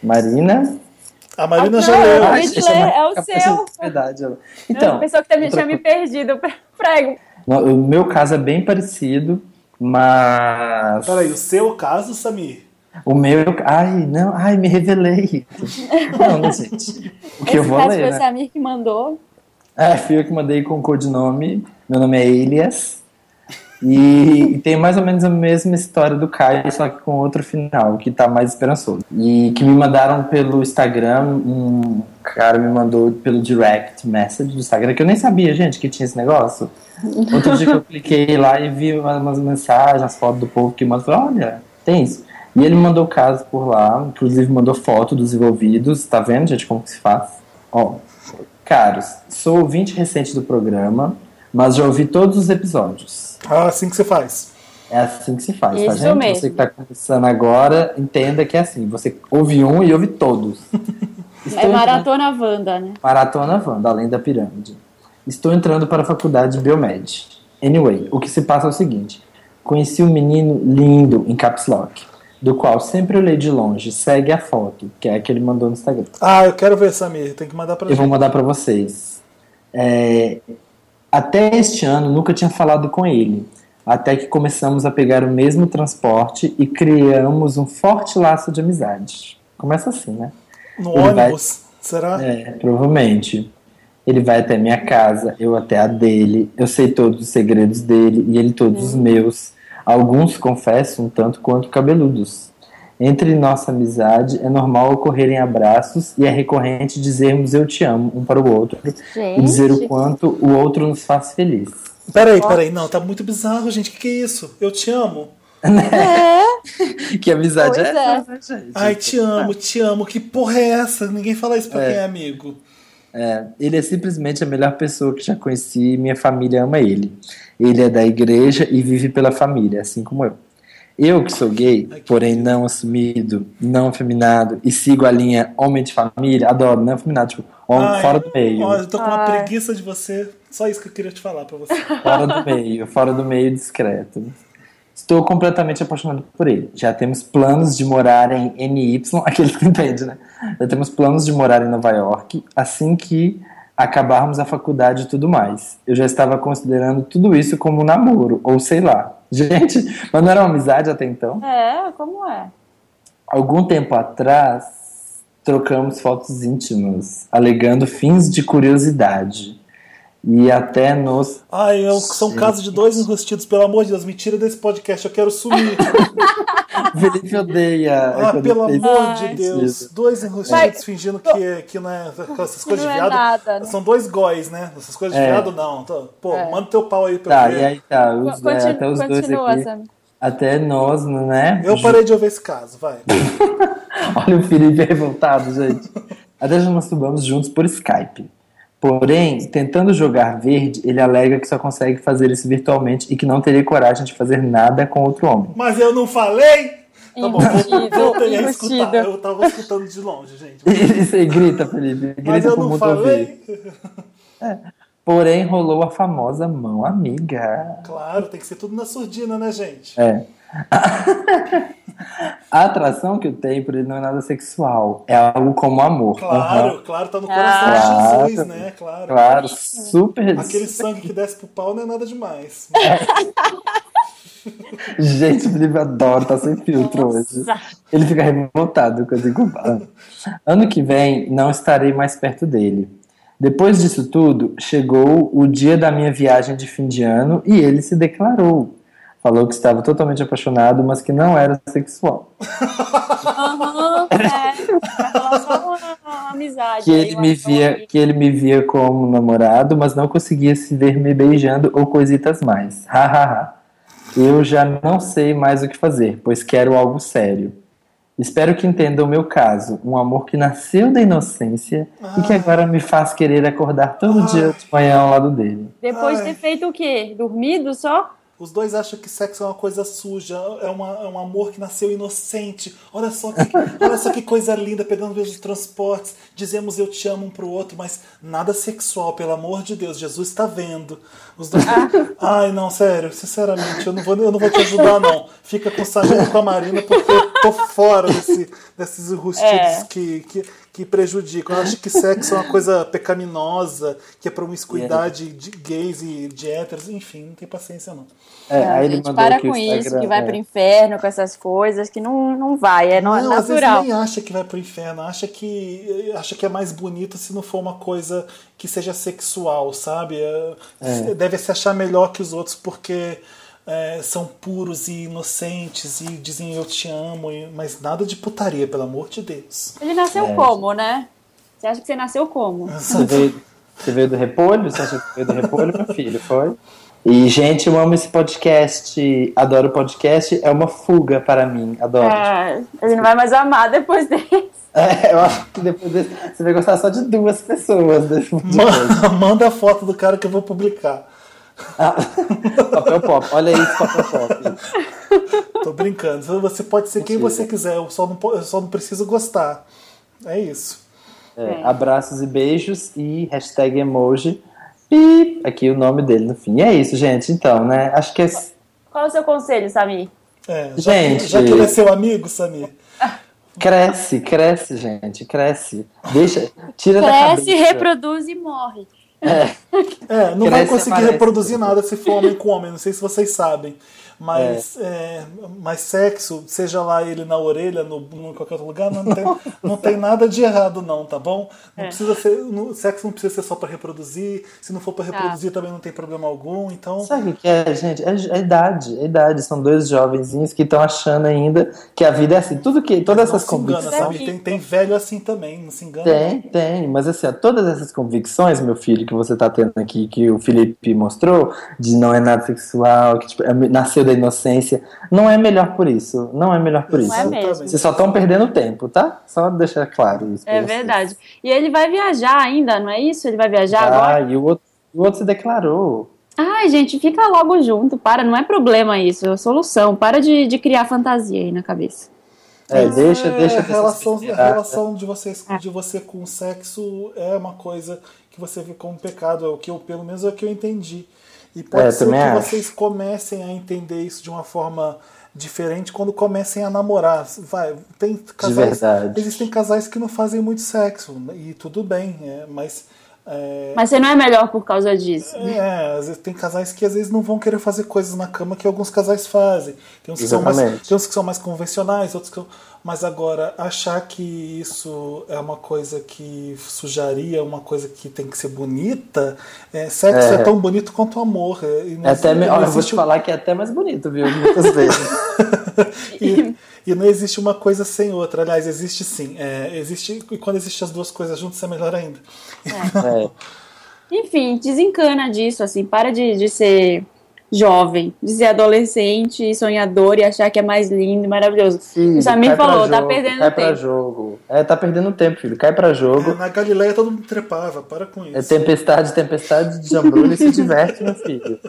B: Marina.
A: A Marina
C: Ah,
A: já
C: não,
A: leu.
C: eu- Hitler
B: Essa marca
C: é o
B: aparece-
C: seu.
B: Verdade. ela-
C: Então,
B: assim, Então,
C: pensou que também
B: outra
C: tinha me perdido pra, pra Egg-
B: No- O meu caso é bem parecido, mas.
A: Peraí, o seu caso, Samir?
B: O meu. Ai, não, ai, me revelei. Não, né, gente. O que eu
C: Esse
B: vou
C: caso foi
B: ler,
C: o
B: né?
C: Samir que mandou.
B: É, fui eu que mandei com codinome. Meu nome é Elias. E, e tem mais ou menos a mesma história do Caio, só que com outro final, que tá mais esperançoso. E que me mandaram pelo Instagram, um cara me mandou pelo direct message do Instagram, que eu nem sabia, gente, que tinha esse negócio. Outro dia que eu cliquei lá e vi uma- umas mensagens, as fotos do povo que mostra, olha, tem isso. E ele mandou o caso por lá, inclusive mandou foto dos envolvidos, tá vendo, gente, como que se faz? Ó, caros, sou ouvinte recente do programa, mas já ouvi todos os episódios.
A: Ah, assim que você faz.
B: É assim que se faz, tá,
C: Isso
B: gente?
C: mesmo.
B: Você que tá começando agora, entenda que é assim. Você ouve um e ouve todos. Estou
C: É
B: entrando-
C: Maratona Wanda, né?
B: Maratona Wanda, além da pirâmide. Estou entrando para a faculdade de Biomed. Anyway, o que se passa é o seguinte. Conheci um menino lindo em Caps Lock, do qual sempre olhei de longe. Segue a foto, que é a que ele mandou no Instagram.
A: Ah, eu quero ver, Samir. Tem que mandar pra
B: Eu vou
A: gente.
B: mandar pra vocês. É, até este ano nunca tinha falado com ele, até que começamos a pegar o mesmo transporte e criamos um forte laço de amizade. Começa assim, né?
A: No
B: Ele vai-
A: ônibus. Será?
B: É, provavelmente. Ele vai até minha casa, eu até a dele, eu sei todos os segredos dele e ele todos os meus. Alguns, confesso, um tanto quanto cabeludos. Entre nossa amizade é normal ocorrerem abraços e é recorrente dizermos eu te amo um para o outro e dizer o quanto o outro nos faz feliz.
A: Peraí, peraí. Não, tá muito bizarro, gente. Que que é isso? Eu te amo.
B: Que amizade é
C: Pois é.
B: essa, né, gente?
A: Ai, te amo, te amo. Que porra é essa? Ninguém fala isso pra quem é amigo.
B: Ele é simplesmente a melhor pessoa que já conheci e minha família ama ele. Ele é da igreja e vive pela família, assim como eu. Eu que sou gay,
A: Ai, que
B: porém não assumido, não afeminado e sigo a linha homem de família, adoro, não afeminado, tipo, homem
A: Ai,
B: fora do meio,
A: Olha, eu tô com uma
C: Ai.
A: preguiça de você. Só isso que eu queria te falar pra você.
B: fora do meio, fora do meio discreto. Estou completamente apaixonado por ele. Já temos planos de morar em NY, aquele que entende, né? Já temos planos de morar em Nova York assim que acabarmos a faculdade e tudo mais. Eu já estava considerando tudo isso como um namoro, ou sei lá. Gente, mas não era uma amizade até então?
C: É, como é?
B: Algum tempo atrás, trocamos fotos íntimas, alegando fins de curiosidade. E até nos.
A: Ai, eu- são casos de dois enrustidos, pelo amor de Deus, me tira desse podcast, eu quero sumir.
B: Felipe odeia.
A: Ah,
B: quando
A: pelo
B: fez
A: amor de
B: isso.
A: Deus. Dois enrustidos
C: Mas-
A: fingindo que, que não é, com essas coisas
C: Não
A: de
C: é
A: viado.
C: nada, né?
A: São dois góis, né? Essas coisas de
B: É.
A: viado, não. Tô- Pô,
C: É.
A: manda teu pau aí pra
B: Tá,
A: eu ver.
B: e aí tá. Os, é,
C: Continu-
B: até os dois
C: continua,
B: aqui.
C: Sammy.
B: Até nós, né?
A: Eu parei de ouvir esse caso, vai.
B: Olha o Felipe revoltado, gente. Até já masturbamos juntos por Skype. Porém, tentando jogar verde, ele alega que só consegue fazer isso virtualmente e que não teria coragem de fazer nada com outro homem.
A: Mas eu não falei! Tá bom, vou-
C: Enrustido,
A: voltei a escutar.
C: enrustido.
A: Eu tava escutando de longe, gente.
B: E você grita, Felipe. Grita
A: Mas eu
B: pro
A: não
B: mundo ouvir.
A: falei.
B: Porém, rolou a famosa mão amiga.
A: Claro, tem que ser tudo na surdina, né, gente?
B: É. A atração que eu tenho por ele não é nada sexual. É algo como amor.
A: Claro,
B: Aham.
A: claro, tá no coração
C: Ah.
A: de Jesus, né? Claro.
B: Claro, super.
A: Aquele sangue que desce pro pau não é nada demais.
B: Gente, o Felipe adora, tá sem filtro hoje. Ele fica revoltado quando eu digo, "Ah." Ano que vem, não estarei mais perto dele. Depois disso tudo, chegou o dia da minha viagem de fim de ano e ele se declarou. Falou que estava totalmente apaixonado, mas que não era sexual.
C: Aham, é. Vai rolar só uma- uma amizade.
B: Que
C: aí,
B: ele
C: uma
B: me
C: ação
B: via,
C: ali.
B: que ele me via como namorado, mas não conseguia se ver me beijando ou coisitas mais. Ha, ha, ha. Eu já não sei mais o que fazer, pois quero algo sério. Espero que entenda o meu caso, um amor que nasceu da inocência e que agora me faz querer acordar todo dia de manhã ao lado dele.
C: Depois de
A: Ai.
C: ter feito o quê? Dormido só?
A: Os dois acham que sexo é uma coisa suja, é, uma- é um amor que nasceu inocente. Olha só que, olha só que coisa linda, pegando pelos transportes, dizemos eu te amo um pro outro, mas nada sexual, pelo amor de Deus, Jesus está vendo. Os dois. Ai, não, sério, sinceramente, eu não vou, eu não vou te ajudar, não. Fica com o Samir e com a Marina, porque eu tô fora desse- desses enrustidos
C: É.
A: que, que, que prejudicam. Eu acho que sexo é uma coisa pecaminosa, que é promiscuidade de gays e de héteros, enfim, não tem paciência, não.
B: É,
C: Ah,
B: aí ele
C: gente,
B: mandou
C: para
B: aqui
C: com
B: o
C: isso,
B: Instagram,
C: que vai
B: é.
C: pro inferno com essas coisas, que não, não vai, é no-
A: não, às
C: natural.
A: vezes nem acha que vai pro inferno, acha que acha que é mais bonito se não for uma coisa que seja sexual, sabe? É, se- Deve se achar melhor que os outros porque é, são puros e inocentes e dizem eu te amo, e- mas nada de putaria, pelo amor de Deus.
C: Ele nasceu
B: É.
C: como, né? Você acha que você nasceu como?
B: Você veio, você veio do repolho? Você acha que veio do repolho, meu filho? Foi? E, gente, eu amo esse podcast. Adoro o podcast. É uma fuga para mim. Adoro.
C: É, ele não vai mais amar depois desse.
B: É, eu acho que depois desse, você vai gostar só de duas pessoas desse podcast.
A: Ma- Manda a foto do cara que eu vou publicar.
B: Ah, papel pop. Olha isso, papel pop.
A: Tô brincando. Você pode ser quem
B: Mentira.
A: você quiser, eu só não, po- eu só não preciso gostar. É isso.
B: É,
C: É.
B: abraços e beijos e hashtag emoji. Pip, aqui o nome dele no fim. E é isso, gente. Então, né? Acho que é.
C: Qual é o seu conselho, Samir?
A: É, já,
B: Gente.
A: já que ele é seu amigo, Samir.
B: Cresce, cresce, gente. Cresce. Deixa. Tira
C: Cresce,
B: da cabeça.
C: reproduz e morre.
A: É, não vai
B: Cresce,
A: conseguir
B: aparece.
A: reproduzir nada se for homem com homem, não sei se vocês sabem. Mas, é, mas sexo, seja lá ele na orelha, no, no- em qualquer outro lugar, não tem, não tem nada de errado, não, tá bom? Não
C: É.
A: precisa ser, não- sexo não precisa ser só pra reproduzir. Se não for
C: Tá.
A: pra reproduzir, também não tem problema algum. Então,
B: Sabe o que é, gente? É a idade, é a idade. São dois jovenzinhos que estão achando ainda que a vida é assim. Tudo que, todas
A: não
B: essas
A: se engana,
B: convicções.
A: sabe? Tem, tem velho assim também, não se engana.
B: Tem, tem. Mas assim, ó, todas essas convicções, meu filho, que você tá tendo aqui, que o Felipe mostrou, de não é nada sexual, que tipo, é- nasceu da inocência, não é melhor por isso. Não é melhor por
C: Não é
B: isso.
C: mesmo.
B: Vocês só estão perdendo tempo, tá? Só deixar claro isso. pra
C: É
B: vocês.
C: verdade. E ele vai viajar ainda, não é isso? Ele vai viajar
B: Ah,
C: agora?
B: e o outro, o outro se declarou.
C: Ai, gente, fica logo junto, para, não é problema isso, é solução. Para de, de criar fantasia aí na cabeça.
B: É, deixa,
A: É,
B: deixa.
A: A
B: dessas
A: relação, a
B: piratas.
A: relação de, vocês, de você com o sexo é uma coisa que você vê como pecado, é o que eu, pelo menos é o que eu entendi. E pode
B: É,
A: ser que
B: também acho.
A: vocês comecem a entender isso de uma forma diferente quando comecem a namorar. Vai, tem casais,
B: verdade.
A: existem casais que não fazem muito sexo, né? e tudo bem, é, mas. é,
C: Mas você não é melhor por causa disso.
A: é, às vezes tem casais que às vezes não vão querer fazer coisas na cama que alguns casais fazem. Tem uns que, são mais,
B: Exatamente.
A: tem uns que são mais convencionais, outros que são. Mas agora, achar que isso é uma coisa que sujaria, uma coisa que tem que ser bonita, é, sexo é,
B: É.
A: tão bonito quanto amor. é, e não
B: É até,
A: existe-
B: me- olha, eu
A: não
B: vou
C: um
A: existe
B: te falar que é até mais bonito, viu? Muitas vezes.
A: um- E, e não existe uma coisa sem outra. Aliás, existe sim. É, existe, e quando existem as duas coisas juntas, é melhor ainda.
B: É.
C: Enfim, desencana disso, assim, para de, de ser jovem, de ser adolescente, sonhador e achar que é mais lindo, e maravilhoso.
B: Filho,
C: O Samir
B: cai pra
C: falou, tá
B: jogo,
C: perdendo
B: Cai pra
C: tempo.
B: jogo. É, tá perdendo tempo, filho. Cai pra
A: É,
B: jogo.
A: na Galileia todo mundo trepava, para com
B: É
A: isso.
B: tempestade, tempestade de jambrulho e se diverte, meu filho.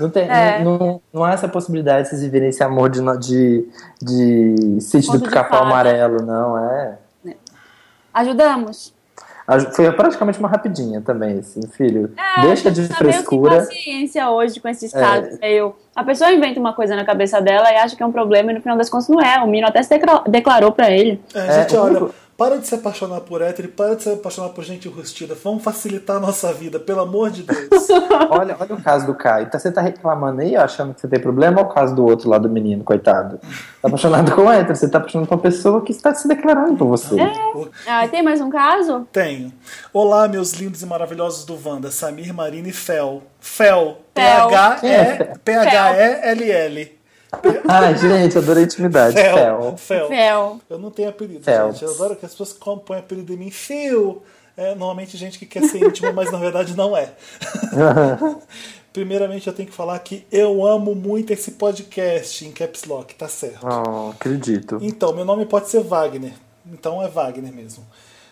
B: Não, tem,
C: É.
B: não, não, não há essa possibilidade de vocês viverem esse amor de, no- de, de sítio
C: Conto
B: do
C: de
B: pica-pau
C: fada.
B: amarelo, não, é.
C: Ajudamos?
B: A- Foi praticamente uma rapidinha também, assim, filho.
C: É,
B: Deixa de
C: tá meio sem
B: frescura.
C: paciência hoje com esses
B: É.
C: casos meio... A pessoa inventa uma coisa na cabeça dela e acha que é um problema e no final das contas não é. O Mino até se decla- declarou pra ele.
A: É, gente,
B: é, o
A: olha,
B: único-
A: para de se apaixonar por hétero e para de se apaixonar por gente rustida. Vamos facilitar a nossa vida, pelo amor de Deus.
B: Olha, olha o caso do Caio. Tá- Você tá reclamando aí, ó, achando que você tem problema, ou o caso do outro lá do menino, coitado? Tá apaixonado com o hétero, você tá apaixonado por uma pessoa que está se declarando por você.
A: É.
C: Ah, tem mais um caso?
A: Tenho. Olá, meus lindos e maravilhosos do Wanda. Samir, Marina e Fel. Fel.
C: Fel.
A: P-H-E- P-H-E-L-L.
B: Ai, gente, adorei a intimidade. É Fel.
A: Fel. Fel.
C: Fel.
A: Eu não tenho apelido,
B: Fel.
A: gente. Eu adoro que as pessoas compõem apelido em mim. Fio! É normalmente gente que quer ser íntima, mas na verdade não é. Primeiramente, eu tenho que falar que eu amo muito esse podcast em Caps Lock, tá certo.
B: Oh, acredito.
A: Então, meu nome pode ser Wagner. Então é Wagner mesmo.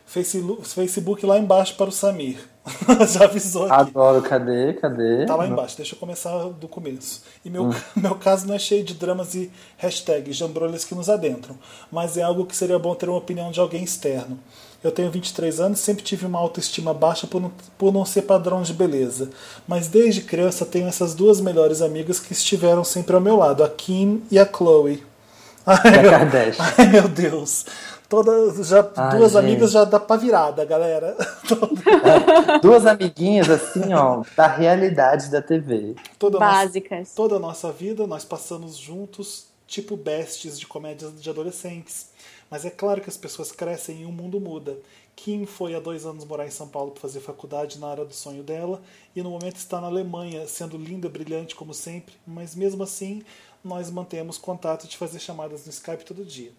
A: Facelu- Facebook lá embaixo para o Samir. Já avisou aqui.
B: Adoro, cadê? Cadê?
A: Tá lá embaixo, deixa eu começar do começo. E meu, meu caso não é cheio de dramas e hashtags, jambrolhas que nos adentram, mas é algo que seria bom ter uma opinião de alguém externo. Eu tenho 23 anos e sempre tive uma autoestima baixa por não, por não ser padrão de beleza. Mas desde criança tenho essas duas melhores amigas que estiveram sempre ao meu lado, a Kim e a Chloe. Ai, meu-
B: é Kardashian.
A: ai, meu Deus. Todas, já,
B: Ai,
A: duas
B: gente.
A: amigas já dá pra virada, galera. Então,
B: Duas amiguinhas, assim, ó, da realidade da TV.
A: Toda nossa-
C: Básicas.
A: Toda a nossa vida nós passamos juntos, tipo bestes de comédias de adolescentes. Mas é claro que as pessoas crescem e o mundo muda. Kim foi há dois anos morar em São Paulo para fazer faculdade na área do sonho dela e no momento está na Alemanha, sendo linda, brilhante como sempre, mas mesmo assim nós mantemos contato de fazer chamadas no Skype todo dia.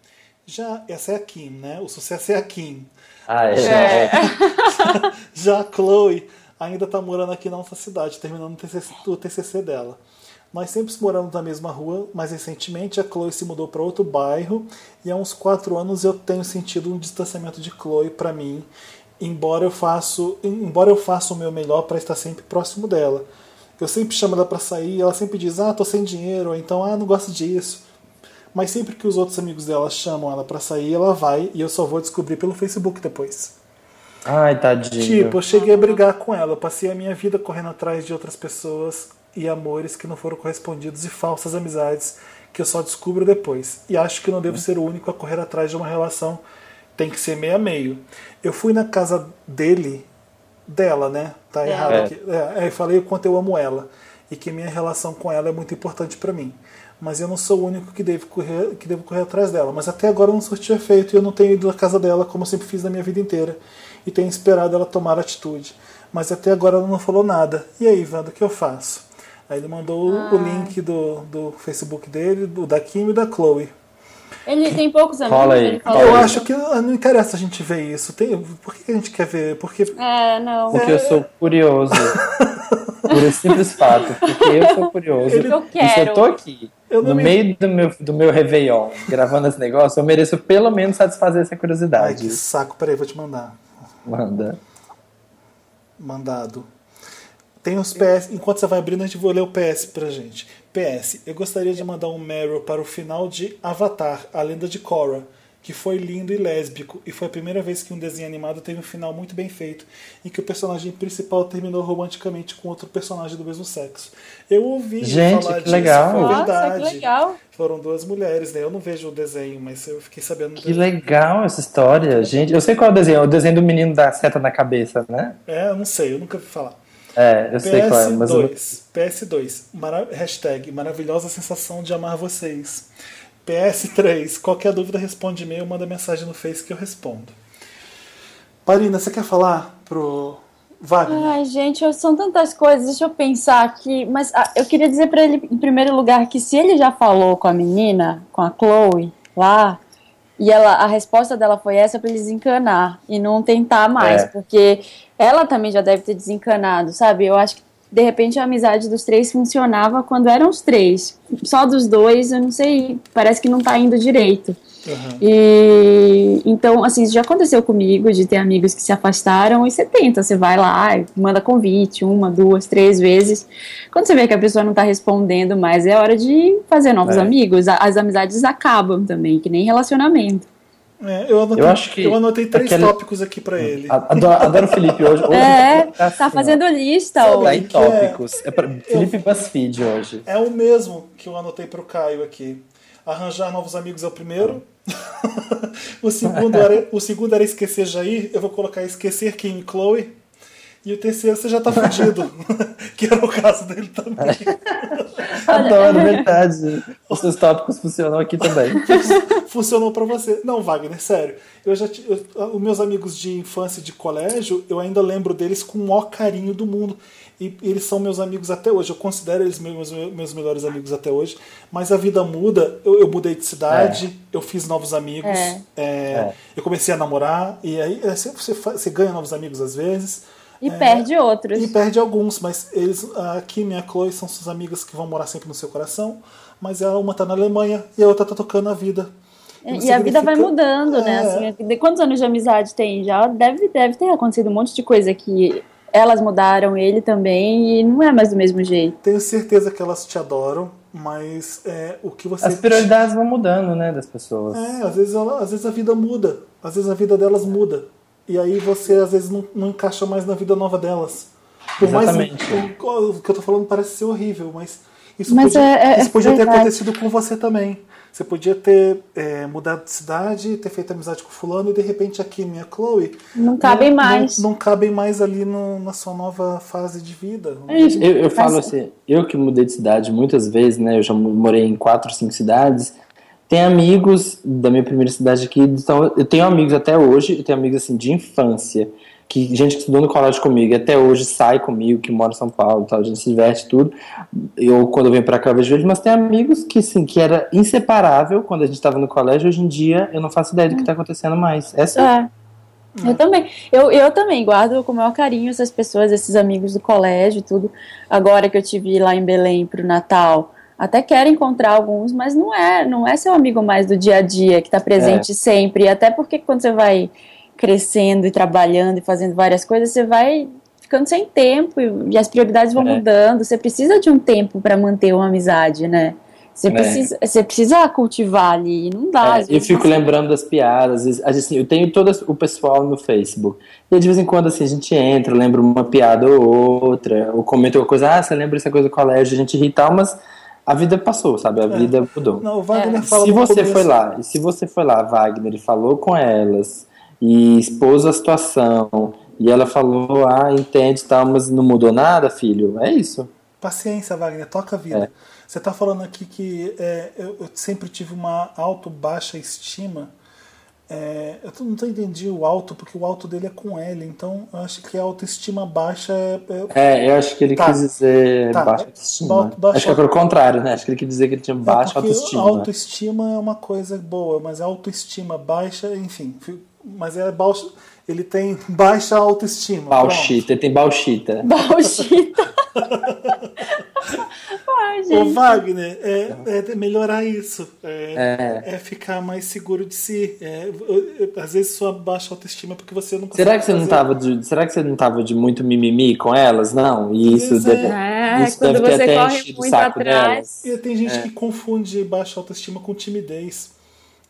A: Já essa é a Kim, né? O sucesso é a Kim.
B: Ah, é.
A: Já a Chloe ainda está morando aqui na nossa cidade, terminando o TCC, o TCC dela. Nós sempre moramos na mesma rua, mas recentemente a Chloe se mudou para outro bairro e há uns quatro anos eu tenho sentido um distanciamento de Chloe para mim, embora eu faço, embora eu faça o meu melhor para estar sempre próximo dela. Eu sempre chamo ela para sair, ela sempre diz: "Ah, tô sem dinheiro", ou então "Ah, não gosto disso". Mas sempre que os outros amigos dela chamam ela para sair, ela vai e eu só vou descobrir pelo Facebook depois.
B: Ai, tadinho.
A: Tipo, eu cheguei a brigar com ela. Eu passei a minha vida correndo atrás de outras pessoas e amores que não foram correspondidos e falsas amizades que eu só descubro depois. E acho que não devo ser o único a correr atrás de uma relação. Tem que ser meio a meio. Eu fui na casa dele, dela, né? Tá errado
B: É.
A: aqui. É, eu falei o quanto eu amo ela e que minha relação com ela é muito importante pra mim. Mas eu não sou o único que devo, correr, que devo correr atrás dela. Mas até agora não surtiu efeito e eu não tenho ido à casa dela como eu sempre fiz na minha vida inteira. E tenho esperado ela tomar atitude. Mas até agora ela não falou nada. E aí, Wanda, o que eu faço? Aí ele mandou o link do, do Facebook dele, do, da Kim e da Chloe.
C: Ele tem poucos amigos,
B: Rola aí,
C: ele
B: rola
A: Eu
C: falou.
B: aí.
A: acho que ah, não interessa a gente ver isso. Tem, por que a gente quer ver? Porque
C: É, não.
B: Porque eu sou curioso. Por esse simples fato. Porque eu sou curioso.
C: Ele- Eu
B: E se
C: quero.
B: eu tô aqui,
A: Eu não
B: no
A: me-
B: meio do meu, do meu Réveillon, gravando esse negócio, eu mereço pelo menos satisfazer essa
A: Ai, que
B: curiosidade.
A: saco. Peraí, vou te mandar.
B: Manda.
A: Mandado. Tem os PS. Enquanto você vai abrindo, a gente vai ler o PS pra gente. PS. Eu gostaria de mandar um Meryl para o final de Avatar, a lenda de Korra, que foi lindo e lésbico, e foi a primeira vez que um desenho animado teve um final muito bem feito, em que o personagem principal terminou romanticamente com outro personagem do mesmo sexo. Eu ouvi
B: Gente,
A: falar
B: que
A: disso,
B: legal.
A: foi
C: Nossa,
A: verdade.
C: que legal.
A: Foram duas mulheres, né? Eu não vejo o desenho, mas eu fiquei sabendo
B: Que legal essa história, gente. Eu sei qual é o desenho. É o desenho do menino da seta na cabeça, né?
A: É, eu não sei, eu nunca ouvi falar.
B: É, eu sei qual é, mas eu não-
A: PS2, PS2, mara- hashtag maravilhosa sensação de amar vocês. PS3, qualquer dúvida responde e-mail, manda mensagem no Face que eu respondo. Marina, você quer falar pro Wagner?
C: Ai, gente, são tantas coisas, deixa eu pensar aqui. Mas ah, eu queria dizer pra ele, em primeiro lugar, que se ele já falou com a menina, com a Chloe, lá, e ela, a resposta dela foi essa pra ele desencanar e não tentar mais,
B: É.
C: porque ela também já deve ter desencanado, sabe? Eu acho que de repente a amizade dos três funcionava quando eram os três. Só dos dois, eu não sei, parece que não tá indo direito.
A: Uhum.
C: E então, assim, isso já aconteceu comigo de ter amigos que se afastaram e você tenta, você vai lá, e manda convite, uma, duas, três vezes. Quando você vê que a pessoa não tá respondendo mais, é hora de fazer novos
B: É.
C: amigos. A- As amizades acabam também, que nem relacionamento.
A: É, eu, anotei,
B: Eu acho que
A: eu anotei três
B: aquele- Hum,
A: tópicos aqui pra ele.
B: A- Adoro, adoro o Felipe hoje. hoje
C: É,
B: ele assim,
C: Tá
B: ó,
C: fazendo lista,
A: Sabe,
C: ô.
B: Tá em
A: Que é-
B: tópicos. É pra- Felipe BuzzFeed hoje.
A: É o mesmo que eu anotei pro Caio aqui. Arranjar novos amigos é o primeiro. o, segundo era, o segundo era esquecer Jair. Eu vou colocar esquecer Kim e Chloe. E o terceiro, você já tá fudido. que era o caso dele também.
B: Adoro, verdade. Os seus tópicos funcionam aqui também.
A: Funcionou pra você. Não, Wagner, sério. Eu já ti- eu- os meus amigos de infância e de colégio, eu ainda lembro deles com o maior carinho do mundo. E eles são meus amigos até hoje. Eu considero eles meus, meus melhores amigos até hoje. Mas a vida muda. Eu, eu mudei de cidade, eu fiz novos amigos.
C: É.
A: é,
B: É.
A: Eu comecei a namorar. E aí é, você, você fa- você ganha novos amigos às vezes.
C: E
A: É,
C: perde outros.
A: E perde alguns, mas eles, a Kim e a Chloe são suas amigas que vão morar sempre no seu coração. Mas ela uma tá na Alemanha e a outra tá tocando a vida.
C: E,
A: Não
C: É, e a vida vai
A: significa-
C: mudando, né?
A: É.
C: Assim, de quantos anos de amizade tem? Já deve, deve ter acontecido um monte de coisa que elas mudaram, ele também, e não é mais do mesmo jeito.
A: Tenho certeza que elas te adoram, mas é, o que você.
B: As prioridades vão mudando, né, das pessoas.
A: É, às vezes, ela- às vezes a vida muda. Às vezes a vida delas muda. E aí você, às vezes, não, não encaixa mais na vida nova delas. Por mais-
B: Exatamente.
A: o, o que eu tô falando parece ser horrível, mas isso
C: Mas
A: podia,
C: é- é-
A: isso
C: é
A: podia ter
C: verdade.
A: acontecido com você também. Você podia ter é, mudado de cidade, ter feito amizade com fulano e de repente aqui minha Chloe
C: Não cabem
A: não-
C: mais.
A: Não, não cabem mais ali no- na sua nova fase de vida.
C: É.
B: Gente, Eu, eu falo
C: Mas-
B: assim, eu que mudei de cidade muitas vezes, né? Eu já mo- morei em quatro, cinco cidades. Tem amigos da minha primeira cidade aqui, então eu tenho amigos até hoje, eu tenho amigos assim de infância, que gente que estudou no colégio comigo, e até hoje sai comigo, que mora em São Paulo, e tal, a gente se diverte e tudo. Eu quando eu venho pra cá eu vejo eles, mas tem amigos que assim, que era inseparável quando a gente tava no colégio, hoje em dia eu não faço ideia do que tá acontecendo mais. É só
C: É. Eu também. Eu, eu também guardo com o maior carinho essas pessoas, esses amigos do colégio e tudo. Agora que eu tive lá em Belém pro Natal, até quero encontrar alguns, mas não é, não é seu amigo mais do dia a dia que tá
B: É.
C: presente sempre. Até porque quando você vai crescendo e trabalhando e fazendo várias coisas, você vai ficando sem tempo e, e as prioridades vão
B: É.
C: mudando. Você precisa de um tempo para manter uma amizade, né? Você
B: É.
C: precisa, você precisa cultivar ali, e não dá.
B: É,
C: às
B: eu
C: vezes
B: fico lembrando das piadas. às vezes, Assim, eu tenho todo o pessoal no Facebook. E de vez em quando assim, a gente entra, lembra uma piada ou outra, ou comenta alguma coisa, ah, você lembra essa coisa do colégio, a gente ri e tal, mas a vida passou, sabe? A vida mudou.
A: É. Não, o Wagner
C: É.
A: fala
B: Se
A: no
B: você
A: começo-
B: foi lá, e se você foi lá, Wagner, e falou com elas, e expôs a situação, e ela falou, ah, entende e tal, mas não mudou nada, filho, é isso.
A: Paciência, Wagner, toca a
B: É.
A: vida. Você tá falando aqui que é, eu, eu sempre tive uma auto-baixa estima. É, eu não tô entendi o alto, porque o alto dele é com L, então eu acho que a autoestima baixa é. é-
B: É, eu acho que ele
A: Tá.
B: quis dizer
A: Tá.
B: baixa autoestima.
A: Ba- baixa-
B: Acho que é pelo contrário, né? Acho que ele quis dizer que ele tinha baixa
A: porque
B: autoestima. né?
A: autoestima é uma coisa boa, mas a autoestima baixa, enfim. fi- Mas é baixa, ele tem baixa autoestima. pronto.
B: Bauxita, ele tem bauxita.
C: Bauxita. Ai,
A: Ô,
C: gente.
A: Wagner, é, é melhorar isso. É,
B: Tá. É.
A: é ficar mais seguro de si. É, eu- eu- às vezes sua baixa autoestima é porque você não consegue
B: Será que você não tá- tava
A: fazer-
B: de, será que você não tava de muito mimimi com elas? Não, e isso
A: Pois é.
B: deve,
C: É,
B: isso
C: quando
B: deve ter
C: você
B: até
C: corre
B: enchido o
C: muito
B: saco
C: atrás.
B: delas.
A: E tem gente que confunde baixa autoestima com timidez.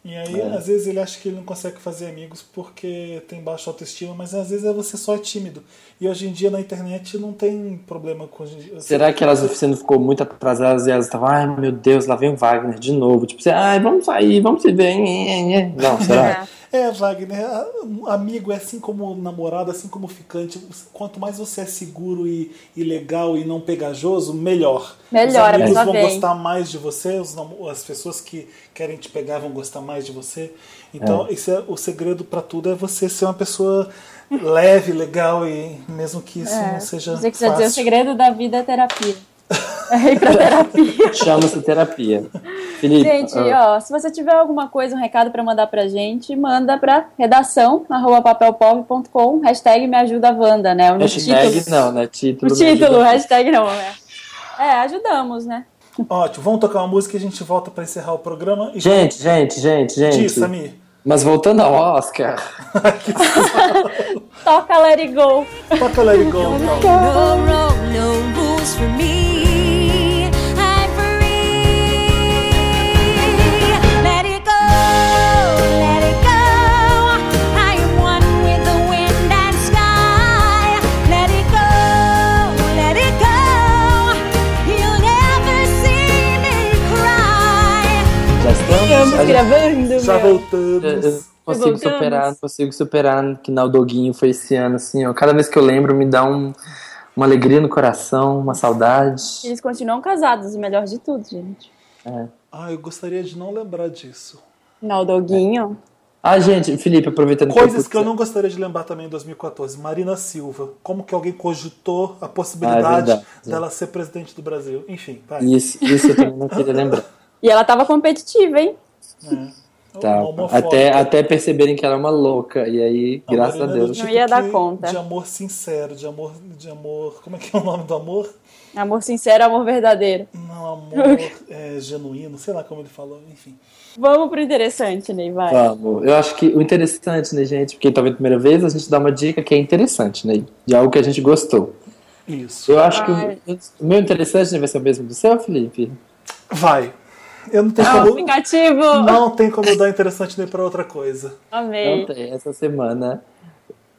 A: E aí,
B: É.
A: às vezes, ele acha que ele não consegue fazer amigos porque tem baixa autoestima, mas às vezes é você só é tímido. E hoje em dia na internet não tem problema com.
B: Será que elas você não ficou muito atrasadas e elas estavam, ai assim, meu Deus, lá vem o Wagner de novo. Tipo, você, ai, vamos sair, vamos se ver. hein, hein, hein". Não, será?
A: É, Wagner, amigo é assim como namorado, assim como ficante. Quanto mais você é seguro e, e legal e não pegajoso, melhor.
C: Melhor,
A: os amigos
C: a pessoa
A: vão
C: vem.
A: gostar mais de você, os namo- as pessoas que querem te pegar vão gostar mais de você. Então, isso é o segredo pra tudo é você ser uma pessoa leve, legal e mesmo que isso
C: É,
A: não seja
C: você quiser
A: fácil.
C: dizer, o segredo da vida é terapia. É ir pra terapia.
B: Chama-se terapia. Felipe,
C: Gente,
B: ah,
C: ó, se você tiver alguma coisa, um recado pra mandar pra gente, manda pra redação, arroba papelpop.com, hashtag me ajuda Wanda, né? O
B: hashtag
C: título,
B: não, né? Título.
C: o
B: me ajuda.
C: título hashtag não, é. É, ajudamos, né?
A: Ótimo, vamos tocar uma música e a gente volta pra encerrar o programa. E
B: Gente, gente, gente, gente.
A: diz, Samir.
B: Mas voltando ao Oscar,
C: Toca Let It Go.
A: Toca Let It Go, então.
F: No road, no rules for me. I'm free. Let it go, let it go. I am one with the wind and sky. Let it go, let it go. You'll never see me cry.
B: já estamos.
C: Estamos gravando,
A: Já
C: meu.
A: voltamos.
B: Eu não consigo
C: Voltamos.
B: superar, não consigo superar que Naldoguinho foi esse ano, assim, ó. Cada vez que eu lembro, me dá um, uma alegria no coração, uma saudade.
C: Eles continuam casados, o melhor de tudo, gente.
A: Ah, eu gostaria de não lembrar disso.
C: Naldoguinho.
B: Ah, gente, Felipe, aproveitando
A: Coisas que eu
B: pude-
A: não gostaria de lembrar também em 2014. Marina Silva. Como que alguém cogitou a
B: Ah, é
A: possibilidade
B: verdade.
A: dela ser presidente do Brasil? Enfim, vai.
B: Isso, isso eu também não queria lembrar.
C: E ela tava competitiva, hein?
B: Tá.
A: É. Homofóbica.
B: Até, até perceberem que ela é uma louca. E aí,
A: A
B: graças a
A: Marina é do
B: Deus.
A: tipo
C: Não ia dar
A: que-
C: conta.
A: De amor sincero, de amor, de amor. Como é que é o nome do amor?
C: Amor sincero, amor verdadeiro.
A: Não, amor é, genuíno, sei lá como ele falou, enfim.
C: Vamos pro interessante, Ney, vai.
B: Vamos. Eu acho que o interessante, né, gente? Porque talvez a primeira vez a gente dá uma dica que é interessante, né? De algo que a gente gostou.
A: Isso.
B: Eu acho que
C: Ai.
B: o, o meu interessante né, vai ser o mesmo do seu, Felipe.
A: Vai. Eu não tenho
C: Ah, o
A: como.
C: aplicativo!
A: Não tem como eu dar interessante nem pra outra coisa.
C: Amei.
B: Não tem, essa semana.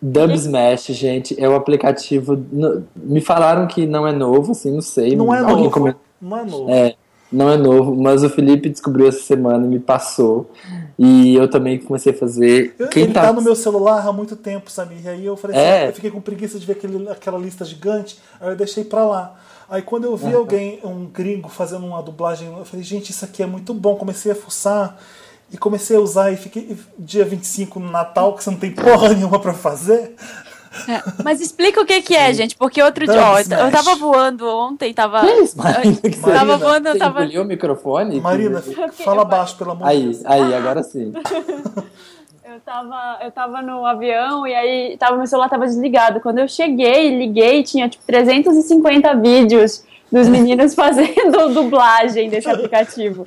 B: Dub Smash, gente, é o aplicativo. no- me falaram que não é novo, assim, não sei.
A: Não é
B: alguém
A: novo.
B: comentou.
A: Não é novo.
B: É, não é novo, mas o Felipe descobriu essa semana e me passou. E eu também comecei a fazer.
A: Eu-
B: Quem
A: ele tá... no meu celular há muito tempo, Samir. E aí eu falei assim,
B: É.
A: eu fiquei com preguiça de ver aquele- aquela lista gigante, aí eu deixei pra lá. Aí quando eu vi alguém, um gringo, fazendo uma dublagem, eu falei, gente, isso aqui é muito bom. Comecei a fuçar e comecei a usar e fiquei e dia 25 no Natal, que você não tem porra nenhuma pra fazer.
C: É, Mas explica o que que é, gente, porque outro
A: Dub
C: dia, ó, eu t-
A: smash.
C: eu tava voando ontem, tava...
B: Marina, que
A: Marina,
C: tava voando, eu
B: você
C: tava...
B: engoliu o microfone?
A: Marina,
C: fiquei-
A: fala
C: eu-
A: baixo, pelo amor de
B: Aí,
A: Deus.
B: aí, agora sim.
C: Eu tava, eu tava no avião e aí tava, meu celular tava desligado. Quando eu cheguei, liguei, tinha tipo 350 vídeos dos meninos fazendo dublagem desse aplicativo.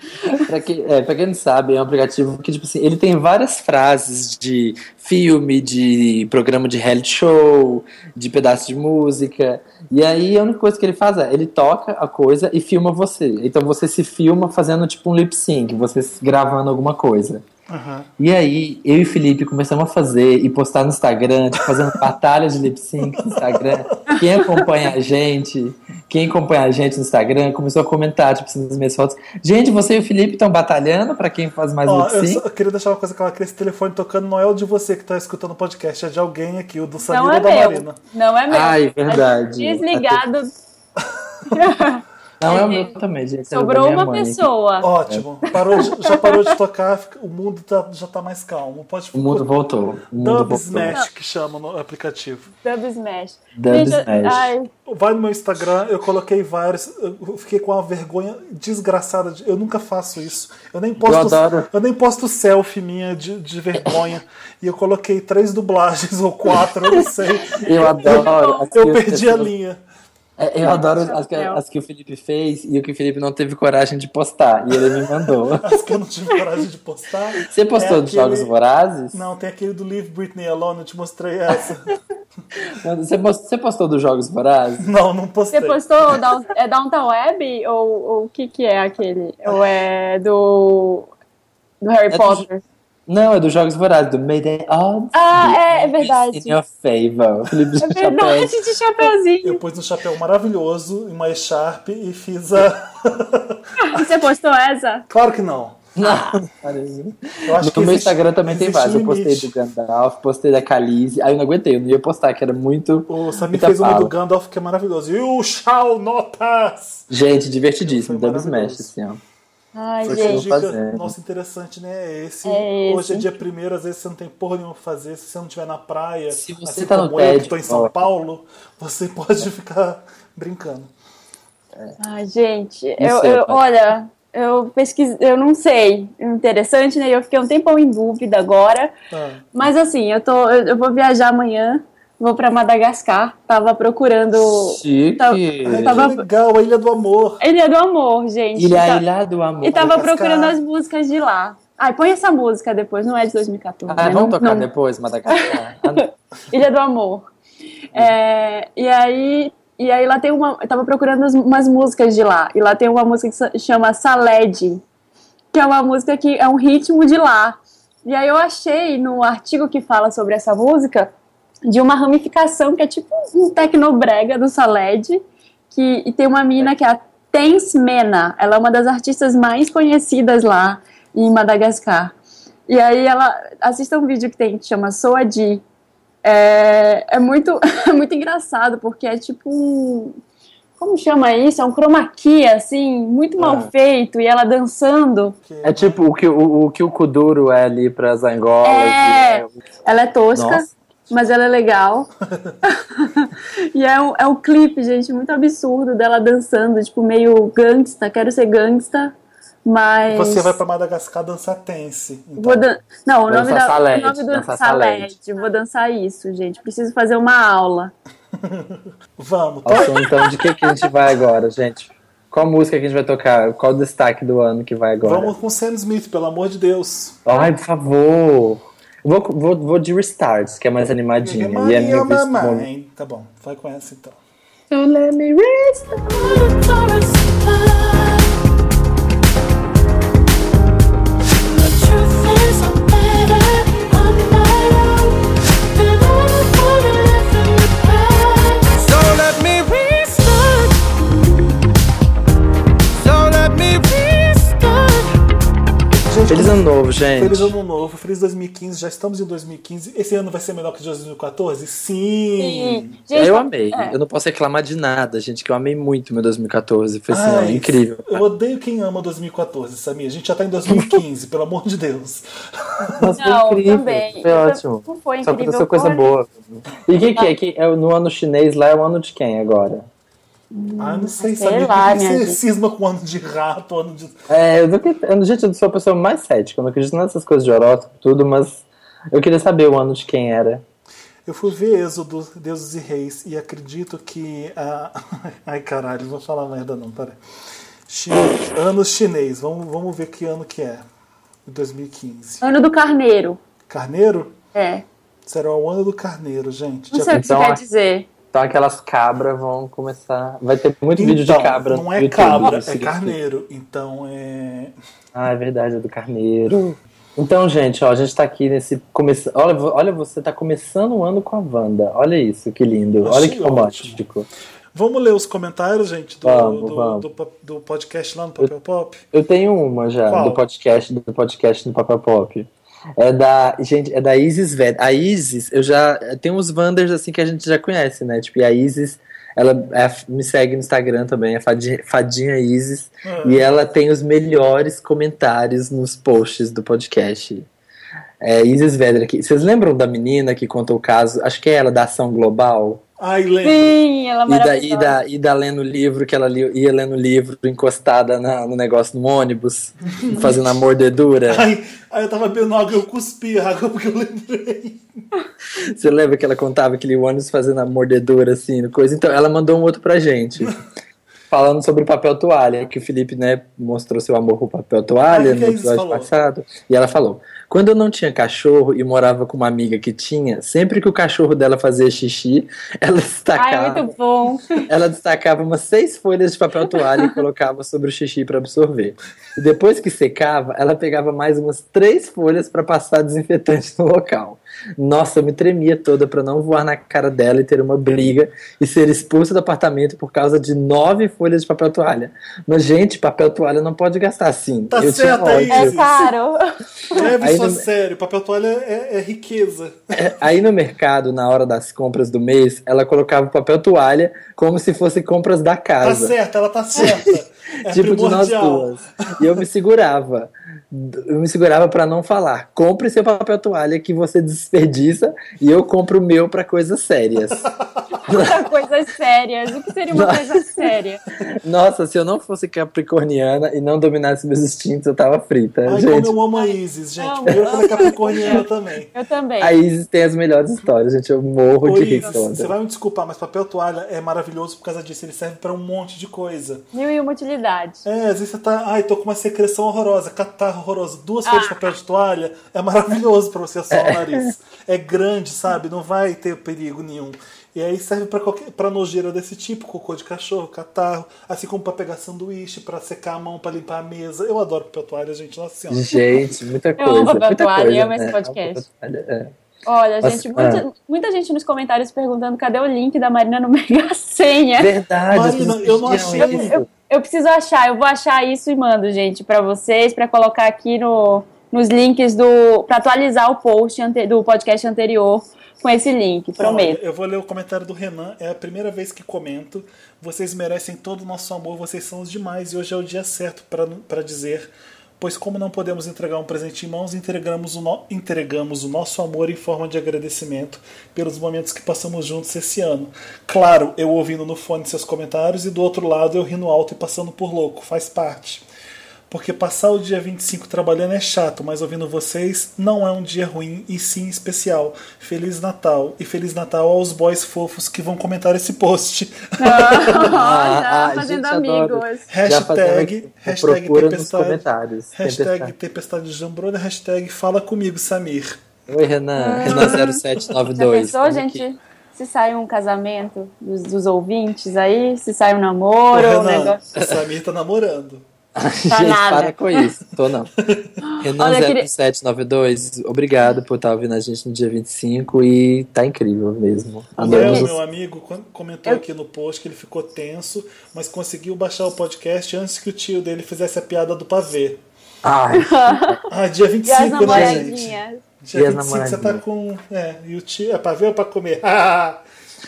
B: Pra quem, é, pra quem não sabe, é um aplicativo que, tipo assim, ele tem várias frases de filme, de programa de reality show, de pedaço de música. E aí a única coisa que ele faz é, ele toca a coisa e filma você. Então você se filma fazendo tipo um lip sync, você se gravando alguma coisa. E aí, eu e Felipe começamos a fazer e postar no Instagram, tipo, fazendo batalha de lip sync no Instagram. Quem acompanha a gente, quem acompanha a gente no Instagram, começou a comentar, tipo, assim, nas minhas fotos. Gente, você e o Felipe estão batalhando pra quem faz um mais
A: Ó,
B: lip
A: eu,
B: sync?
A: só- eu queria deixar uma coisa clara, que esse telefone tocando não é o de você que tá escutando o podcast, é de alguém aqui, o do Samir
C: Não
A: ou
C: é
A: da
C: meu.
A: Marina.
C: Não é meu.
B: Ai, verdade.
C: Desligado,
B: Não é o meu também, gente. era da
C: sobrou
B: minha
C: uma
B: mãe.
C: pessoa.
A: Ótimo. Parou de- já parou de tocar, fica- o mundo tá- já tá mais calmo. Pode
B: O mundo voltou. O mundo
A: Dub
B: voltou.
A: Smash que chama no aplicativo.
C: Dub Smash.
B: Dub
C: Gente,
B: Smash.
C: Ai,
A: Vai no meu Instagram, eu coloquei vários. Eu fiquei com uma vergonha desgraçada. de- eu nunca faço isso. Eu nem posto,
B: adoro.
A: eu nem posto selfie minha de, de vergonha. e eu coloquei três dublagens ou quatro, eu não sei.
B: Eu adoro. as
A: Eu
B: que as
A: perdi a
B: pessoas-
A: linha.
B: É, Eu adoro as que, as que o Felipe fez e o que o Felipe não teve coragem de postar. E ele me mandou.
A: As que eu não tive coragem de postar.
B: Você postou
A: É
B: dos
A: aquele-
B: Jogos Vorazes?
A: Não, tem aquele do Leave Britney Alone, eu te mostrei essa.
B: Você postou, você postou dos Jogos Vorazes?
A: Não, não postei.
C: você postou Down- é Downtown Web ou, ou o que que é aquele? Ou é do, do Harry
B: do-
C: Potter?
B: Não, é dos Jogos Vorazes, do Mayday Odds.
C: Ah, é, é
B: In
C: verdade.
B: your favor. O Felipe
C: É verdade, de
A: Eu
C: chapeuzinho.
A: pus um chapéu maravilhoso e uma echarpe e fiz a.
C: Você postou essa?
A: Claro que não. Eu acho que
B: no meu
A: existe-
B: Instagram também tem
A: existe um
B: vários. Eu postei
A: limite.
B: do Gandalf, postei da Khaleesi. Aí eu não aguentei, eu não ia postar, que era muito.
A: O Samir
B: muita
A: fez uma
B: fala.
A: do Gandalf que é maravilhoso. You shall not pass!
B: Gente, divertidíssimo.
A: Foi
B: Dando smash,
A: maravilhoso.
B: assim, ó.
C: Ai,
A: Foi
C: gente.
B: vou
A: dica,
B: fazer.
A: nossa, interessante, né? É esse.
C: É esse.
A: Hoje é dia primeiro, às vezes você não tem porra nenhuma pra fazer. Se você não estiver na praia,
B: Se você
A: assim
B: tá no
A: como eu que
B: tédio,
A: tô em São
B: volta.
A: Paulo, você pode ficar brincando.
C: Ai, gente,
B: Não
C: eu,
B: sei,
C: eu-
B: pai.
C: olha, eu pesquisei, eu não sei. Interessante, né? Eu fiquei um tempão em dúvida agora.
A: Ah,
C: Mas assim, eu, tô, eu, eu vou viajar amanhã, vou pra Madagascar. Tava procurando.
B: Chique.
C: Tá-
A: ai, que
C: tava-
A: legal, a Ilha do Amor.
C: Ilha do Amor, gente.
B: Ilha,
C: Tá-
B: ilha do amor.
C: E tava
A: Madagascar.
C: procurando as músicas de lá. Ai, põe essa música depois, não é de 2014.
B: Ah,
C: né?
B: vamos
C: Não-
B: tocar
C: não-
B: depois, Madagascar. Ah, não.
C: Ilha do Amor. É, e aí. E aí lá tem uma. Eu tava procurando as- umas músicas de lá. E lá tem uma música que sa- chama Saled, que é uma música que é um ritmo de lá. E aí eu achei no artigo que fala sobre essa música de uma ramificação que é tipo um tecnobrega do Saled, que e tem uma mina que é a Tens Mena. Ela é uma das artistas mais conhecidas lá em Madagascar. E aí ela assista um vídeo que tem que chama Soadi, é, é muito, é muito engraçado, porque é tipo um. Como chama isso? É um chroma key, assim, muito mal
B: Ah.
C: feito, e ela dançando.
A: Que...
B: É tipo o que o, o que o Kuduro é ali pras Angolas.
C: É.
B: né?
C: Ela é tosca,
B: Nossa.
C: mas ela é legal. e é um, é um clipe, gente, muito absurdo dela dançando, tipo, meio gangsta, quero ser gangsta, mas.
A: Você vai pra Madagascar dançar tense. Então.
C: Vou dan- Não, o
B: Dançar
C: nome, da...
B: salete,
C: o nome do
B: dançar
C: salete. Vou dançar isso, gente. Preciso fazer uma aula.
A: Vamos, tá?
B: Ao som, então, de que, que a gente vai agora, gente? Qual música que a gente vai tocar? Qual o destaque do ano que vai agora?
A: Vamos com Sam Smith, pelo amor de Deus.
B: Ai, por favor. Vou, vou, vou de Restarts, que é mais animadinha. E é
A: Maria
B: meu visto bom.
A: Mamãe. Tá bom, vai com essa então.
G: So let me restart. So let me restart.
A: Gente, um
B: Feliz ano novo, gente.
A: Feliz ano novo, feliz 2015, já estamos em 2015. Esse ano vai ser melhor que o de 2014? Sim!
C: Gente,
B: Eu
C: tá-
B: amei.
C: é.
B: Eu não posso reclamar de nada, gente, que eu amei muito meu 2014. Foi assim,
A: Ai,
B: incrível.
A: Eu odeio quem ama 2014, Samir. A gente já tá em 2015, pelo amor de Deus.
B: Mas
C: Não,
B: foi incrível.
C: também.
B: Foi ótimo.
C: Não foi
B: Só
C: incrível,
B: aconteceu coisa
C: foi.
B: boa. E o que, que é? Que é? No ano chinês lá é o ano de quem agora?
A: Ah, não sei,
C: Hum, Sei
A: Samir.
C: lá,
A: Por que
C: minha
A: você
C: gente.
A: cisma com ano de rato, ano de.
B: É, eu nunca, eu, gente, eu sou a pessoa mais cética. Eu não acredito nessas coisas de horóscopo e tudo, mas eu queria saber o ano de quem era.
A: Eu fui ver Êxodo, Deuses e Reis, e acredito que. a- Ai, caralho, vou falar merda não, peraí. Chi- Ano chinês, vamos, vamos ver que ano que é. 2015.
C: Ano do Carneiro.
A: Carneiro?
C: É.
A: Será o ano do carneiro, gente.
C: Não
A: Já
C: sei o que
B: Então,
C: você quer
B: a-
C: dizer.
B: Então aquelas cabras vão começar. Vai ter muito vídeo de
A: Então,
B: cabra.
A: Não
B: no
A: é
B: YouTube,
A: cabra,
B: isso
A: é
B: aqui.
A: carneiro. Então é.
B: Ah, é verdade, é do carneiro. Então, gente, ó, a gente tá aqui nesse. Começa... Olha, vo- olha, você tá começando o ano com a Wanda. Olha isso, que lindo.
A: Achei
B: Olha que romântico.
A: Vamos ler os comentários, gente, do,
B: Vamos,
A: do,
B: vamos.
A: do po- do podcast lá no Papel Pop.
B: Eu tenho uma já,
A: Qual?
B: do podcast, do podcast do Papel Pop. É da. Gente, é da Isis Ved. A Isis, eu já. Tem uns Wanders assim que a gente já conhece, né? Tipo, e a Isis, ela é a- me segue no Instagram também, é Fadinha, Fadinha Isis.
A: Ah.
B: E ela tem os melhores comentários nos posts do podcast. É, Isis Vedra aqui. Vocês lembram da menina que contou o caso? Acho que é ela da Ação Global.
A: Ai, lembro.
C: Sim, ela é
B: E da, e,
C: maravilhosa.
B: da, e da lendo o livro, que ela li- ia lendo o livro encostada na- no negócio no ônibus, fazendo a mordedura.
A: Ai, ai, eu tava bebendo água e eu cuspi a água porque eu lembrei.
B: Você lembra que ela contava aquele ônibus fazendo a mordedura, assim, no coisa? Então, ela mandou um outro pra gente. Falando sobre o papel toalha, que o Felipe, né, mostrou seu amor pro papel toalha
A: Ah, o que
B: no
A: a Isis
B: episódio
A: falou?
B: passado. E ela falou: Quando eu não tinha cachorro e morava com uma amiga que tinha, sempre que o cachorro dela fazia xixi, ela
C: Ai,
B: destacava.
C: é muito bom.
B: Ela destacava umas seis folhas de papel toalha e colocava sobre o xixi para absorver. E depois que secava, ela pegava mais umas três folhas para passar desinfetante no local. Nossa, eu me tremia toda pra não voar na cara dela e ter uma briga e ser expulso do apartamento por causa de nove folhas de papel toalha. Mas, gente, papel toalha não pode gastar assim.
A: Tá
B: eu tinha
A: certa aí.
B: ódio.
A: É
C: É caro.
A: Leve
B: Aí
A: isso a
B: no-
A: sério. Papel toalha é, é riqueza.
B: É, Aí no mercado, na hora das compras do mês, ela colocava o papel toalha como se fosse compras da
A: Tá
B: casa.
A: certa, ela tá certa. É
B: tipo de nós
A: primordial.
B: duas. E eu me segurava. Eu me segurava pra não falar. Compre seu papel toalha que você desperdiça e eu compro o meu pra coisas sérias.
C: Pra coisas sérias. O que seria uma coisa séria?
B: Nossa, se eu não fosse capricorniana e não dominasse meus instintos, eu tava frita.
A: Ai,
B: gente,
A: como eu amo a Isis, gente.
C: Não,
A: Primeiro
C: eu
A: que ela é capricorniana também.
C: Eu também.
B: a Isis tem as melhores histórias, gente. Eu morro
A: Ô,
B: de rir
A: Isis, você
B: toda.
A: vai me desculpar, mas papel toalha é maravilhoso por causa disso. Ele serve pra um monte de coisa.
C: Mil e uma utilidade.
A: É, às vezes você tá. Ai, tô com uma secreção horrorosa, catarro horroroso. Duas folhas de papel de toalha é maravilhoso pra você assoar o nariz. É grande, sabe? Não vai ter perigo nenhum. E aí serve pra, qualquer, pra nojeira desse tipo, cocô de cachorro, catarro, assim como pra pegar sanduíche, pra secar a mão, pra limpar a mesa. Eu adoro papel toalha, gente. Nossa senhora.
B: Gente, muita
C: Eu amo
B: coisa.
C: papel
B: muita
C: toalha,
B: coisa,
C: eu amo esse
B: né?
C: podcast.
B: Papel toalha, é.
C: Olha,
B: Mas-
C: gente, muita, muita gente nos comentários perguntando cadê o link da Marina no Mega Senha.
B: Verdade. as
A: É? Marina,
B: pessoas
A: eu não
B: pediram
A: achei
B: isso.
A: ainda.
C: Eu preciso achar, eu vou achar isso e mando, gente, pra vocês, pra colocar aqui no, nos links do. pra atualizar o post ante- do podcast anterior com esse link, prometo.
A: Olha, eu vou ler o comentário do Renan. É a primeira vez que comento. Vocês merecem todo o nosso amor, vocês são os demais e hoje é o dia certo pra- pra dizer. Pois, como não podemos entregar um presente em mãos, entregamos o, no- entregamos o nosso amor em forma de agradecimento pelos momentos que passamos juntos esse ano. Claro, eu ouvindo no fone seus comentários e do outro lado eu rindo alto e passando por louco, faz parte. Porque passar o dia 25 trabalhando é chato, mas ouvindo vocês não é um dia ruim e sim especial. Feliz Natal e Feliz Natal aos boys fofos que vão comentar esse post.
B: Ah, ah,
C: fazendo
B: gente, adoro.
C: amigos.
B: Já fazendo
A: hashtag
B: aqui,
A: hashtag
B: procura nos
A: tempestade.
B: comentários.
A: Hashtag
B: Tempestade.
A: tempestade jambrona, hashtag fala comigo, Samir.
B: Oi, Renan.
C: Ah. Já
B: Renan0792.
C: pensou,
B: tamo
C: gente?
B: aqui.
C: Se sai um casamento dos, dos ouvintes aí, se sai um
A: Ô,
C: namoro, um
A: Renan,
C: negócio.
A: o Samir tá namorando.
B: gente,
C: Tá nada.
B: para com isso. Tô não.
C: Olha, eu queria-
B: Renan0792, obrigado por estar ouvindo a gente no dia 25 e tá incrível mesmo.
A: O
B: Adoramos
A: Léo,
B: você.
A: meu amigo, com- comentou aqui no post que ele ficou tenso, mas conseguiu baixar o podcast antes que o tio dele fizesse a piada do pavê.
B: Ai,
A: Ah, dia
C: E as
A: 25, né, gente?
C: namoradinhas.
A: Dia
B: E as
A: 25 você tá
B: namoradinhas?
A: com. É, e o tio. É pra ver ou pra comer? Ah,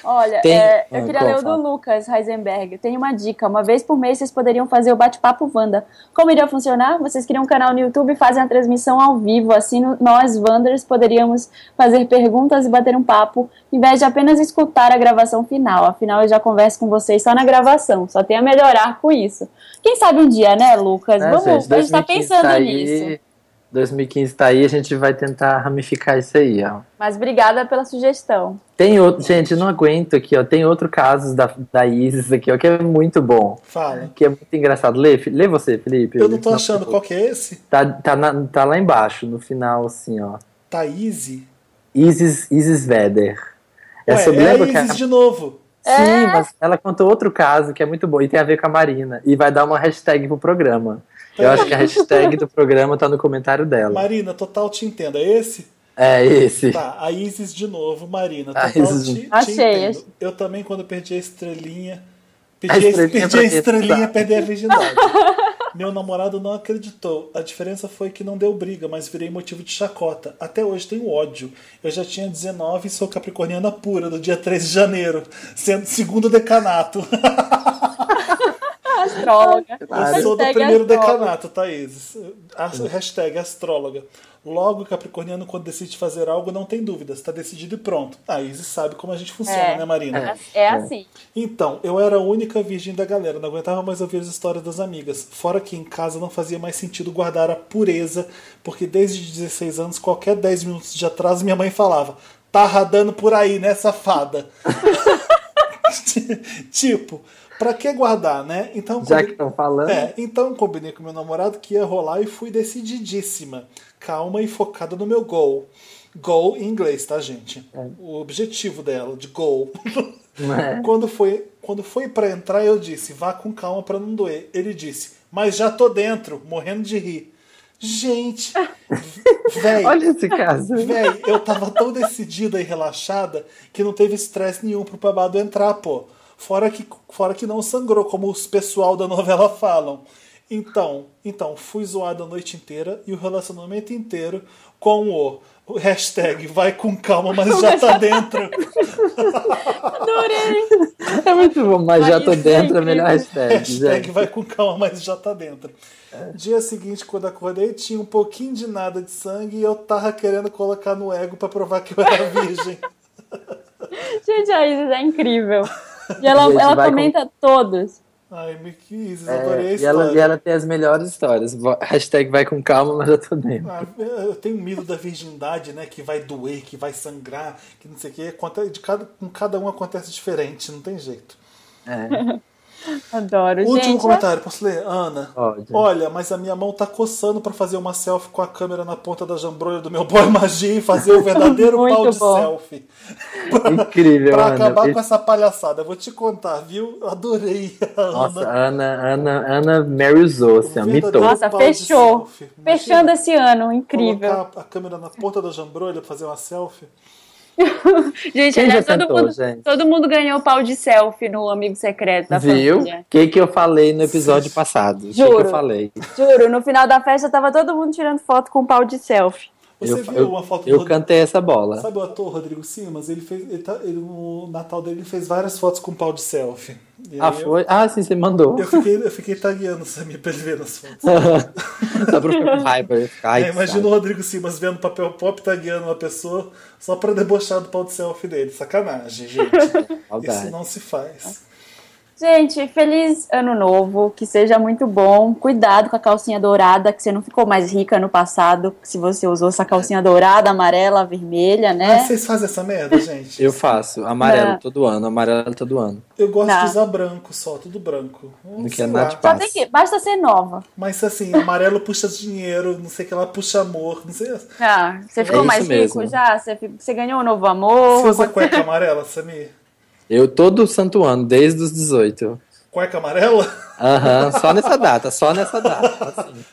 C: Olha,
B: Tem-
C: é,
B: Ah,
C: eu queria
B: qual
C: ler o do
B: fala?
C: Lucas Heisenberg. Tem uma dica. Uma vez por mês vocês poderiam fazer o bate-papo Wanda. Como iria funcionar? Vocês criam um canal no YouTube e fazem a transmissão ao vivo. Assim, no- nós, Wanders, poderíamos fazer perguntas e bater um papo, em vez de apenas escutar a gravação final. Afinal, eu já converso com vocês só na gravação. Só tem a melhorar com isso. Quem sabe um dia, né, Lucas?
B: né,
C: Vamos, a gente tá
B: 2015
C: pensando
B: tá aí,
C: nisso.
B: 2015 tá aí, a gente vai tentar ramificar isso aí, ó.
C: Mas obrigada pela sugestão.
B: Tem outro, gente, eu não aguento aqui, ó. Tem outro caso da, da Isis aqui, ó, que é muito bom.
A: fala.
B: Que é muito engraçado. Lê, Fi- lê você, Felipe. tipo,
A: Eu não tô achando. Qual que é esse?
B: Tá, tá, na- tá lá embaixo, no final, assim, ó.
A: Thaís?
B: Isis, Isis Vedder.
A: Ué,
B: Essa
A: é a
B: lembra que
A: Isis de novo.
B: Sim, mas ela contou outro caso que é muito bom e tem a ver com a Marina. E vai dar uma hashtag pro programa. Eu acho que a hashtag do programa tá no comentário dela.
A: Marina, total te entendo. É esse?
B: É esse.
A: Tá, a Isis de novo, Marina.
B: A
A: Total
B: Isis
A: te, te
C: Achei,
A: entendo. Eu também, quando perdi a estrelinha.
B: A
A: Perdi a,
B: estrelinha
A: perdi a
B: pra quê? Tá.
A: estrelinha, perdi a virgindade. Meu namorado não acreditou. A diferença foi que não deu briga, mas virei motivo de chacota. Até hoje tenho ódio. Eu já tinha 19 e sou capricorniana pura, do dia 13 de janeiro, sendo segundo decanato.
C: Astróloga.
A: Ah, Eu sou do
C: Hashtag
A: primeiro
C: astróloga.
A: decanato, Thaís. As- Hashtag astróloga. Logo, Capricorniano, quando decide fazer algo, não tem dúvidas. Está decidido e pronto. A Isis sabe como a gente funciona,
C: É.
A: né, Marina?
C: É assim.
A: Então, eu era a única virgem da galera. Não aguentava mais ouvir as histórias das amigas. Fora que em casa não fazia mais sentido guardar a pureza, porque desde 16 anos, qualquer 10 minutos de atraso, minha mãe falava: Tá radando por aí, né, safada? tipo, pra que guardar, né? Então,
B: Já
A: quando-
B: que estão falando.
A: é, então combinei com meu namorado que ia rolar e fui decididíssima, calma e focada no meu goal. Goal em inglês, tá, gente?
B: É.
A: O objetivo dela, de goal.
B: né?
A: quando foi, quando foi para entrar, eu disse: "Vá com calma pra não doer". Ele disse: "Mas já tô dentro, morrendo de rir". Gente, véi,
B: Olha esse caso.
A: Véi, eu tava tão decidida e relaxada que não teve estresse nenhum pro babado entrar, pô. Fora que, fora que não sangrou, como os pessoal da novela falam. Então, então, fui zoado a noite inteira e o relacionamento inteiro com o o hashtag vai com calma, mas já tá dentro.
C: Adorei!
B: É muito bom, mas já tô
C: Isso é
B: dentro, é É. a
C: incrível.
B: melhor hashtag.
A: Hashtag
B: gente.
A: vai com calma, mas já tá dentro. Dia seguinte, quando acordei, tinha um pouquinho de nada de sangue e eu tava querendo colocar no ego pra provar que eu era virgem.
C: Gente, a Isis é incrível. E ela,
B: Gente,
C: ela
B: vai com-
C: comenta todos.
A: Ai, me quis,
B: É,
A: adorei a
B: e, ela, e
A: história.
B: ela tem as melhores histórias. Vo- Hashtag vai com calma, mas já tô dentro.
A: Ah, eu tenho medo da virgindade, né? Que vai doer, que vai sangrar, que não sei o que. De cada, com cada um acontece diferente, não tem jeito.
B: É.
C: Adoro.
A: Último
C: Gente,
A: comentário, posso ler? Ana.
B: Pode.
A: Olha, mas a minha mão tá coçando pra fazer uma selfie com a câmera na ponta da jambrolha do meu boy magia e fazer o verdadeiro
C: Muito
A: pau de
C: bom.
A: selfie.
B: Incrível,
A: Pra
B: Ana.
A: acabar com essa palhaçada, eu vou te contar, viu? Adorei a
B: Nossa,
A: Ana.
B: Ana, Ana, Ana Mary usou, assim, ó,
A: Verdadeiro
B: mitou.
C: Nossa,
A: pau de
C: fechou.
A: selfie. Imagina,
C: Fechando esse ano, incrível.
A: Colocar a câmera na ponta da jambrolha pra fazer uma selfie.
C: Gente,
B: Quem
C: aliás,
B: já
C: todo,
B: tentou,
C: mundo,
B: gente?
C: todo mundo ganhou pau de selfie no Amigo Secreto da
B: Viu? O
C: família.
B: que, que eu falei no episódio passado? O que, que
C: Juro.
B: eu falei?
C: Juro, no final da festa tava todo mundo tirando foto com pau de selfie.
A: Você
B: eu,
A: viu
B: eu,
A: uma foto
B: eu
A: do Rodrigo?
B: cantei essa bola.
A: Sabe o ator Rodrigo Simas? Ele fez. Ele tá- ele- no Natal dele ele fez várias fotos com pau de selfie. E
B: Ah,
A: aí é eu-
B: foi? Ah, sim, você mandou.
A: Eu fiquei, eu fiquei tagueando o Samir pra ele ver nas fotos.
B: Só pra eu ficar com raiva. eu ficar, ai,
A: É,
B: que
A: imagina o Rodrigo Simas vendo papel pop tagueando uma pessoa só pra debochar do pau de selfie dele. Sacanagem, gente.
B: saudade.
A: Isso não se faz.
C: Gente, feliz ano novo, que seja muito bom. Cuidado com a calcinha dourada, que você não ficou mais rica no passado, se você usou essa calcinha dourada, amarela, vermelha,
A: Ah,
C: né?
A: vocês fazem essa merda, gente?
B: Eu faço amarelo
C: Não.
B: todo ano, amarelo todo ano.
A: Eu gosto
C: Tá.
A: de usar branco só, tudo branco. Hum,
B: Do que é
A: sei
B: a
A: lá.
B: Nath
C: Só
B: passa.
C: tem que, basta ser nova.
A: Mas assim, amarelo puxa dinheiro, não sei o que lá, puxa amor, não sei. Você
C: Ah, você ficou
B: É isso
C: mais rico
B: mesmo.
C: já? Você, fi- você ganhou um novo amor?
A: usa cueca amarela, Samir?
B: Eu todo santo ano, desde os 18.
A: Cueca amarela?
B: Aham, só nessa data, só nessa data. assim.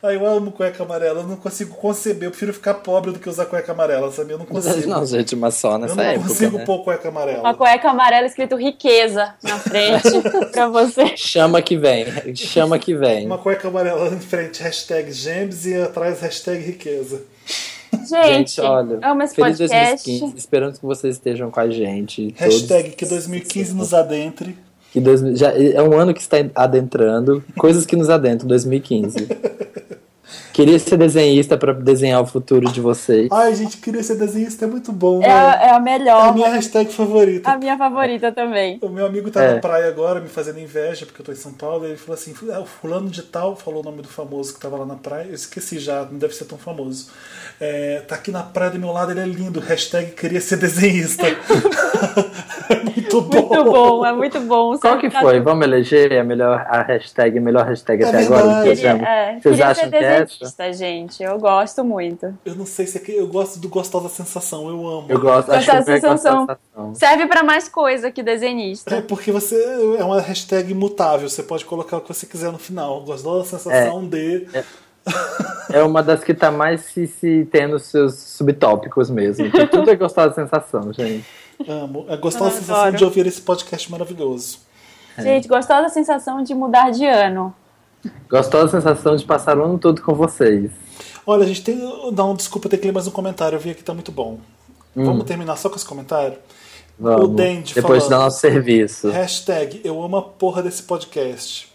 A: Ai, Ah, eu amo cueca amarela, eu não consigo conceber, eu prefiro ficar pobre do que usar cueca amarela, Samir, eu não consigo.
B: Não, gente, mas só
A: eu
B: nessa
A: não
B: época.
A: consigo
B: né?
A: pôr cueca amarela.
C: Uma cueca amarela escrito riqueza na frente pra você.
B: Chama que vem, chama que vem.
A: Uma cueca amarela em frente, hashtag gems e atrás hashtag riqueza.
C: Gente, amo esse
B: feliz
C: podcast.
B: 2015. Esperamos que vocês estejam com a gente. todos.
A: Hashtag que 2015 nos adentre.
B: Que dois mil- já é um ano que está adentrando, coisas que nos adentram, 2015. Queria ser desenhista para desenhar o futuro de vocês.
A: Ai, gente, queria ser desenhista, é muito bom,
C: É,
A: né?
C: a- é a
A: É a
C: melhor,
A: minha hashtag favorita.
C: a minha favorita também.
A: O meu amigo tá
B: É.
A: na praia agora, me fazendo inveja, porque eu tô em São Paulo, e ele falou assim, "Ah, o fulano de tal, falou o nome do famoso que tava lá na praia, eu esqueci já, não deve ser tão famoso. É, tá aqui na praia do meu lado, ele é lindo, hashtag queria ser desenhista. É muito bom.
C: Muito bom, é muito bom.
B: Qual que foi? Vamos eleger a melhor a hashtag, a melhor hashtag
A: É
B: até agora?
A: verdade.
B: que eu
C: Queria,
B: chamo?
C: é,
B: Vocês
C: queria
B: acham
C: ser
B: que é essa?
C: desenhista, gente. Eu gosto muito.
A: Eu não sei se é que eu gosto do gostosa sensação, eu amo.
B: Eu gosto, acho que eu
C: Gostosa
B: pego essa
C: sensação.
B: sensação.
C: Serve pra mais coisa que desenhista.
A: É porque você é uma hashtag mutável, você pode colocar o que você quiser no final. Gostou da sensação de.
B: É uma das que tá mais se, se tendo os seus subtópicos mesmo. porque Tudo é gostar da sensação, gente.
A: Amo. É gostar da
C: Ah,
A: sensação
C: adoro.
A: de ouvir esse podcast maravilhoso.
B: É.
C: Gente, gostosa a sensação de mudar de ano.
B: Gostosa da sensação de passar o ano todo com vocês.
A: Olha, a gente tem. Não, desculpa ter que ler mais um comentário. Eu vi aqui tá muito bom. Vamos terminar só com esse comentário?
B: Hum. Vamos.
A: O Dandy
B: Depois de dar
A: falando. É.
B: nosso serviço.
A: Hashtag eu amo a porra desse podcast.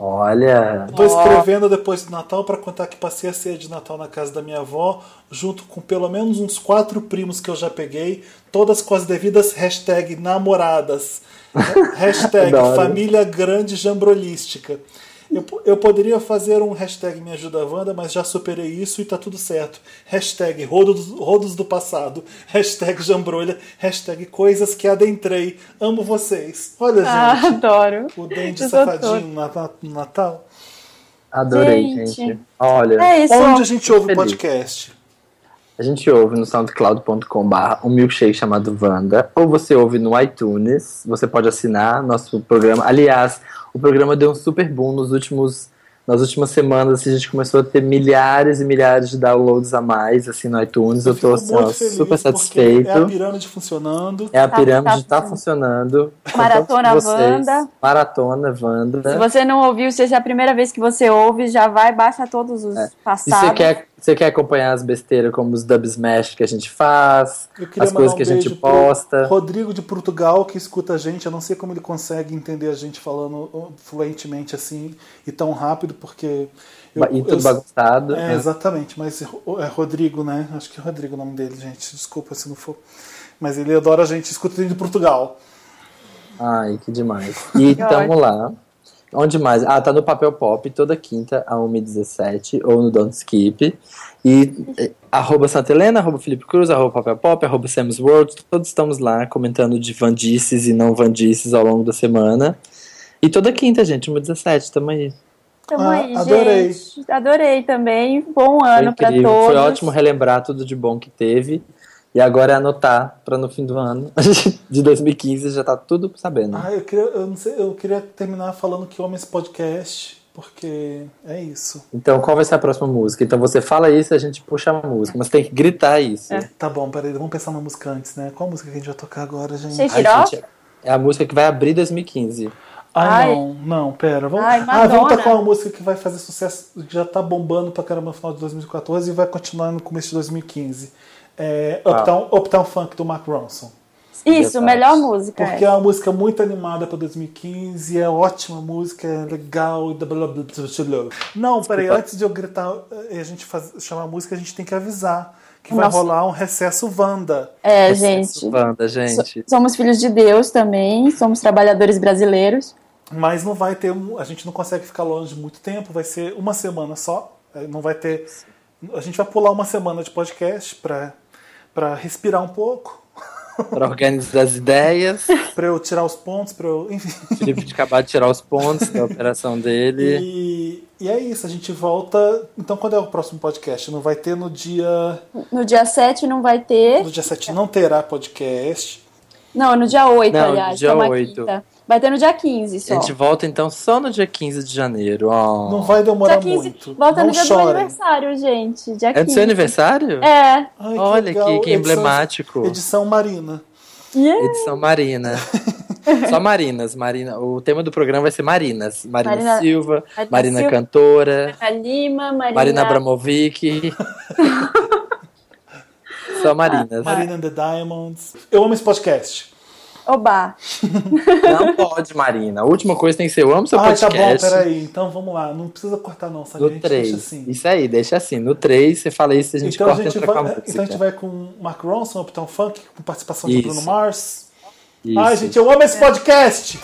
B: Olha.
A: Tô escrevendo depois do Natal pra contar que passei a ceia de Natal na casa da minha avó, junto com pelo menos uns quatro primos que eu já peguei, todas com as devidas hashtag namoradas, ha- hashtag
C: né?
B: Adoro.
A: família grande jambrolística. Eu, po- eu poderia fazer um hashtag me ajuda Wanda, mas já superei isso e tá tudo certo. Hashtag rodos, rodos do passado, hashtag jambrolha, hashtag coisas que adentrei. Amo vocês. Olha,
C: Ah,
A: gente,
C: adoro.
A: o dente
C: Eu sou
A: safadinho na- na- no Natal.
B: Adorei,
C: Gente.
B: gente. Olha,
C: É isso.
A: Onde a gente ouve o
B: feliz.
A: podcast?
B: a gente ouve no soundcloud.com.br um milkshake chamado Wanda, ou você ouve no iTunes, você pode assinar nosso programa. Aliás, o programa deu um super boom nos últimos Nas últimas semanas, assim, a gente começou a ter milhares e milhares de downloads a mais, assim, no iTunes. Eu tô,
A: Fico
B: assim,
A: muito
B: ó,
A: feliz
B: super
A: porque É a
B: satisfeito.
A: pirâmide funcionando.
B: É a
C: Tá-
B: pirâmide,
C: tá
B: tá funcionando.
C: Maratona
B: Com todos vocês.
C: Wanda.
B: Maratona Wanda.
C: Se você não ouviu, se essa é a primeira vez que você ouve, já vai, baixa todos os
B: É. E você
C: passados.
B: quer, você quer acompanhar as besteiras como os dub smash que a gente faz,
A: Eu queria
B: as coisas
A: mandar um
B: que a gente
A: beijo pro
B: posta.
A: Rodrigo de Portugal, que escuta a gente, eu não sei como ele consegue entender a gente falando uh, fluentemente assim e tão rápido, porque. Eu,
B: E
A: eu-
B: tudo né? bagunçado.
A: É, exatamente, mas Ro- é Rodrigo, né? Acho que é Rodrigo o nome dele, gente. Desculpa se não for. Mas ele adora a gente, escuta ele de Portugal.
B: Ai, que demais. E
C: Que
B: tamo
C: ótimo.
B: lá. Onde mais? Ah, tá no Papel Pop, toda quinta, a 1h17, ou no Don't Skip. E eh, arroba Santa Helena, arroba Felipe Cruz, arroba Papel Pop, arroba Sam's World, todos estamos lá comentando de vandices e não vandices ao longo da semana. E toda quinta, gente, 1h17, tamo aí.
C: Tamo
A: Ah,
C: aí,
A: adorei.
C: gente. Adorei também. Bom
B: Foi
C: ano pra
B: incrível,
C: todos.
B: Foi ótimo relembrar tudo de bom que teve. E agora é anotar pra no fim do ano de 2015 já tá tudo sabendo.
A: Ah, eu queria, eu não sei, eu queria terminar falando que homens podcast, porque é isso.
B: Então, qual vai ser a próxima música? Então você fala isso e a gente puxa a música, mas tem que gritar isso.
C: É.
A: Tá bom, peraí, vamos pensar na música antes, né? Qual música que a gente vai tocar agora, gente?
C: Shake
B: Ai,
C: it off?
B: gente, é a música que vai abrir 2015.
A: Ah,
C: Ai.
A: não, não, pera. Vamos...
C: Ai,
A: ah, vamos
C: Madonna.
A: tocar uma música que vai fazer sucesso, que já tá bombando pra caramba no final de 2014 e vai continuar no começo de 2015. É, Uptown, Uptown Funk do Mark Ronson.
C: Isso,
B: Verdade.
C: melhor música.
A: Porque é
C: essa.
A: uma música muito animada pra 2015, é ótima música, é legal e blá blá blá blá blá blá. Não, peraí, antes de eu gritar eh, e a gente faz- chamar a música, a gente tem que avisar que vai
C: Nossa.
A: rolar um recesso Wanda.
C: É,
B: Excesso
C: gente.
B: Wanda,
C: so-
B: gente.
C: Somos filhos de Deus também, somos trabalhadores brasileiros.
A: Mas não vai ter. um- A gente não consegue ficar longe muito tempo, vai ser uma semana só. eh, Não vai ter. A gente vai pular uma semana de podcast pra, pra respirar um pouco,
B: Pra organizar as ideias.
A: pra eu tirar os pontos, pra eu. Enfim.
B: O Felipe de acabar de tirar os pontos da operação dele.
A: E, e é isso, a gente volta. Então, quando é o próximo podcast? Não vai ter no dia.
C: No dia 7 não vai ter.
A: No dia 7 não terá podcast.
C: Não, no dia 8,
B: Não, no
C: aliás.
B: dia
C: que é uma
B: 8.
C: quinta. Vai ter no dia 15 só.
B: A gente volta então só no dia 15 de janeiro. ó.
A: Não vai demorar
C: dia 15.
A: muito.
C: Volta
A: não
C: no dia do meu
A: chorem.
C: aniversário, gente. Dia
B: É do
C: 15.
B: seu aniversário?
C: É.
A: Ai,
B: Olha que,
A: legal.
B: que
A: Edição-
B: emblemático.
A: Edição Marina.
C: Yeah.
B: Edição Marina. Só Marinas. Marina. O tema do programa vai ser Marinas. Marina,
C: Marina-
B: Silva,
C: Marina
B: Marina
C: Silva.
B: Cantora,
C: Marina Lima, Marina,
B: Marina Abramovic. Só Marinas.
A: Ah, Marina and the Diamonds. Eu amo esse podcast.
C: Oba.
B: Não pode, Marina. A última coisa tem que ser eu amo seu
A: ah, tá bom,
B: podcast.
A: peraí. Então vamos lá. Não precisa cortar, não, sabe? A
B: No
A: gente
B: 3.
A: deixa assim.
B: Isso aí, deixa assim. No 3, você fala isso, a gente
A: Então a
B: corta
A: gente,
B: e entra
A: vai,
B: com a música.
A: então a gente vai com Mark Ronson, Uptown Funk, com participação de
B: Isso.
A: Bruno Mars.
B: Isso.
A: Ai, gente, eu amo esse podcast!